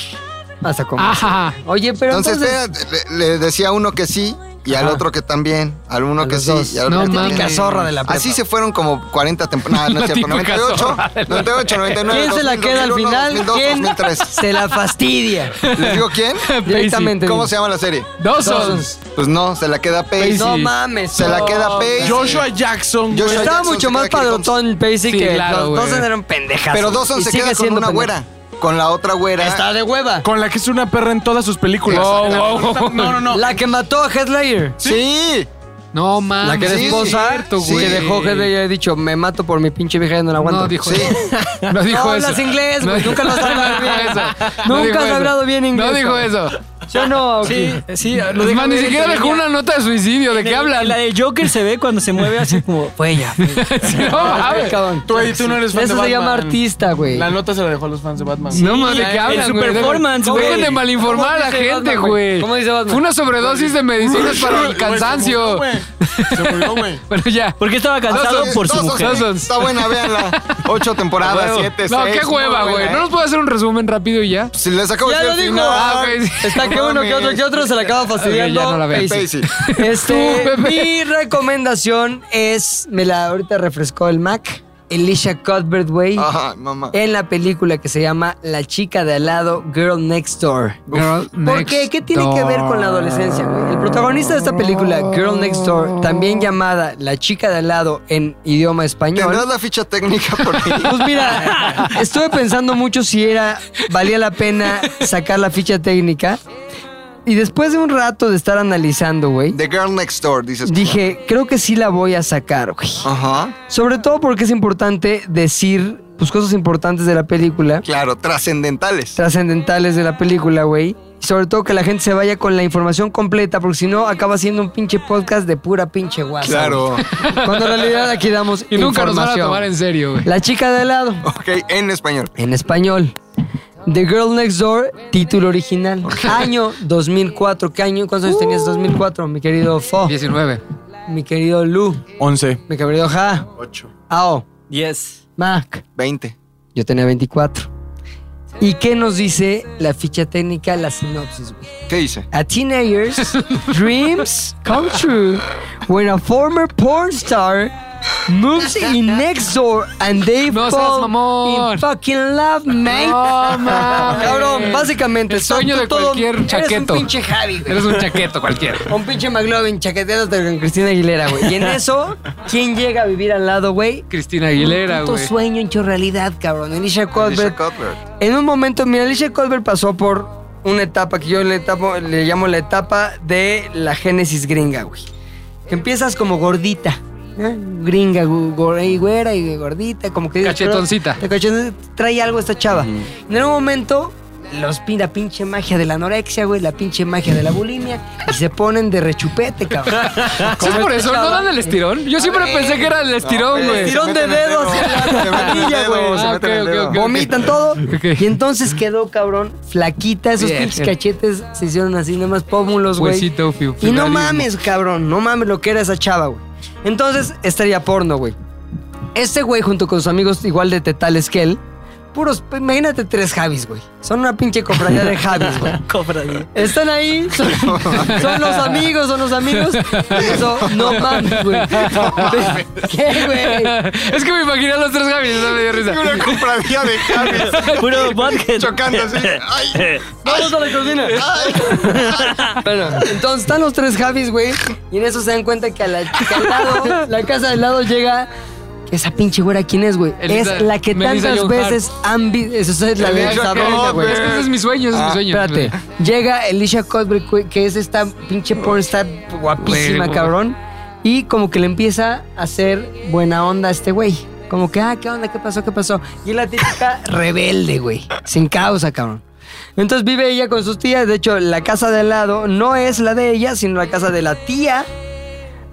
[SPEAKER 2] Hasta comer.
[SPEAKER 4] Ajá.
[SPEAKER 2] Oye, pero
[SPEAKER 7] Entonces,
[SPEAKER 2] entonces...
[SPEAKER 7] eh, le, le decía a uno que sí y al
[SPEAKER 2] Ajá.
[SPEAKER 7] otro que también. Al uno
[SPEAKER 2] A
[SPEAKER 7] que
[SPEAKER 2] los
[SPEAKER 7] sí
[SPEAKER 2] dos.
[SPEAKER 7] y al
[SPEAKER 4] No
[SPEAKER 7] otro que
[SPEAKER 4] mames.
[SPEAKER 7] también.
[SPEAKER 2] Típica zorra de la prepa.
[SPEAKER 7] Así se fueron como 40 temporadas. No es
[SPEAKER 4] La
[SPEAKER 7] cierto,
[SPEAKER 4] típica
[SPEAKER 7] 98,
[SPEAKER 4] zorra de la
[SPEAKER 7] 98, 99.
[SPEAKER 2] ¿Quién se la
[SPEAKER 7] 2000,
[SPEAKER 2] queda al
[SPEAKER 7] 2001,
[SPEAKER 2] final?
[SPEAKER 7] 2002,
[SPEAKER 2] ¿Quién
[SPEAKER 7] 2003.
[SPEAKER 2] [LAUGHS] se la
[SPEAKER 4] [LAUGHS]
[SPEAKER 2] fastidia?
[SPEAKER 7] ¿Les digo
[SPEAKER 2] [LAUGHS]
[SPEAKER 7] quién?
[SPEAKER 2] Directamente.
[SPEAKER 7] ¿Cómo
[SPEAKER 2] dime.
[SPEAKER 7] se llama la serie?
[SPEAKER 4] Dawson's.
[SPEAKER 7] Pues no, se la queda Pacey.
[SPEAKER 2] Pues No mames.
[SPEAKER 7] Se la
[SPEAKER 2] no.
[SPEAKER 7] queda Pacey.
[SPEAKER 3] Joshua Jackson.
[SPEAKER 7] Joshua
[SPEAKER 2] Estaba
[SPEAKER 7] Jackson
[SPEAKER 2] mucho
[SPEAKER 7] se
[SPEAKER 2] más
[SPEAKER 7] queda Kirk Holmes.
[SPEAKER 2] padrotón Pacey
[SPEAKER 4] Sí,
[SPEAKER 2] que
[SPEAKER 4] claro,
[SPEAKER 2] los dos
[SPEAKER 4] güey.
[SPEAKER 2] eran pendejas.
[SPEAKER 7] Pero Dawson se queda con una güera. con la otra güera.
[SPEAKER 2] Está de hueva.
[SPEAKER 3] Con la que es una perra en todas sus películas. No, no, no.
[SPEAKER 2] La que mató a Headlayer.
[SPEAKER 7] Sí.
[SPEAKER 4] No mames.
[SPEAKER 2] La que era
[SPEAKER 4] Sí,
[SPEAKER 2] esposa
[SPEAKER 4] cierto,
[SPEAKER 2] sí,
[SPEAKER 4] güey.
[SPEAKER 2] que dejó Headlayer y ha dicho, me mato por mi pinche vieja y no la aguanto.
[SPEAKER 4] No dijo
[SPEAKER 2] Sí.
[SPEAKER 4] eso. No dijo
[SPEAKER 2] No
[SPEAKER 4] eso.
[SPEAKER 2] hablas inglés, güey, nunca lo has hablado bien.
[SPEAKER 4] dijo No
[SPEAKER 2] Nunca
[SPEAKER 4] dijo
[SPEAKER 2] has
[SPEAKER 4] eso.
[SPEAKER 2] hablado bien inglés.
[SPEAKER 4] No dijo eso.
[SPEAKER 2] Yo no, sí.
[SPEAKER 6] Sí, lo
[SPEAKER 4] Es
[SPEAKER 6] deja
[SPEAKER 4] más, ni
[SPEAKER 6] ver en
[SPEAKER 4] siquiera
[SPEAKER 6] tu
[SPEAKER 4] dejó
[SPEAKER 6] línea.
[SPEAKER 4] una nota de
[SPEAKER 2] [LAUGHS]
[SPEAKER 4] suicidio. ¿De qué
[SPEAKER 6] En el-
[SPEAKER 4] hablan?
[SPEAKER 6] en La de Joker se ve cuando se mueve así como, fue ella. fue
[SPEAKER 4] [LAUGHS]
[SPEAKER 6] ella.
[SPEAKER 4] No mames.
[SPEAKER 2] Cabrón.
[SPEAKER 3] Tú, ahí, tú no eres fan de
[SPEAKER 2] Eso se
[SPEAKER 3] Batman.
[SPEAKER 2] llama artista, güey.
[SPEAKER 3] La nota se la dejó a los fans de Batman.
[SPEAKER 4] No mames, ¿de qué hablan,
[SPEAKER 6] su
[SPEAKER 4] güey? Dejen-
[SPEAKER 6] performance, güey.
[SPEAKER 4] Dejen de malinformar a la
[SPEAKER 2] ¿Cómo dice
[SPEAKER 4] gente,
[SPEAKER 2] Batman, güey?
[SPEAKER 4] güey.
[SPEAKER 2] ¿Cómo dice Batman?
[SPEAKER 4] Fue una sobredosis de medicinas para el cansancio.
[SPEAKER 3] Güey, Se murió, güey.
[SPEAKER 4] [LAUGHS] Bueno, ya.
[SPEAKER 6] Porque estaba
[SPEAKER 7] Ah,
[SPEAKER 6] cansado
[SPEAKER 7] Dawson's-
[SPEAKER 6] por su
[SPEAKER 7] Dawson's
[SPEAKER 6] mujer.
[SPEAKER 7] Creek. Está buena, véanla. Ocho temporadas, siete,
[SPEAKER 4] No,
[SPEAKER 7] seis,
[SPEAKER 4] qué
[SPEAKER 7] muy
[SPEAKER 4] hueva,
[SPEAKER 7] buena,
[SPEAKER 4] güey.
[SPEAKER 7] ¿eh?
[SPEAKER 4] ¿No nos puedo hacer un resumen rápido y ya?
[SPEAKER 7] Si les acabo de
[SPEAKER 2] Ya
[SPEAKER 7] decir
[SPEAKER 2] lo
[SPEAKER 7] al
[SPEAKER 2] dijo.
[SPEAKER 7] final.
[SPEAKER 4] Ah, ok.
[SPEAKER 2] Está que uno, que otro, que otro se la acaba fastidiando.
[SPEAKER 4] Ok, ya no la veo.
[SPEAKER 2] Pacey.
[SPEAKER 7] Pacey.
[SPEAKER 2] Este,
[SPEAKER 4] [LAUGHS] Tú, Pepe.
[SPEAKER 2] mi recomendación es, me la ahorita refrescó el Mac, Alicia Cuthbert, güey,
[SPEAKER 7] [LAUGHS] Ajá, mamá.
[SPEAKER 4] Eh,
[SPEAKER 2] en la película que se llama La chica de al lado, Girl Next Door.
[SPEAKER 4] Girl
[SPEAKER 2] ¿Por
[SPEAKER 4] next
[SPEAKER 2] qué? ¿Qué tiene que ver con la
[SPEAKER 4] door.
[SPEAKER 2] adolescencia, güey? El protagonista de esta película, Girl Next Door, también llamada La chica de al lado en idioma español.
[SPEAKER 7] Tendrás la ficha técnica
[SPEAKER 4] [LAUGHS]
[SPEAKER 7] por ahí.
[SPEAKER 2] Pues mira, estuve pensando mucho si era valía la pena sacar la ficha técnica. Y después de un rato de estar analizando, güey,
[SPEAKER 7] The Girl Next Door, dices.
[SPEAKER 2] dije, creo que sí la voy a sacar, güey.
[SPEAKER 7] Ajá.
[SPEAKER 2] Sobre todo porque es importante decir pues, cosas importantes de la película,
[SPEAKER 7] Claro, trascendentales.
[SPEAKER 2] trascendentales de la película, güey. Y sobre todo que la gente se vaya con la información completa, porque si no, acaba siendo un pinche podcast de pura pinche guasa.
[SPEAKER 7] Claro.
[SPEAKER 2] güey. Cuando en realidad aquí damos
[SPEAKER 4] Y nunca nos van a
[SPEAKER 2] información.
[SPEAKER 4] tomar en serio, güey.
[SPEAKER 2] La chica de al lado.
[SPEAKER 7] Ok, en español.
[SPEAKER 2] en español. The Girl Next Door, título original. Año 2004. ¿Qué año? ¿Cuántos años tenías 2004? Mi querido Fo,
[SPEAKER 4] 19.
[SPEAKER 2] mi querido Lu,
[SPEAKER 3] 11.
[SPEAKER 2] mi querido Ja,
[SPEAKER 3] 8.
[SPEAKER 2] Ao,
[SPEAKER 6] Yes.
[SPEAKER 2] Mac.
[SPEAKER 7] 20.
[SPEAKER 2] Yo tenía 24. ¿Y qué nos dice la ficha técnica, la sinopsis, güey?
[SPEAKER 7] ¿Qué dice?
[SPEAKER 2] A
[SPEAKER 4] [LAUGHS]
[SPEAKER 2] teenager's dreams come true when a former porn star moves in next door and they
[SPEAKER 4] No seas
[SPEAKER 2] fall
[SPEAKER 4] mamón.
[SPEAKER 2] in fucking love, mate.
[SPEAKER 4] No mames.
[SPEAKER 2] Cabrón, básicamente.
[SPEAKER 4] El
[SPEAKER 2] son
[SPEAKER 4] sueño
[SPEAKER 2] tú
[SPEAKER 4] de cualquier
[SPEAKER 2] Eres
[SPEAKER 4] chaqueto.
[SPEAKER 2] un pinche Javi, güey.
[SPEAKER 4] Eres un chaqueto cualquiera.
[SPEAKER 2] Un pinche McLovin chaqueteándote con Cristina Aguilera, güey. Y
[SPEAKER 4] [LAUGHS]
[SPEAKER 2] en eso, ¿quién llega a vivir al lado, güey?
[SPEAKER 4] Cristina Aguilera,
[SPEAKER 2] Puto
[SPEAKER 4] güey.
[SPEAKER 2] sueño hecho realidad, cabrón. Alicia
[SPEAKER 7] Alicia
[SPEAKER 2] Cuthbert.
[SPEAKER 7] Cuthbert.
[SPEAKER 2] En un momento, mira, Alicia Colbert pasó por una etapa que yo le, tapo- le llamo la etapa de la génesis gringa, güey. Que empiezas como gordita. ¿eh? Gringa, gu- gor- y güera y gordita, como que... dices,
[SPEAKER 4] Cachetoncita.
[SPEAKER 2] pero- cachetón- trae algo esta chava. En algún momento, los, pin- la pinche magia de la anorexia, güey, la pinche magia de la bulimia, y se ponen de rechupete, cabrón.
[SPEAKER 4] ¿Sí es por eso? ¿No dan el estirón? Yo siempre pensé que era el estirón, güey.
[SPEAKER 2] Ah, Estirón de dedos en la
[SPEAKER 7] Se meten el
[SPEAKER 2] rodilla,
[SPEAKER 7] dedo,
[SPEAKER 2] güey.
[SPEAKER 7] se
[SPEAKER 4] Ah,
[SPEAKER 7] meten
[SPEAKER 4] ok,
[SPEAKER 7] el
[SPEAKER 4] ok,
[SPEAKER 7] dedo.
[SPEAKER 4] ok.
[SPEAKER 2] Vomitan todo.
[SPEAKER 4] Ok.
[SPEAKER 2] Y entonces quedó, cabrón, flaquita. Esos
[SPEAKER 4] Bien,
[SPEAKER 2] pinches
[SPEAKER 4] bien.
[SPEAKER 2] cachetes se hicieron así, nada más pómulos, güey.
[SPEAKER 4] Huesito, fiu,
[SPEAKER 2] Y no
[SPEAKER 4] finalismo.
[SPEAKER 2] mames, cabrón, no mames lo que era esa chava, güey. Entonces, estaría porno, güey. Este güey, junto con sus amigos igual de tetales que él, puros, imagínate tres Javis, güey. Son una pinche cofradía de Javis, güey. Están ahí, son,
[SPEAKER 4] [LAUGHS]
[SPEAKER 2] son los amigos, son los amigos. Y eso, no mames, güey. [LAUGHS] ¿Qué, güey?
[SPEAKER 4] [LAUGHS] Es que me imaginé a los tres Javis, no me dio risa.
[SPEAKER 7] Una compradía de Javis
[SPEAKER 4] [LAUGHS]
[SPEAKER 6] Puro vodka.
[SPEAKER 7] chocando así. Ay,
[SPEAKER 2] Vamos a la cocina. bueno, entonces están los tres Javis, güey. Y en eso se dan cuenta que a la que al lado, la casa del lado llega. Esa pinche güera, ¿quién es, güey?
[SPEAKER 4] Elisa-
[SPEAKER 2] es la que
[SPEAKER 4] Melissa
[SPEAKER 2] tantas
[SPEAKER 4] Joan
[SPEAKER 2] veces han visto. Eso es la de
[SPEAKER 7] Elisa
[SPEAKER 2] Sabrina,
[SPEAKER 7] Cuthbert.
[SPEAKER 2] güey.
[SPEAKER 4] Es que ese es mi sueño, ese es mi sueño.
[SPEAKER 2] Ah, Espérate.
[SPEAKER 4] [LAUGHS]
[SPEAKER 2] Llega Alicia Cuthbert, güey, que es esta pinche pornstar guapísima,
[SPEAKER 4] Güey,
[SPEAKER 2] cabrón. Y como que le empieza a hacer buena onda a este güey. Como que, ah, ¿qué onda? ¿Qué pasó? ¿Qué pasó? Y es la
[SPEAKER 4] [LAUGHS]
[SPEAKER 2] típica rebelde, güey. Sin causa, cabrón. Entonces vive ella con sus tías. De hecho, la casa de al lado no es la de ella, sino la casa de la tía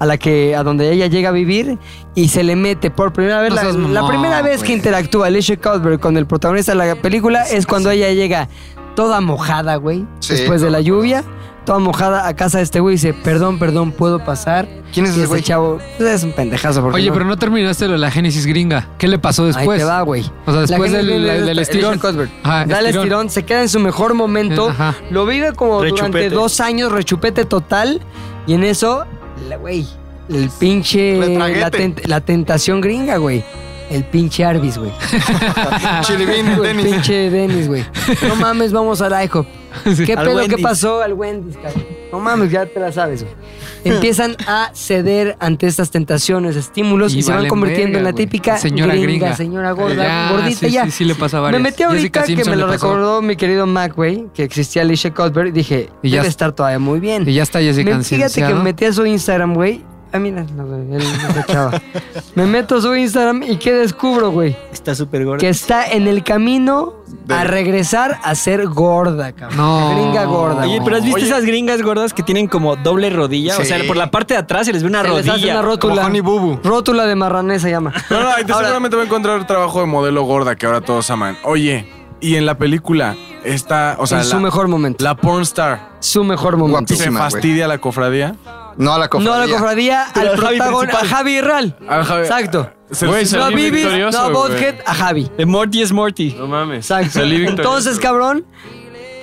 [SPEAKER 2] a la que a donde ella llega a vivir y se le mete por primera vez
[SPEAKER 4] No
[SPEAKER 2] la,
[SPEAKER 4] seas mamón,
[SPEAKER 2] la primera vez que
[SPEAKER 4] güey.
[SPEAKER 2] interactúa Alicia Cuthbert con el protagonista de la película es cuando ella llega toda mojada, güey,
[SPEAKER 7] Sí.
[SPEAKER 2] después de la lluvia, toda mojada a casa de este güey y dice, "Perdón, perdón, puedo pasar."
[SPEAKER 7] ¿Quién es
[SPEAKER 2] Y
[SPEAKER 7] ese
[SPEAKER 2] ese
[SPEAKER 7] güey?
[SPEAKER 2] chavo pues, es un pendejazo porque
[SPEAKER 4] Oye, pero no terminaste lo de la génesis gringa. ¿Qué le pasó después?
[SPEAKER 2] Ahí te va, güey.
[SPEAKER 4] O sea, después
[SPEAKER 2] La
[SPEAKER 4] del,
[SPEAKER 2] gente viene
[SPEAKER 4] del- del
[SPEAKER 2] esta-
[SPEAKER 4] estirón.
[SPEAKER 2] Alicia Cuthbert.
[SPEAKER 4] Ajá,
[SPEAKER 2] da el
[SPEAKER 4] estirón.
[SPEAKER 2] estirón, se queda en su mejor momento.
[SPEAKER 4] Ajá.
[SPEAKER 2] Lo vive como durante
[SPEAKER 5] Rechupete.
[SPEAKER 2] dos años, rechupete total. Y en eso, la- güey, el pinche.
[SPEAKER 7] Retraguete.
[SPEAKER 2] La, ten- la tentación gringa, güey. El pinche Arby's, güey.
[SPEAKER 7] Chilibín,
[SPEAKER 2] El
[SPEAKER 7] Dennis.
[SPEAKER 2] pinche Dennis, güey. No
[SPEAKER 4] [LAUGHS]
[SPEAKER 2] mames, vamos al IHOP. ¿Qué
[SPEAKER 5] Al
[SPEAKER 2] pedo? ¿Qué
[SPEAKER 5] Wendy's.
[SPEAKER 2] pasó al Wendy's, cabrón? No mames, ya te la sabes, güey. empiezan a ceder ante estas tentaciones, estímulos y,
[SPEAKER 4] Y
[SPEAKER 2] se van
[SPEAKER 4] valen
[SPEAKER 2] convirtiendo en la
[SPEAKER 4] verga, güey.
[SPEAKER 2] típica
[SPEAKER 4] Señora gringa.
[SPEAKER 2] señora gorda,
[SPEAKER 4] Ya,
[SPEAKER 2] gordita
[SPEAKER 4] sí,
[SPEAKER 2] ya.
[SPEAKER 4] sí, sí le pasa a
[SPEAKER 2] me
[SPEAKER 4] varias.
[SPEAKER 2] metí ahorita
[SPEAKER 4] Jessica
[SPEAKER 2] que
[SPEAKER 4] Simpson
[SPEAKER 2] me lo
[SPEAKER 4] le pasó.
[SPEAKER 2] recordó mi querido Mac, güey, que existía Alicia Cuthbert y dije,
[SPEAKER 4] Y ya
[SPEAKER 2] debe
[SPEAKER 4] es-
[SPEAKER 2] estar todavía muy bien.
[SPEAKER 4] Y ya está Jessica
[SPEAKER 2] Me- Fíjate que
[SPEAKER 4] Simpson.
[SPEAKER 2] me metí a su Instagram, güey. Ah, mira, no, güey, él no se echaba. me meto a su Instagram y ¿qué descubro, güey?
[SPEAKER 14] Está súper gordo.
[SPEAKER 2] Que está en el camino a regresar a ser gorda, cabrón. Gringa gorda.
[SPEAKER 14] Oye,
[SPEAKER 2] güey.
[SPEAKER 14] pero has visto esas gringas gordas que tienen como doble rodilla. O
[SPEAKER 2] Sí.
[SPEAKER 14] sea, por la parte de atrás se les ve una
[SPEAKER 2] Se les
[SPEAKER 14] rodilla.
[SPEAKER 2] hace una rótula. Rótula de marranés se llama.
[SPEAKER 3] No, no, ahí te- seguramente va a encontrar trabajo de modelo gorda que ahora todos aman. Oye, y en la película está, o sea,
[SPEAKER 2] en su
[SPEAKER 3] la-
[SPEAKER 2] mejor momento.
[SPEAKER 3] La pornstar.
[SPEAKER 2] Su mejor momento.
[SPEAKER 3] ¿Se fastidia la cofradía?
[SPEAKER 7] No a la
[SPEAKER 2] No a la cofradía, al protagonista, a Javi Irral.
[SPEAKER 3] A Javi-
[SPEAKER 2] Exacto.
[SPEAKER 3] Se- Güey,
[SPEAKER 2] no a
[SPEAKER 3] salí
[SPEAKER 2] Bibis, no
[SPEAKER 3] victorioso,
[SPEAKER 2] a
[SPEAKER 3] güey.
[SPEAKER 2] Bothead, a Javi.
[SPEAKER 14] De Morty es Morty.
[SPEAKER 13] No mames.
[SPEAKER 2] Exacto.
[SPEAKER 13] Salí victorioso.
[SPEAKER 2] Entonces, cabrón,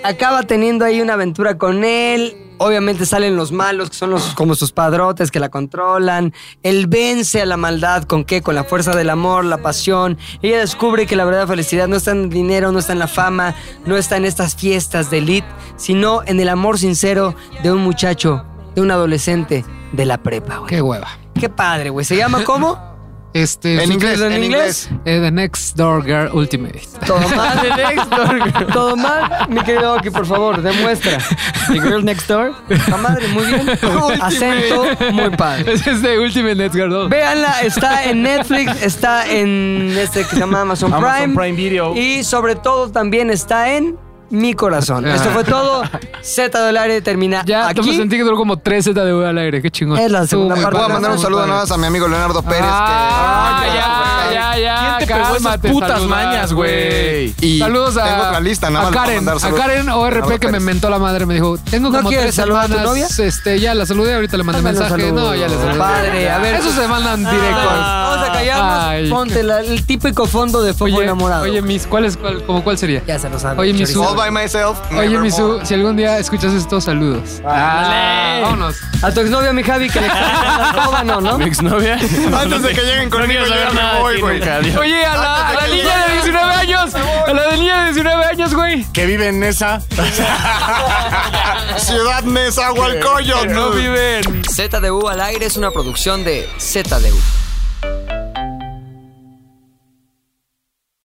[SPEAKER 2] acaba teniendo ahí una aventura con él. Obviamente salen los malos, que son los como sus padrotes que la controlan. Él vence a la maldad con qué? Con la fuerza del amor, la pasión. Ella descubre que la verdadera felicidad no está en el dinero, no está en la fama, no está en estas fiestas de elite, sino en el amor sincero de un muchacho, de un adolescente de la prepa, güey.
[SPEAKER 4] Qué hueva.
[SPEAKER 2] Qué padre, güey. ¿Se llama cómo?
[SPEAKER 4] Este,
[SPEAKER 2] En
[SPEAKER 4] su
[SPEAKER 2] inglés,
[SPEAKER 4] título
[SPEAKER 2] en inglés.
[SPEAKER 4] Eh, the Next Door Girl Ultimate.
[SPEAKER 2] Todo
[SPEAKER 4] [LAUGHS]
[SPEAKER 2] mal, The Next Door. Todo mal, mi querido Oki, por favor, demuestra.
[SPEAKER 14] The Girl Next Door.
[SPEAKER 2] La madre, muy bien. Acento muy padre.
[SPEAKER 4] Ese [LAUGHS] es de Ultimate Next Girl 2.
[SPEAKER 2] Véanla, está en Netflix, está en este que se llama Amazon Prime.
[SPEAKER 3] Amazon Prime Video.
[SPEAKER 2] Y sobre todo también está en mi corazón. Esto fue
[SPEAKER 4] [LAUGHS]
[SPEAKER 2] todo. Z del aire termina
[SPEAKER 4] Ah. Ya,
[SPEAKER 2] aquí.
[SPEAKER 4] te sentí que duró como 3 Z de al aire. Qué chingón.
[SPEAKER 2] Es la segunda
[SPEAKER 4] Estuvo
[SPEAKER 2] parte.
[SPEAKER 4] muy padre.
[SPEAKER 2] Voy a mandar un
[SPEAKER 4] Estuvo muy
[SPEAKER 2] saludo
[SPEAKER 4] padre.
[SPEAKER 2] nada más a mi amigo Leonardo
[SPEAKER 7] Pérez, que-
[SPEAKER 4] Ah, ya, ya, ya.
[SPEAKER 7] ¿Quién te pegó esas
[SPEAKER 4] cálmate,
[SPEAKER 7] putas
[SPEAKER 4] saludar,
[SPEAKER 7] mañas, güey?
[SPEAKER 4] Y Saludos a.
[SPEAKER 7] tengo otra lista, nada
[SPEAKER 4] a
[SPEAKER 7] más para
[SPEAKER 4] Karen,
[SPEAKER 7] mandar
[SPEAKER 4] a
[SPEAKER 7] saludos.
[SPEAKER 4] Karen oh,
[SPEAKER 7] Leonardo
[SPEAKER 4] ORP que me
[SPEAKER 7] Pérez.
[SPEAKER 4] mentó la madre. Me dijo, tengo
[SPEAKER 2] ¿No
[SPEAKER 4] como
[SPEAKER 2] quieres
[SPEAKER 4] tres
[SPEAKER 2] saludar a tu
[SPEAKER 4] semanas. Este, ya la saludé, ahorita le mandé
[SPEAKER 2] Mándale un
[SPEAKER 4] mensaje.
[SPEAKER 2] saludo.
[SPEAKER 4] No, ya le saludé.
[SPEAKER 2] Padre, a ver.
[SPEAKER 4] Eso se mandan
[SPEAKER 2] Ah,
[SPEAKER 4] directos.
[SPEAKER 2] Vamos a callarnos.
[SPEAKER 4] Ay.
[SPEAKER 2] Ponte la- el típico fondo de fuego enamorado.
[SPEAKER 4] Oye, mis, ¿cuál es cuál, como cuál sería?
[SPEAKER 2] ya se lo saben.
[SPEAKER 4] Oye,
[SPEAKER 2] chorizo.
[SPEAKER 4] Misu.
[SPEAKER 7] All by myself.
[SPEAKER 4] Oye,
[SPEAKER 7] nevermore.
[SPEAKER 4] Misu, si algún día escuchas esto, saludos. Ah, vámonos.
[SPEAKER 2] A tu exnovia, mi Javi,
[SPEAKER 4] [LAUGHS]
[SPEAKER 2] que le extraña no, ¿no?
[SPEAKER 13] Mi exnovia.
[SPEAKER 7] Antes de que lleguen conmigo,
[SPEAKER 13] quiero
[SPEAKER 7] yo
[SPEAKER 13] saber
[SPEAKER 7] ya
[SPEAKER 13] nada
[SPEAKER 7] me
[SPEAKER 13] de
[SPEAKER 7] voy,
[SPEAKER 13] ti
[SPEAKER 7] güey.
[SPEAKER 13] nunca, adiós.
[SPEAKER 4] Oye, a la, a la niña de 19 años. A la de niña de 19 años, güey.
[SPEAKER 3] Que vive en esa.
[SPEAKER 7] Ciudad Nezahualcóyotl.
[SPEAKER 2] ZDU al aire es una producción de ZDU.